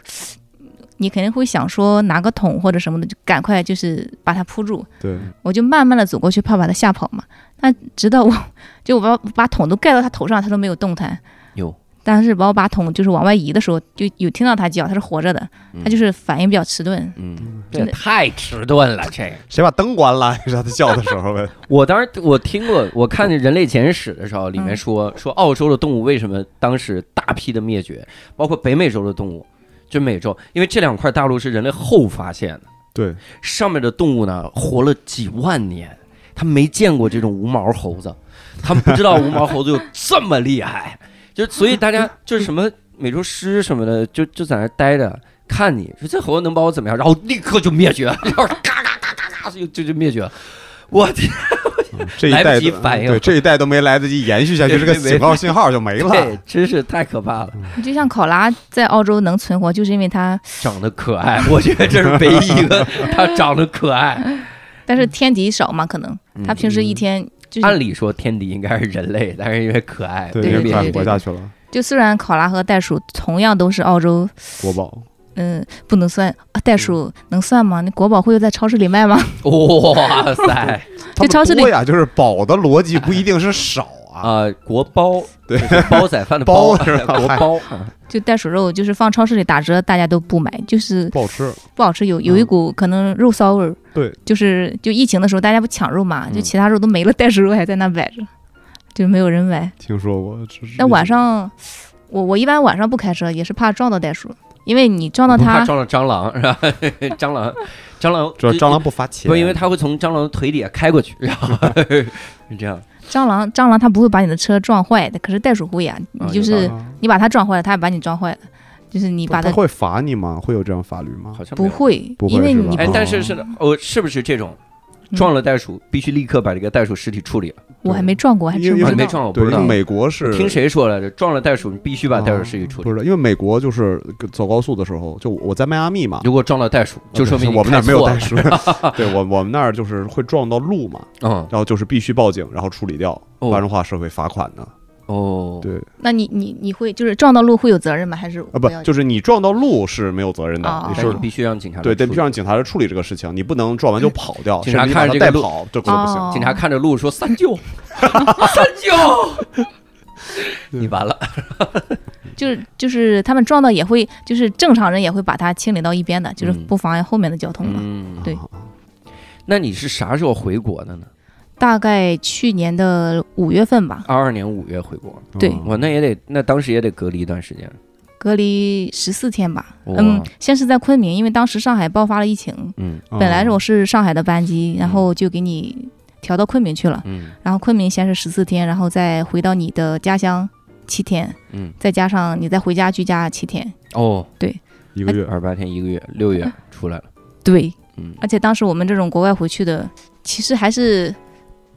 S4: 你肯定会想说拿个桶或者什么的，就赶快就是把它扑住。
S3: 对，
S4: 我就慢慢的走过去，怕把他吓跑嘛。那直到我 就我把我把桶都盖到他头上，他都没有动弹。
S1: 有，
S4: 但是把我把桶就是往外移的时候，就有听到他叫，他是活着的，他就是反应比较迟钝。
S1: 嗯，这
S4: 真
S1: 也
S4: 的
S1: 太迟钝了，这个。
S3: 谁把灯关了？ 是他叫的时候呗。
S1: 我当时我听过，我看《人类简史》的时候，里面说哦说澳洲的动物为什么当时大批的灭绝，包括北美洲的动物，就美洲，因为这两块大陆是人类后发现的，
S3: 对，
S1: 上面的动物呢活了几万年，他没见过这种无毛猴子，他们不知道无毛猴子有这么厉害，就所以大家就是什么美洲狮什么的，就就在那儿待着看你说这猴子能把我怎么样，然后立刻就灭绝，然后咔咔咔咔咔就就就灭绝了，我天！
S3: 这一
S1: 来不
S3: 代
S1: 及
S3: 都
S1: 反应
S3: 对这一代都没来得及延续下
S1: 对
S3: 去，这个
S1: 没
S3: 警告信号就没了
S1: 对。，真是太可怕了，
S4: 你就像考拉在澳洲能存活，就是因为它，
S1: 长得可爱，我觉得这是唯一一 个它长得可爱。
S4: 但是天敌少嘛，可能
S1: 嗯
S4: 它平时一天就是
S1: 按理说天敌应该是人类，但是因为可爱，
S3: 对，
S4: 对
S1: 没
S3: 也
S4: 对
S1: 免
S3: 快
S4: 对
S1: 疫
S3: 活
S4: 对
S3: 下去了，
S4: 就虽然考拉和袋鼠同样都是澳洲，
S3: 国宝。
S4: 嗯、不能算啊袋鼠
S3: 嗯
S4: 能算吗？那国宝会在超市里卖吗？
S1: 哇塞，
S3: 他
S4: 就超市
S3: 们
S4: 里
S3: 多呀，就是宝的逻辑不一定是少 啊。
S1: 啊，国包，
S3: 对，
S1: 煲仔饭的
S3: 包
S1: 包，
S3: 是 吧
S1: 国 包，
S4: 就袋鼠肉就是放超市里打折，大家都不买，就是
S3: 不好吃，
S4: 不好吃，有有一股可能肉骚味儿。
S3: 嗯对，
S4: 就是就疫情的时候大家不抢肉嘛，
S1: 嗯
S4: 就其他肉都没了，袋鼠肉还在那摆着，就没有人买。
S3: 听说过。这是
S4: 但晚上我我一般晚上不开车，也是怕撞到袋鼠，因为你撞到
S1: 怕
S4: 它，
S1: 撞了蟑螂是吧？ 蟑螂，蟑螂，
S3: 主要蟑螂不罚钱，
S1: 不，因为它会从蟑螂腿底下开过去，然后 是这样。
S4: 蟑螂蟑螂它不会把你的车撞坏的，可是袋鼠会呀、
S1: 啊
S4: 你就
S1: 有
S4: 是
S3: 啊
S4: 你把它撞坏了，它也把你撞坏了，就是你把
S3: 他
S4: 它
S3: 会罚你吗？会有这样法律吗
S1: 好？像没
S4: 不
S1: 有。
S4: 会，
S3: 不会
S4: 因为
S3: 是吧
S4: 你
S1: 哎
S3: 不，
S1: 但是是的，我是不是这种
S4: 嗯
S1: 撞了袋鼠，必须立刻把这个袋鼠尸体处理了？
S4: 我还没撞过，还
S3: 因
S4: 真
S3: 为
S4: 不
S1: 啊
S3: 因
S1: 你
S4: 知
S1: 没
S3: 为
S4: 道。
S1: 撞，我不
S3: 对，
S1: 知
S3: 因为
S1: 道。
S3: 美国是啊
S1: 听谁说来着？撞了袋鼠，你必须把袋鼠尸体处
S3: 不
S1: 理。
S3: 是，因为美国就是走高速的时候，就我在迈阿密嘛，呃
S1: 如果撞到袋鼠，就说明你
S3: 啊我们那儿
S1: 开
S3: 没有
S1: 错
S3: 袋
S1: 了。
S3: 鼠， 对我我们那儿就是会撞到路嘛，
S1: 嗯，
S3: 然后就是必须报警，然后处理掉，
S1: 哦
S3: 不然的话是会罚款的。
S1: 哦，
S3: 对
S4: 那你你你会就是撞到路会有责任吗？还是
S3: 啊，
S4: 不
S3: 不
S4: 要，
S3: 就是你撞到路是没有责任的
S4: 哦，
S3: 你
S1: 但
S3: 是
S1: 你必须让警察来
S3: 对，得
S1: 处理嗯
S3: 让警察来处理这个事情，你不能撞完就跑掉，
S1: 警察
S3: 甚至把
S1: 看着
S3: 他
S1: 这
S3: 带
S1: 个路
S3: 跑，这可不行。
S4: 哦
S1: 警察看着路说三 舅，三舅，你完了。
S4: 就是就是他们撞到也会，就是正常人也会把它清理到一边的，就是
S1: 嗯
S4: 不妨碍后面的交通嘛。
S1: 嗯，
S4: 对
S3: 啊
S1: 那你是啥时候回国的呢？
S4: 大概去年的五月份吧，
S1: 二二年五月回国，
S4: 对
S3: 嗯
S1: 我那也得，那当时也得隔离一段时间。
S4: 隔离十四天吧。
S1: 哇
S4: 嗯，先是在昆明，因为当时上海爆发了疫情，
S1: 嗯
S3: 哦
S4: 本来我是上海的班机，然后就给你调到昆明去了。
S1: 嗯
S4: 然后昆明先是十四天，然后再回到你的家乡七天，
S1: 嗯，
S4: 再加上你再回家居家七天。
S1: 哦，
S3: 一个月，
S4: 哎
S1: 二十八天一个月，六月出来了。
S4: 对，
S1: 嗯，
S4: 而且当时我们这种国外回去的，其实还是，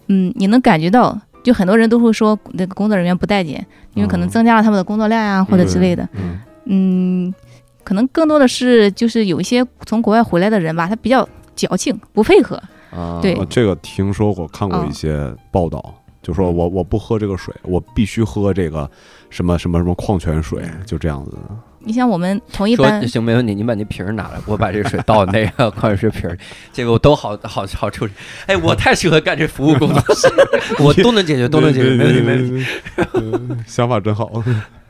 S4: 嗯，你能感觉到，就很多人都会说那个工作人员不待见，因为可
S3: 嗯
S4: 能增加了他们的工作量呀、或者之类的。
S3: 嗯，
S4: 嗯，可能更多的是就是有一些从国外回来的人吧，他比较矫情，不配合。
S1: 啊，
S4: 对
S3: 啊，这个听说过，看过
S4: 嗯
S3: 一些报道，就
S1: 嗯
S3: 说我我不喝这个水，我必须喝这个什么什么什么矿泉水，就这样子的。
S4: 你像我们同一班
S1: 说，行，没问题，你把那瓶儿拿来，我把这水倒那 个矿泉水瓶儿，这个我都好好好处理。哎，我太适合干这服务工作室， 我都能解决，都能解决，没问题，没问题。
S3: 题。嗯想法真好，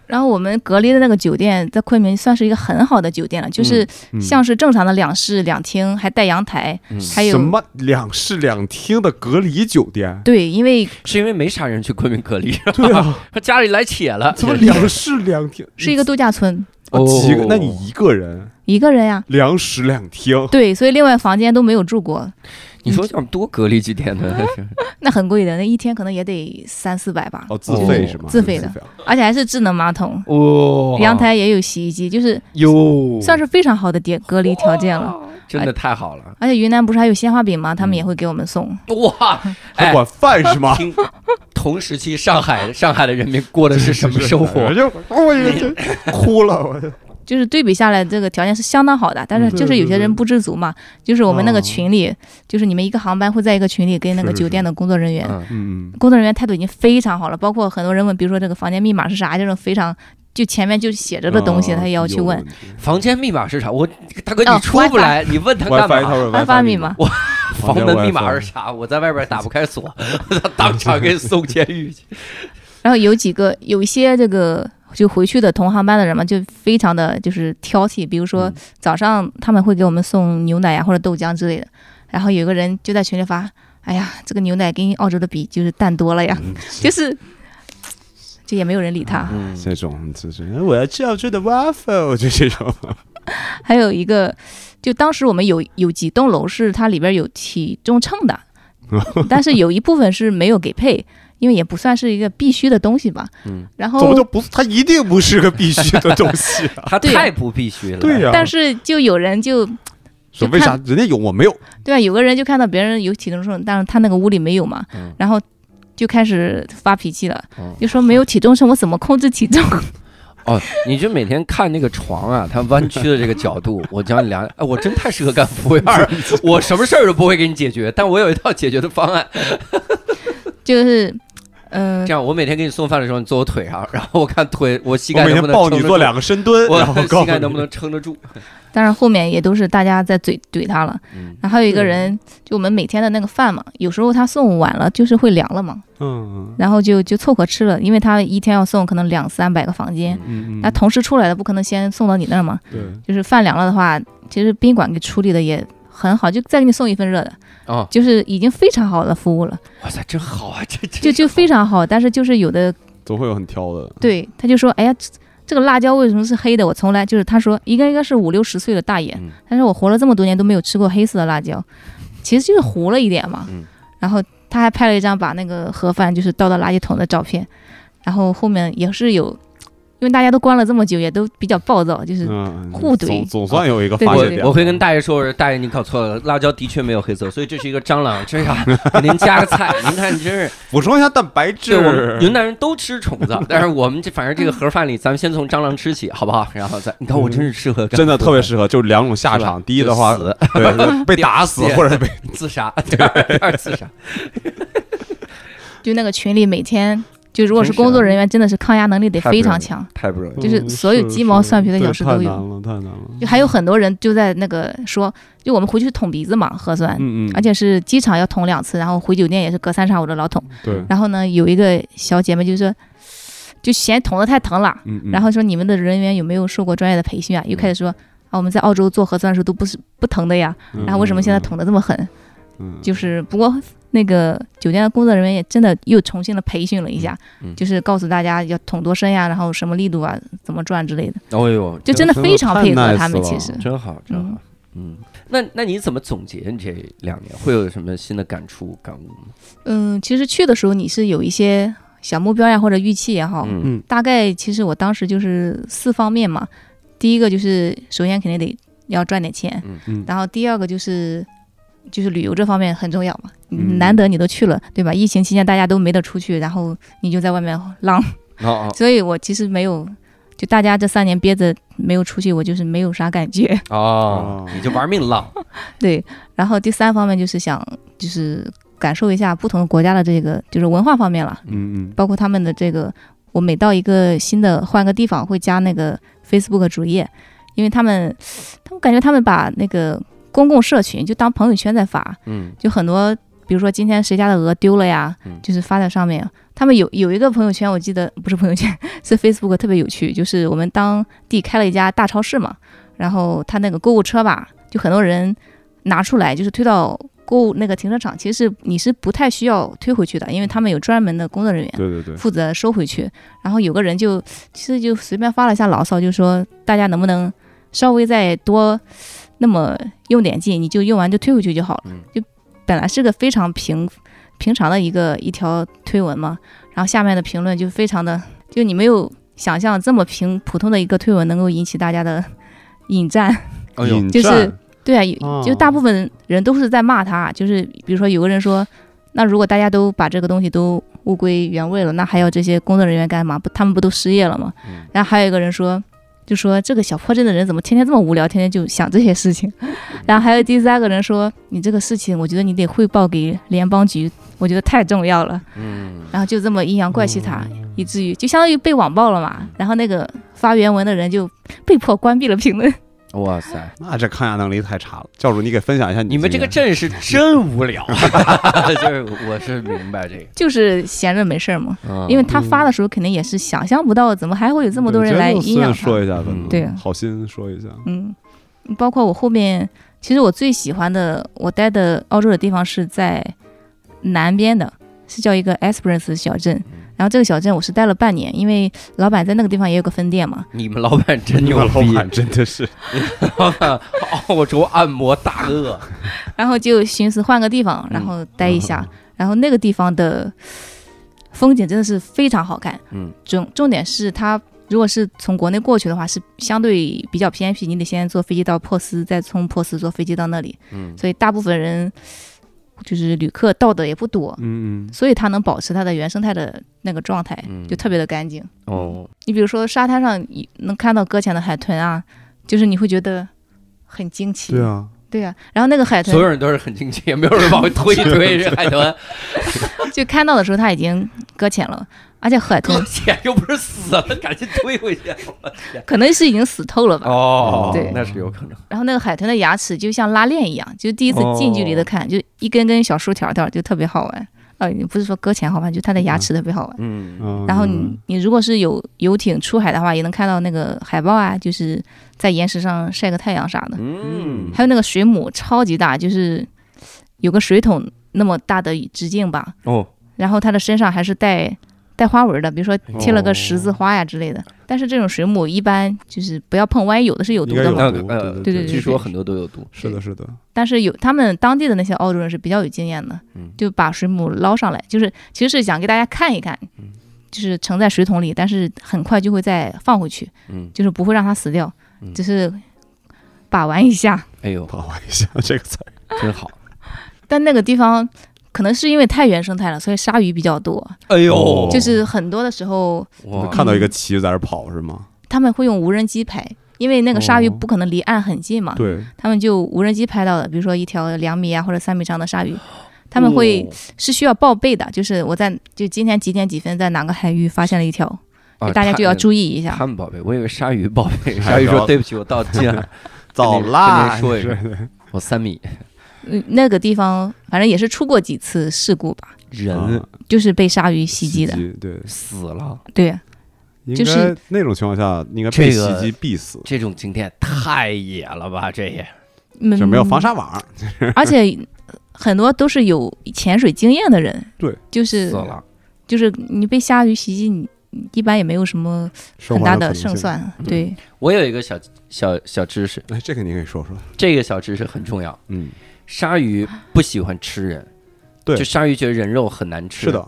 S4: 然后我们隔离的那个酒店在昆明算是一个很好的酒店了，就是
S3: 嗯
S4: 像是正常的两室两厅，还带阳台，
S1: 嗯
S4: 还有
S3: 什么两室两厅的隔离酒店？
S4: 对，因为
S1: 是因为没啥人去昆明隔离，
S3: 对啊，
S1: 他家里来且了，
S3: 怎么两室两厅？
S4: 是一个度假村，
S3: 啊几个
S1: 哦？
S3: 那你一个人
S4: 一个人呀、
S3: 两室两厅，
S4: 对，所以另外房间都没有住过，
S1: 你说要多隔离几天呢？
S4: 那很贵的，那一天可能也得三四百吧，
S3: 哦，自费
S1: 哦
S3: 是吗？
S4: 自费的
S3: 啊，
S4: 而且还是智能马桶，
S1: 哇
S4: 阳台也有洗衣机，就是
S1: 哟，哎
S4: 算是非常好的叠隔离条件了。
S1: 真的太好了
S4: 而且云南不是还有鲜花饼吗？他们
S1: 嗯
S4: 也会给我们送。
S1: 哇！
S3: 还
S1: 哎，
S3: 管饭是 吗？
S1: 听同时期上海上海的人民过的是什么 生活
S3: 我？就我也就哭了，我就
S4: 就是对比下来，这个条件是相当好的，但是
S3: 嗯
S4: 就是有些人不知足嘛。就是我们那个
S3: 哦
S4: 群里，就是你们一个航班会在一个群里跟那个
S3: 是是
S4: 酒店的工作人员，
S1: 嗯，
S3: 嗯。
S4: 工作人员态度已经非常好了，包括很多人问，比如说这个房间密码是啥，这种非常就前面就写着的东
S3: 哦
S4: 西，他也
S3: 啊
S4: 要去问。
S1: 房间密码是啥？我大哥，
S4: 哦
S1: 你出不来，你问他干
S3: ，WiFi
S1: 嘛？
S3: 会
S4: WiFi 密码，
S1: 房
S3: 哦
S1: 门密码是啥？我在外边打不开锁， 当场给你送监狱 去。
S4: 然后有几个有一些这个就回去的同航班的人嘛，就非常的就是挑剔，比如说
S1: 嗯
S4: 早上他们会给我们送牛奶呀、或者豆浆之类的，然后有个人就在群里发，哎呀，这个牛奶跟澳洲的比就是淡多了呀， 就是就也没有人理他。
S1: 嗯
S3: 这种就是我要吃要吃的 waffle，就这种。
S4: 哦还有一个，就当时我们有有几栋楼是它里边有体重秤 的，但是有一部分是没有给配。因为也不算是一个必须的东西吧，
S1: 嗯，
S4: 然
S3: 怎么就
S4: 后
S3: 不？它一定 不是个必须的东西啊！
S1: 他太不必须了。
S3: 对呀、
S4: 但是就有人就
S3: 说
S4: 就
S3: 为啥人家有我没有？
S4: 对吧？有个人就看到别人有体重秤，但是他那个屋里没有嘛，
S3: 嗯
S4: 然后就开始发脾气了，
S3: 嗯
S4: 就说没有体重秤，我怎么控制体重？
S1: 哦，你就每天看那个床啊，它弯曲的这个角度，我教你俩，哎，我真太适合干服务员 了，我什么事儿都不会给你解决，但我有一套解决的方
S3: 嗯
S1: 案。
S4: 就是，嗯、
S1: 这样，我每天给你送饭的时候，你坐我腿上，然后我看腿，我膝
S3: 我
S1: 盖
S3: 每
S1: 能
S3: 天
S1: 不能
S3: 抱
S1: 撑
S3: 你
S1: 得
S3: 做
S1: 住
S3: 两个深蹲，
S1: 我
S3: 然后告
S1: 膝
S3: 诉
S1: 盖
S3: 你
S1: 能不能撑得住？
S4: 当然后面也都是大家在怼怼他了。
S1: 嗯，
S4: 然后还有一个人，就我们每天的那个饭嘛，有时候他送晚了，就是会凉了嘛，
S3: 嗯
S4: 然后就就凑合吃了，因为他一天要送可能两三百个房间，
S3: 嗯嗯，
S4: 那同时出来的不可能先送到你那儿嘛，
S3: 对，
S4: 就是饭凉了的话，其实宾馆给处理的也很好，就再给你送一份热的，
S1: 哦，
S4: 就是已经非常好的服务了，
S1: 哇塞，真好啊，这这
S4: 就就非常好。但是就是有的
S3: 总会有很挑的。
S4: 对他就说，哎呀，这这个辣椒为什么是黑的？我从来就是他说应该应该是五六十岁的大爷
S1: 嗯，
S4: 但是我活了这么多年都没有吃过黑色的辣椒，其实就是糊了一点嘛
S1: 嗯。
S4: 然后他还拍了一张把那个盒饭就是倒到垃圾桶的照片，然后后面也是有，因为大家都关了这么久，也都比较暴躁，就是
S3: 嗯，
S4: 互怼
S3: 总总算有一个
S4: 对
S3: 发
S4: 对
S3: 泄
S1: 我
S4: 对
S3: 点。
S1: 我会跟大爷说，我说大爷你搞错了，辣椒的确没有黑色，所以这是一个蟑螂，这 啥？您加个菜，您看你真是，
S3: 补充一下蛋白质
S1: 对我们云南人都吃虫 子，但是我们这反正这个盒饭里，咱们先从蟑螂吃起，好不好？然后再你看 我真是适合干
S3: 真的
S1: 活
S3: 特别适合，就是两种下场。第一的话
S1: 就，死
S3: 对 对被打死
S1: 第二
S3: 或者被
S1: 自杀，第二第二自杀，
S4: 就那个群里每天就如果是
S1: 真是啊
S4: 工作人员，真的是抗压能力得
S1: 太不
S4: 非常
S1: 容易
S4: 强。
S1: 太不容易。
S4: 就是所有鸡毛蒜皮的小事都有
S3: 对太难了，太难了。
S4: 就还有很多人就在那个说，就我们回去是捅鼻子嘛，核酸，
S3: 嗯嗯，
S4: 而且是机场要捅两次，然后回酒店也是隔三差五的老捅。
S3: 对，
S4: 然后呢，有一个小姐妹就说，就嫌捅的太疼了，
S3: 嗯嗯，
S4: 然后说你们的人员有没有受过专业的培训啊？又开始说啊，我们在澳洲做核酸的时候都不是不疼的呀，
S3: 嗯
S4: 然后为什么现在？捅的这么狠？
S3: 嗯嗯
S4: 就是不过那个酒店的工作人员也真的又重新的培训了一下，
S1: 嗯
S4: 就是告诉大家要捅多深呀，然后什么力度啊，怎么转之类的，
S1: 哦呦，
S4: 就真的非常配合他
S3: 真
S4: 们。其
S3: 的太
S4: 实
S3: nice 了
S1: 真好，真好。嗯，那那你怎么总结你这两年会有什么新的感触感悟吗？
S4: 嗯，其实去的时候你是有一些小目标呀，或者预期也好，
S1: 嗯
S4: 大概其实我当时就是四方面嘛。第一个就是首先肯定得要赚点钱，
S1: 嗯
S3: 嗯
S4: 然后第二个就是就是旅游这方面很重要嘛，
S3: 嗯
S4: 难得你都去了，对吧？疫情期间大家都没得出去，然后你就在外面 浪，
S1: 哦
S4: 所以我其实没有。就大家这三年憋着没有出去，我就是没有啥感觉。
S1: 哦哦，你就玩命浪，
S4: 对，然后第三方面就是想，就是感受一下不同的国家的这个就是文化方面了。
S3: 嗯嗯
S4: 包括他们的这个，我每到一个新的换个地方会加那个 Facebook 主页，因为他们，他们感觉他们把那个公共社群就当朋友圈在发，
S1: 嗯
S4: 就很多，比如说今天谁家的鹅丢了呀
S1: 嗯，
S4: 就是发在上面。他们有有一个朋友圈，我记得不是朋友圈， 是 Facebook 特别有趣，就是我们当地开了一家大超市嘛，然后他那个购物车吧，就很多人拿出来，就是推到购物那个停车场，其实你是不太需要推回去的，因为他们有专门的工作人员。
S3: 对对对，
S4: 负责收回去。然后有个人就其实就随便发了一下牢骚，就说大家能不能稍微再多那么用点劲，你就用完就退回去就好了。
S1: 嗯
S4: 就本来是个非常平平常的一个一条推文嘛，然后下面的评论就非常的，就你没有想象这么平普通的一个推文能够引起大家的引战。
S1: 哎呦，
S3: 引
S4: 就是
S3: 战
S4: 对啊，有
S3: 哦
S4: 就大部分人都是在骂他，就是比如说有个人说，那如果大家都把这个东西都物归原位了，那还要这些工作人员干嘛？不，他们不都失业了吗？
S1: 嗯
S4: 然后还有一个人说，就说这个小破镇的人怎么天天这么无聊，天天就想这些事情。 然后还有第三个人说，你这个事情，我觉得你得汇报给联邦局，我觉得太重要了。
S1: 嗯
S4: 然后就这么阴阳怪气他，以至于就相当于被网暴了嘛。然后那个发原文的人就被迫关闭了评论。
S1: 哇塞，
S3: 那这抗压能力太差了。教主，你给分享一下
S1: 你们这个
S3: 经
S1: 阵是真无聊， 就是我是明白这
S4: 就是闲着没事儿嘛。
S3: 啊
S1: 个，嗯
S4: 因为他发的时候肯定也是想象不到，怎么还会有这
S3: 验
S4: 么多人
S3: 对
S4: 来
S3: 这就
S4: 阴阳
S3: 随便说
S4: 他。
S3: 一下，
S1: 嗯
S3: 可能
S4: 对啊
S3: 好心说 一下。
S4: 嗯，包括我后面，其实我最喜欢的，我待的澳洲的地方是在南边的，是叫一个 Esperance 小镇。然后这个小镇我是待了半年，因为老板在那个地方也有个分店嘛。
S1: 你们老板真牛
S3: 老
S1: 逼，哦
S3: 板啊真的 是，
S1: 老板澳洲按摩大鳄，
S4: 然后就寻思换个地
S3: 嗯
S4: 方，然后待一下。然后那个地方的风景真的是非常好看，
S1: 嗯，
S4: 重重点是它如果是从国内过去的话，是相对比较偏僻，你得先坐飞机到珀斯，再从珀斯坐飞机到那里，
S3: 嗯
S4: 所以大部分人就是旅客到的也不多，
S3: 嗯
S4: 所以它能保持它的原生态的那个状态，
S3: 嗯
S4: 就特别的干净。
S1: 哦，
S4: 你比如说沙滩上你能看到搁浅的海豚啊，就是你会觉得很惊奇。
S3: 对，啊，
S4: 对啊。然后那个海
S1: 所有
S4: 豚
S1: 人都是很惊奇，也没有人往回 推一哎推这海豚，
S4: 就看到的时候它已经搁浅了，而且海豚
S1: 搁浅又不是死了，赶紧推回去。我天！
S4: 可能是已经死透了 吧。
S1: 哦
S4: 对
S1: 那是有可能。
S4: 然后那个海豚的牙齿就像拉链一样，就第一次近距离
S1: 哦
S4: 的看，就一根根小竖条条，就特别好玩。呃，不是说搁浅好玩，就它的牙齿特别好玩。
S1: 嗯，
S3: 嗯
S4: 然后你你如果是有游艇出海的话，也能看到那个海豹啊，就是在岩石上晒个太阳啥的。
S1: 嗯
S4: 还有那个水母超级大，就是有个水桶那么大的直径吧。
S1: 哦，
S4: 然后它的身上还是带带花纹的，比如说贴了个十字花呀之类的。但是这种水母一般就是不要碰，万一有的是有毒
S3: 应该
S4: 的
S3: 有
S4: 嘛。
S1: 那
S3: 毒
S1: 呃，
S3: 对对
S4: 对对对
S1: 据说很多都有毒。
S3: 是的，是的，
S4: 但是有他们当地的那些澳洲人是比较有经验的，
S1: 嗯
S4: 就把水母捞上来，就是其实是想给大家看一看，就是盛在水桶里，但是很快就会再放回去，
S1: 嗯，
S4: 就是不会让它死掉，
S1: 嗯
S4: 只是把玩一下。
S1: 哎呦，
S3: 把玩一 下这个词儿，
S4: 嗯
S1: 真好。
S4: 但那个地方可能是因为太原生态了，所以鲨鱼比较多，
S1: 哎
S3: 呦
S4: 就是很多的时候
S1: 哇，
S3: 看到一个旗在那儿跑是吗？
S4: 他们会用无人机拍，因为那个鲨鱼
S3: 哦
S4: 不可能离岸很近嘛，
S3: 对，
S4: 他们就无人机拍到的，比如说一条两米啊或者三米长的鲨
S3: 哦
S4: 鱼，他们会、是需要报备的，就是我在就今天几点几分在哪个海域发现了一条，
S1: 哦
S3: 啊
S4: 就大家就要
S1: 看
S4: 注意一下。
S1: 他们宝贝，我以为鲨鱼宝贝。鲨鱼说：“对不起，我到近 了，
S3: 早啦，
S1: 跟您跟您说一声，我三米。
S4: 嗯，那个地方反正也是出过几次事故吧，”
S1: 人
S3: 啊
S4: 就是被鲨鱼袭击的。
S3: 对，
S1: 死了，
S4: 对，
S3: 应
S4: 就是
S3: 该那种情况下应该
S1: 这
S3: 被袭
S1: 个
S3: 击必死，
S1: 这种景点太野了吧？这也
S4: 嗯，
S3: 就没有防鲨网，
S4: 而且很多都是有潜水经验的人。
S3: 对，
S4: 就是
S1: 死了，
S4: 就是你被鲨鱼袭击，你你一般也没有什么
S3: 生
S4: 很
S3: 还
S4: 大
S3: 的可能
S4: 的胜
S3: 性。
S4: 算
S1: 嗯。
S4: 对，
S1: 我有一个小小小知识，
S3: 哎，这个你可以说说，
S1: 这个小知识很重要。
S3: 嗯，
S1: 鲨鱼不喜欢吃人，
S3: 对
S1: 就鲨鱼觉得人肉很难吃，
S3: 是，的，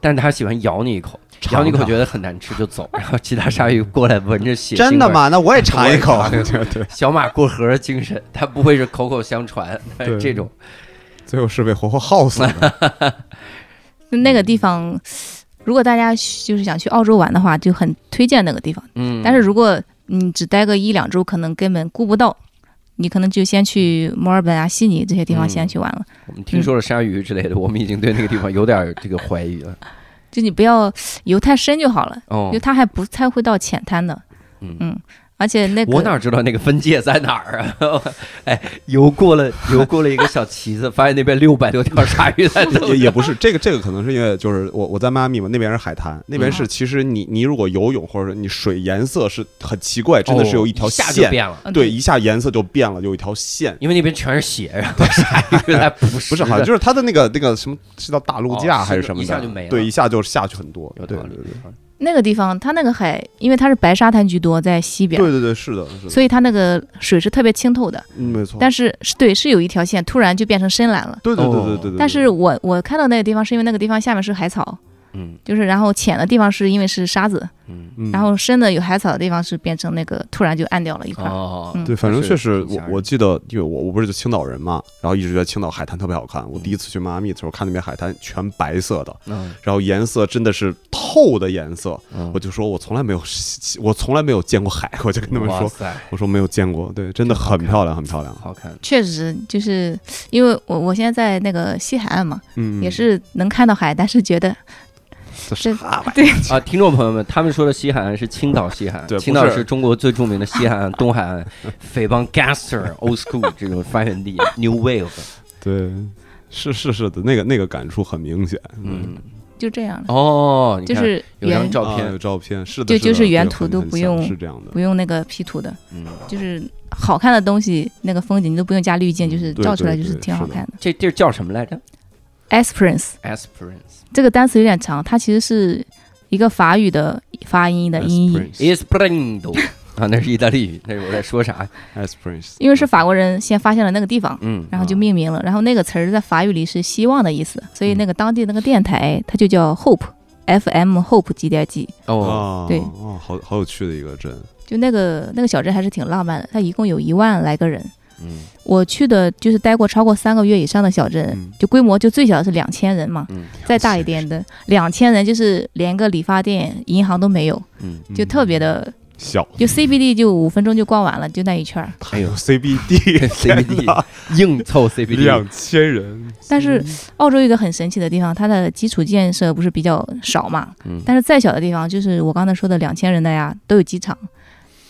S1: 但是它喜欢咬你一口，
S3: 尝
S1: 咬你一口
S3: 尝
S1: 觉得很难吃就 走，然后其他鲨鱼过来闻着血腥味儿，
S3: 真的吗？那我也尝一口
S1: 我，也
S3: 对，
S1: 小马过河精神，它不会是口口相传哎
S3: 对
S1: 这种。
S3: 最后是被活活耗死的。
S4: 那个地方，
S1: 嗯
S4: 如果大家就是想去澳洲玩的话，就很推荐那个地方。
S1: 嗯，
S4: 但是如果你只待个一两周，可能根本顾不到，你可能就先去墨尔本啊、悉尼这些地方
S1: 嗯
S4: 先去玩了。
S1: 我们听说了鲨鱼之类的，我们已经对那个地方有点儿这个怀疑了。
S4: 就你不要游太深就好了，
S1: 哦
S4: 就，它还不太会到浅滩的。
S1: 嗯
S4: 而且那
S1: 我哪
S4: 个
S1: 知道那个分界在哪儿啊？ 哎，游过 了游过了一个小旗子，发现那边六百多条鲨鱼在走
S3: 也也不是这个，这个可能是因为就是我我在迈阿密嘛，那边是海滩，那边
S4: 嗯
S3: 是其实你你如果游泳或者你水颜色是很奇怪，真的是有一条
S1: 哦下就
S3: 线，
S1: 变了。
S4: 嗯
S3: 对，一下颜色就变了，有一条线，
S1: 因为那边全是血，然后鲨 鱼在捕食
S3: 不
S1: 的。
S3: 是好像就是它的那个那个什么是叫大陆
S1: 哦
S3: 架
S1: 是
S3: 还是什么的，
S1: 一下就没了
S3: 对，一下就下去很多，
S1: 有
S3: 对
S1: 道
S3: 对
S1: 理
S3: 对。
S4: 那个地方，它那个海，因为它是白沙滩居多，在西边，
S3: 对对对，是的，是的，
S4: 所以它那个水是特别清透
S1: 哦
S4: 的。
S3: 嗯没错。
S4: 但
S3: 是
S4: 是是对，是有一条线突然就变成深蓝了。
S3: 对对对
S1: 哦
S3: 对对对，对
S4: 但是我我看到那个地方是因为那个地方下面是海草，
S1: 嗯
S4: 就是然后浅的地方是因为是沙子，
S1: 嗯
S3: 嗯
S4: 然后深的有海草的地方是变成那个突然就暗掉了一块儿。
S1: 哦，
S4: 嗯
S3: 对，反正
S1: 是
S3: 确实，
S1: 挺
S3: 我
S1: 吓人
S3: 我记得，因为我我不是就青岛人嘛，然后一直觉得青岛海滩特别好看。我第一次去迈阿密的时候，看那边海滩全白色的，
S1: 嗯
S3: 然后颜色真的是透的颜色。
S1: 嗯
S3: 我就说我从来没有，我从来没有见过海，我就跟他们
S1: 哇
S3: 说，
S1: 塞，
S3: 我说没有见过，对，真的很漂亮，很 漂亮。
S1: 好看，
S4: 确实，就是因为我我现在在那个西海岸嘛，
S3: 嗯，
S4: 也是能看到海，但是觉得
S3: 这
S4: 这
S3: 啥玩意儿？
S4: 对
S1: 啊，听众朋友们，他们说的西海岸是青岛西海岸，
S3: 对
S1: 青岛
S3: 不是
S1: 是中国最著名的西海岸、东海岸，匪帮 gangster、old school 这种发源地，new wave，
S3: 对，是是是的，那个那个感触很明显。
S1: 嗯，
S4: 就这样了，
S1: 哦，你
S4: 就
S1: 看
S4: 是
S1: 有张
S4: 原
S1: 照
S3: 啊
S1: 片
S3: 有，照片，是的，
S4: 就就是
S3: 的
S4: 原
S3: 对
S4: 图
S3: 很
S4: 都
S3: 很
S4: 不
S3: 像
S4: 用
S3: 是这样的
S4: 不。用那个 P 图的，
S1: 嗯，
S4: 就是好看的东西，那个风景你都不用加滤
S1: 嗯
S4: 镜，就是
S3: 对
S4: 照出来
S3: 对
S4: 就是
S3: 对
S4: 挺好
S3: 是的
S4: 看的。
S1: 这地儿叫什么来着
S4: Esperance
S1: ？Esperance，Esperance，
S4: 这个单词有点长，它其实是一个法语的发音的音译，
S1: Esperanto 啊，那是意大利语，那是我在说啥？
S3: As Prince，
S4: 因为是法国人先发现了那个地方，
S1: 嗯，
S4: 然后就命名了。然后那个词儿在法语里是希望的意思，所以那个当地那个电台它就叫 Hope FM Hope 几点几，
S1: 哦，
S3: 啊，
S4: 对
S3: 哦，好好有趣的一个镇，
S4: 就那个那个小镇还是挺浪漫的，它一共有一万来个人。
S3: 嗯
S4: 我去的就是待过超过三个月以上的小镇，
S3: 嗯
S4: 就规模就最小的是两千人嘛，
S3: 嗯，
S4: 再大一点的两千人就是连个理发店、银行都没有，
S3: 嗯，
S4: 就特别的，
S3: 小，
S4: 就 CBD 就五分钟就逛完了，就那一圈儿。
S1: 哎 呦
S3: CBD
S1: ，CBD 硬凑 CBD，
S3: 两千人，
S4: 但
S1: 嗯
S4: 是澳洲有一个很神奇的地方，它的基础建设不是比较少嘛，
S3: 嗯
S4: 但是再小的地方，就是我刚才说的两千人的呀，都有机场，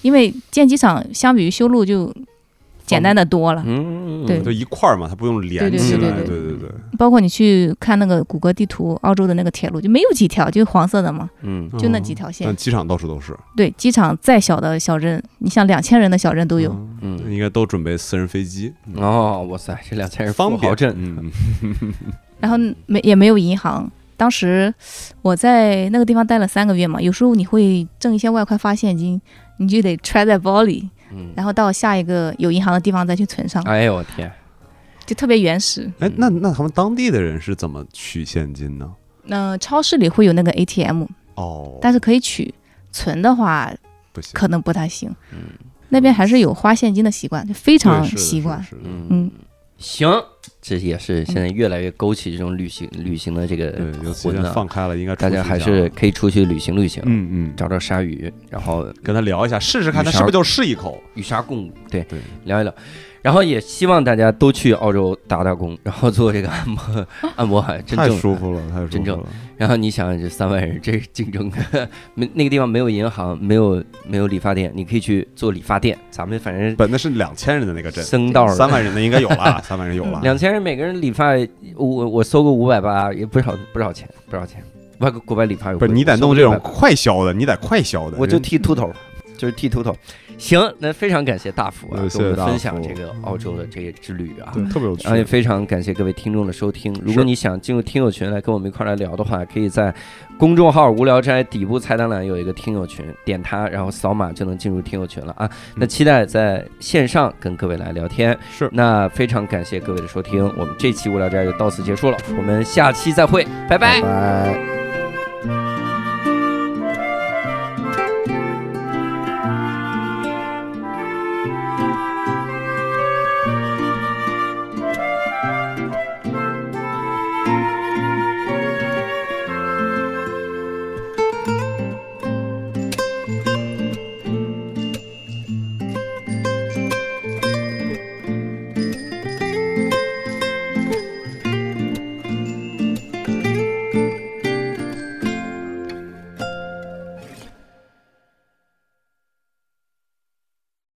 S4: 因为建机场相比于修路就简单的多了。
S1: 嗯，
S4: 对
S3: 就一块儿嘛，它不用连
S4: 对
S1: 对
S3: 起
S1: 对
S3: 来，
S1: 对
S3: 对
S1: 对
S3: 对对，
S4: 包括你去看那个谷歌地图，澳洲的那个铁路就没有几条，就黄色的嘛，
S1: 嗯，
S4: 就那几条线。
S3: 但机场到处都是，
S4: 对，机场再小的小镇，你像两千人的小镇都有。
S3: 嗯，
S1: 嗯
S3: 应该都准备私人飞机，嗯
S1: 哦，哇塞，这两千人
S3: 方
S1: 富豪
S3: 便
S1: 镇，
S3: 嗯，
S4: 然后没也没有银行。当时我在那个地方待了三个月嘛，有时候你会挣一些外快发现金，你就得揣在包里，
S1: 嗯，
S4: 然后到下一个有银行的地方再去存上，
S1: 哎呦我天，
S4: 就特别原始。
S1: 嗯
S3: 哎，那那他们当地的人是怎么取现金呢？
S4: 那、超市里会有那个 ATM，
S3: 哦，
S4: 但是可以取，存的话
S3: 不行，
S4: 可能不太行。
S1: 嗯
S4: 那边还是有花现金的习惯，就非常
S3: 对是的
S4: 习惯。
S3: 是的是的
S1: 嗯，行，这也是现在越来越勾起这种旅行旅行嗯的这个
S3: 对，尤其
S1: 魂
S3: 现在
S1: 呢，
S3: 放开了，应该出
S1: 大家
S3: 去
S1: 还
S3: 一下
S1: 是可以出去旅行旅行，
S3: 嗯嗯，
S1: 找找鲨鱼，然后
S3: 跟他聊一下，试试看
S1: 鱼
S3: 他
S1: 勺
S3: 是不是就试一口。
S1: 与鲨共舞，对
S3: 对，
S1: 聊一聊。然后也希望大家都去澳洲打打工， 然后做这个按摩按摩海，真
S3: 太
S1: 正
S3: 舒。服了，太舒
S1: 真
S3: 服
S1: 正
S3: 了。
S1: 然后你想想这三万人，这是竞争的， 没那个地方没有银行，没有没有理发店，你可以去做理发店。咱们反正
S3: 本那是两千人的那个镇，
S1: 僧道儿
S3: 三万人的应该有了，三万人有了。
S1: 两千人每个人理发，我我我搜个五百八也不少不少钱，不少钱。外国国外理发有
S3: 不
S1: 贵
S3: 是你得
S1: 搜
S3: 弄
S1: 个
S3: 这种
S1: 680
S3: 快消的，你得快消的。
S1: 我就
S3: 人
S1: 剃秃头，就是剃秃头。行，那非常感谢大福啊，
S3: 呃
S1: 给
S3: 谢
S1: 我
S3: 谢
S1: 们
S3: 大
S1: 分享
S3: 福
S1: 这个澳洲的这个之旅啊。
S3: 对特别有趣
S1: 然后也非常感谢各位听众的收听。如果
S3: 是
S1: 你想进入听友群来跟我们一块儿来聊的话，可以在公众号“无聊斋”底部菜单栏有一个听友群，点它，然后扫码就能进入听友群了啊。那
S3: 嗯
S1: 期待在线上跟各位来聊天。
S3: 是，
S1: 那非常感谢各位的收听，我们这期无聊斋就到此结束了，我们下期再会，拜拜
S3: 拜拜。
S6: Thank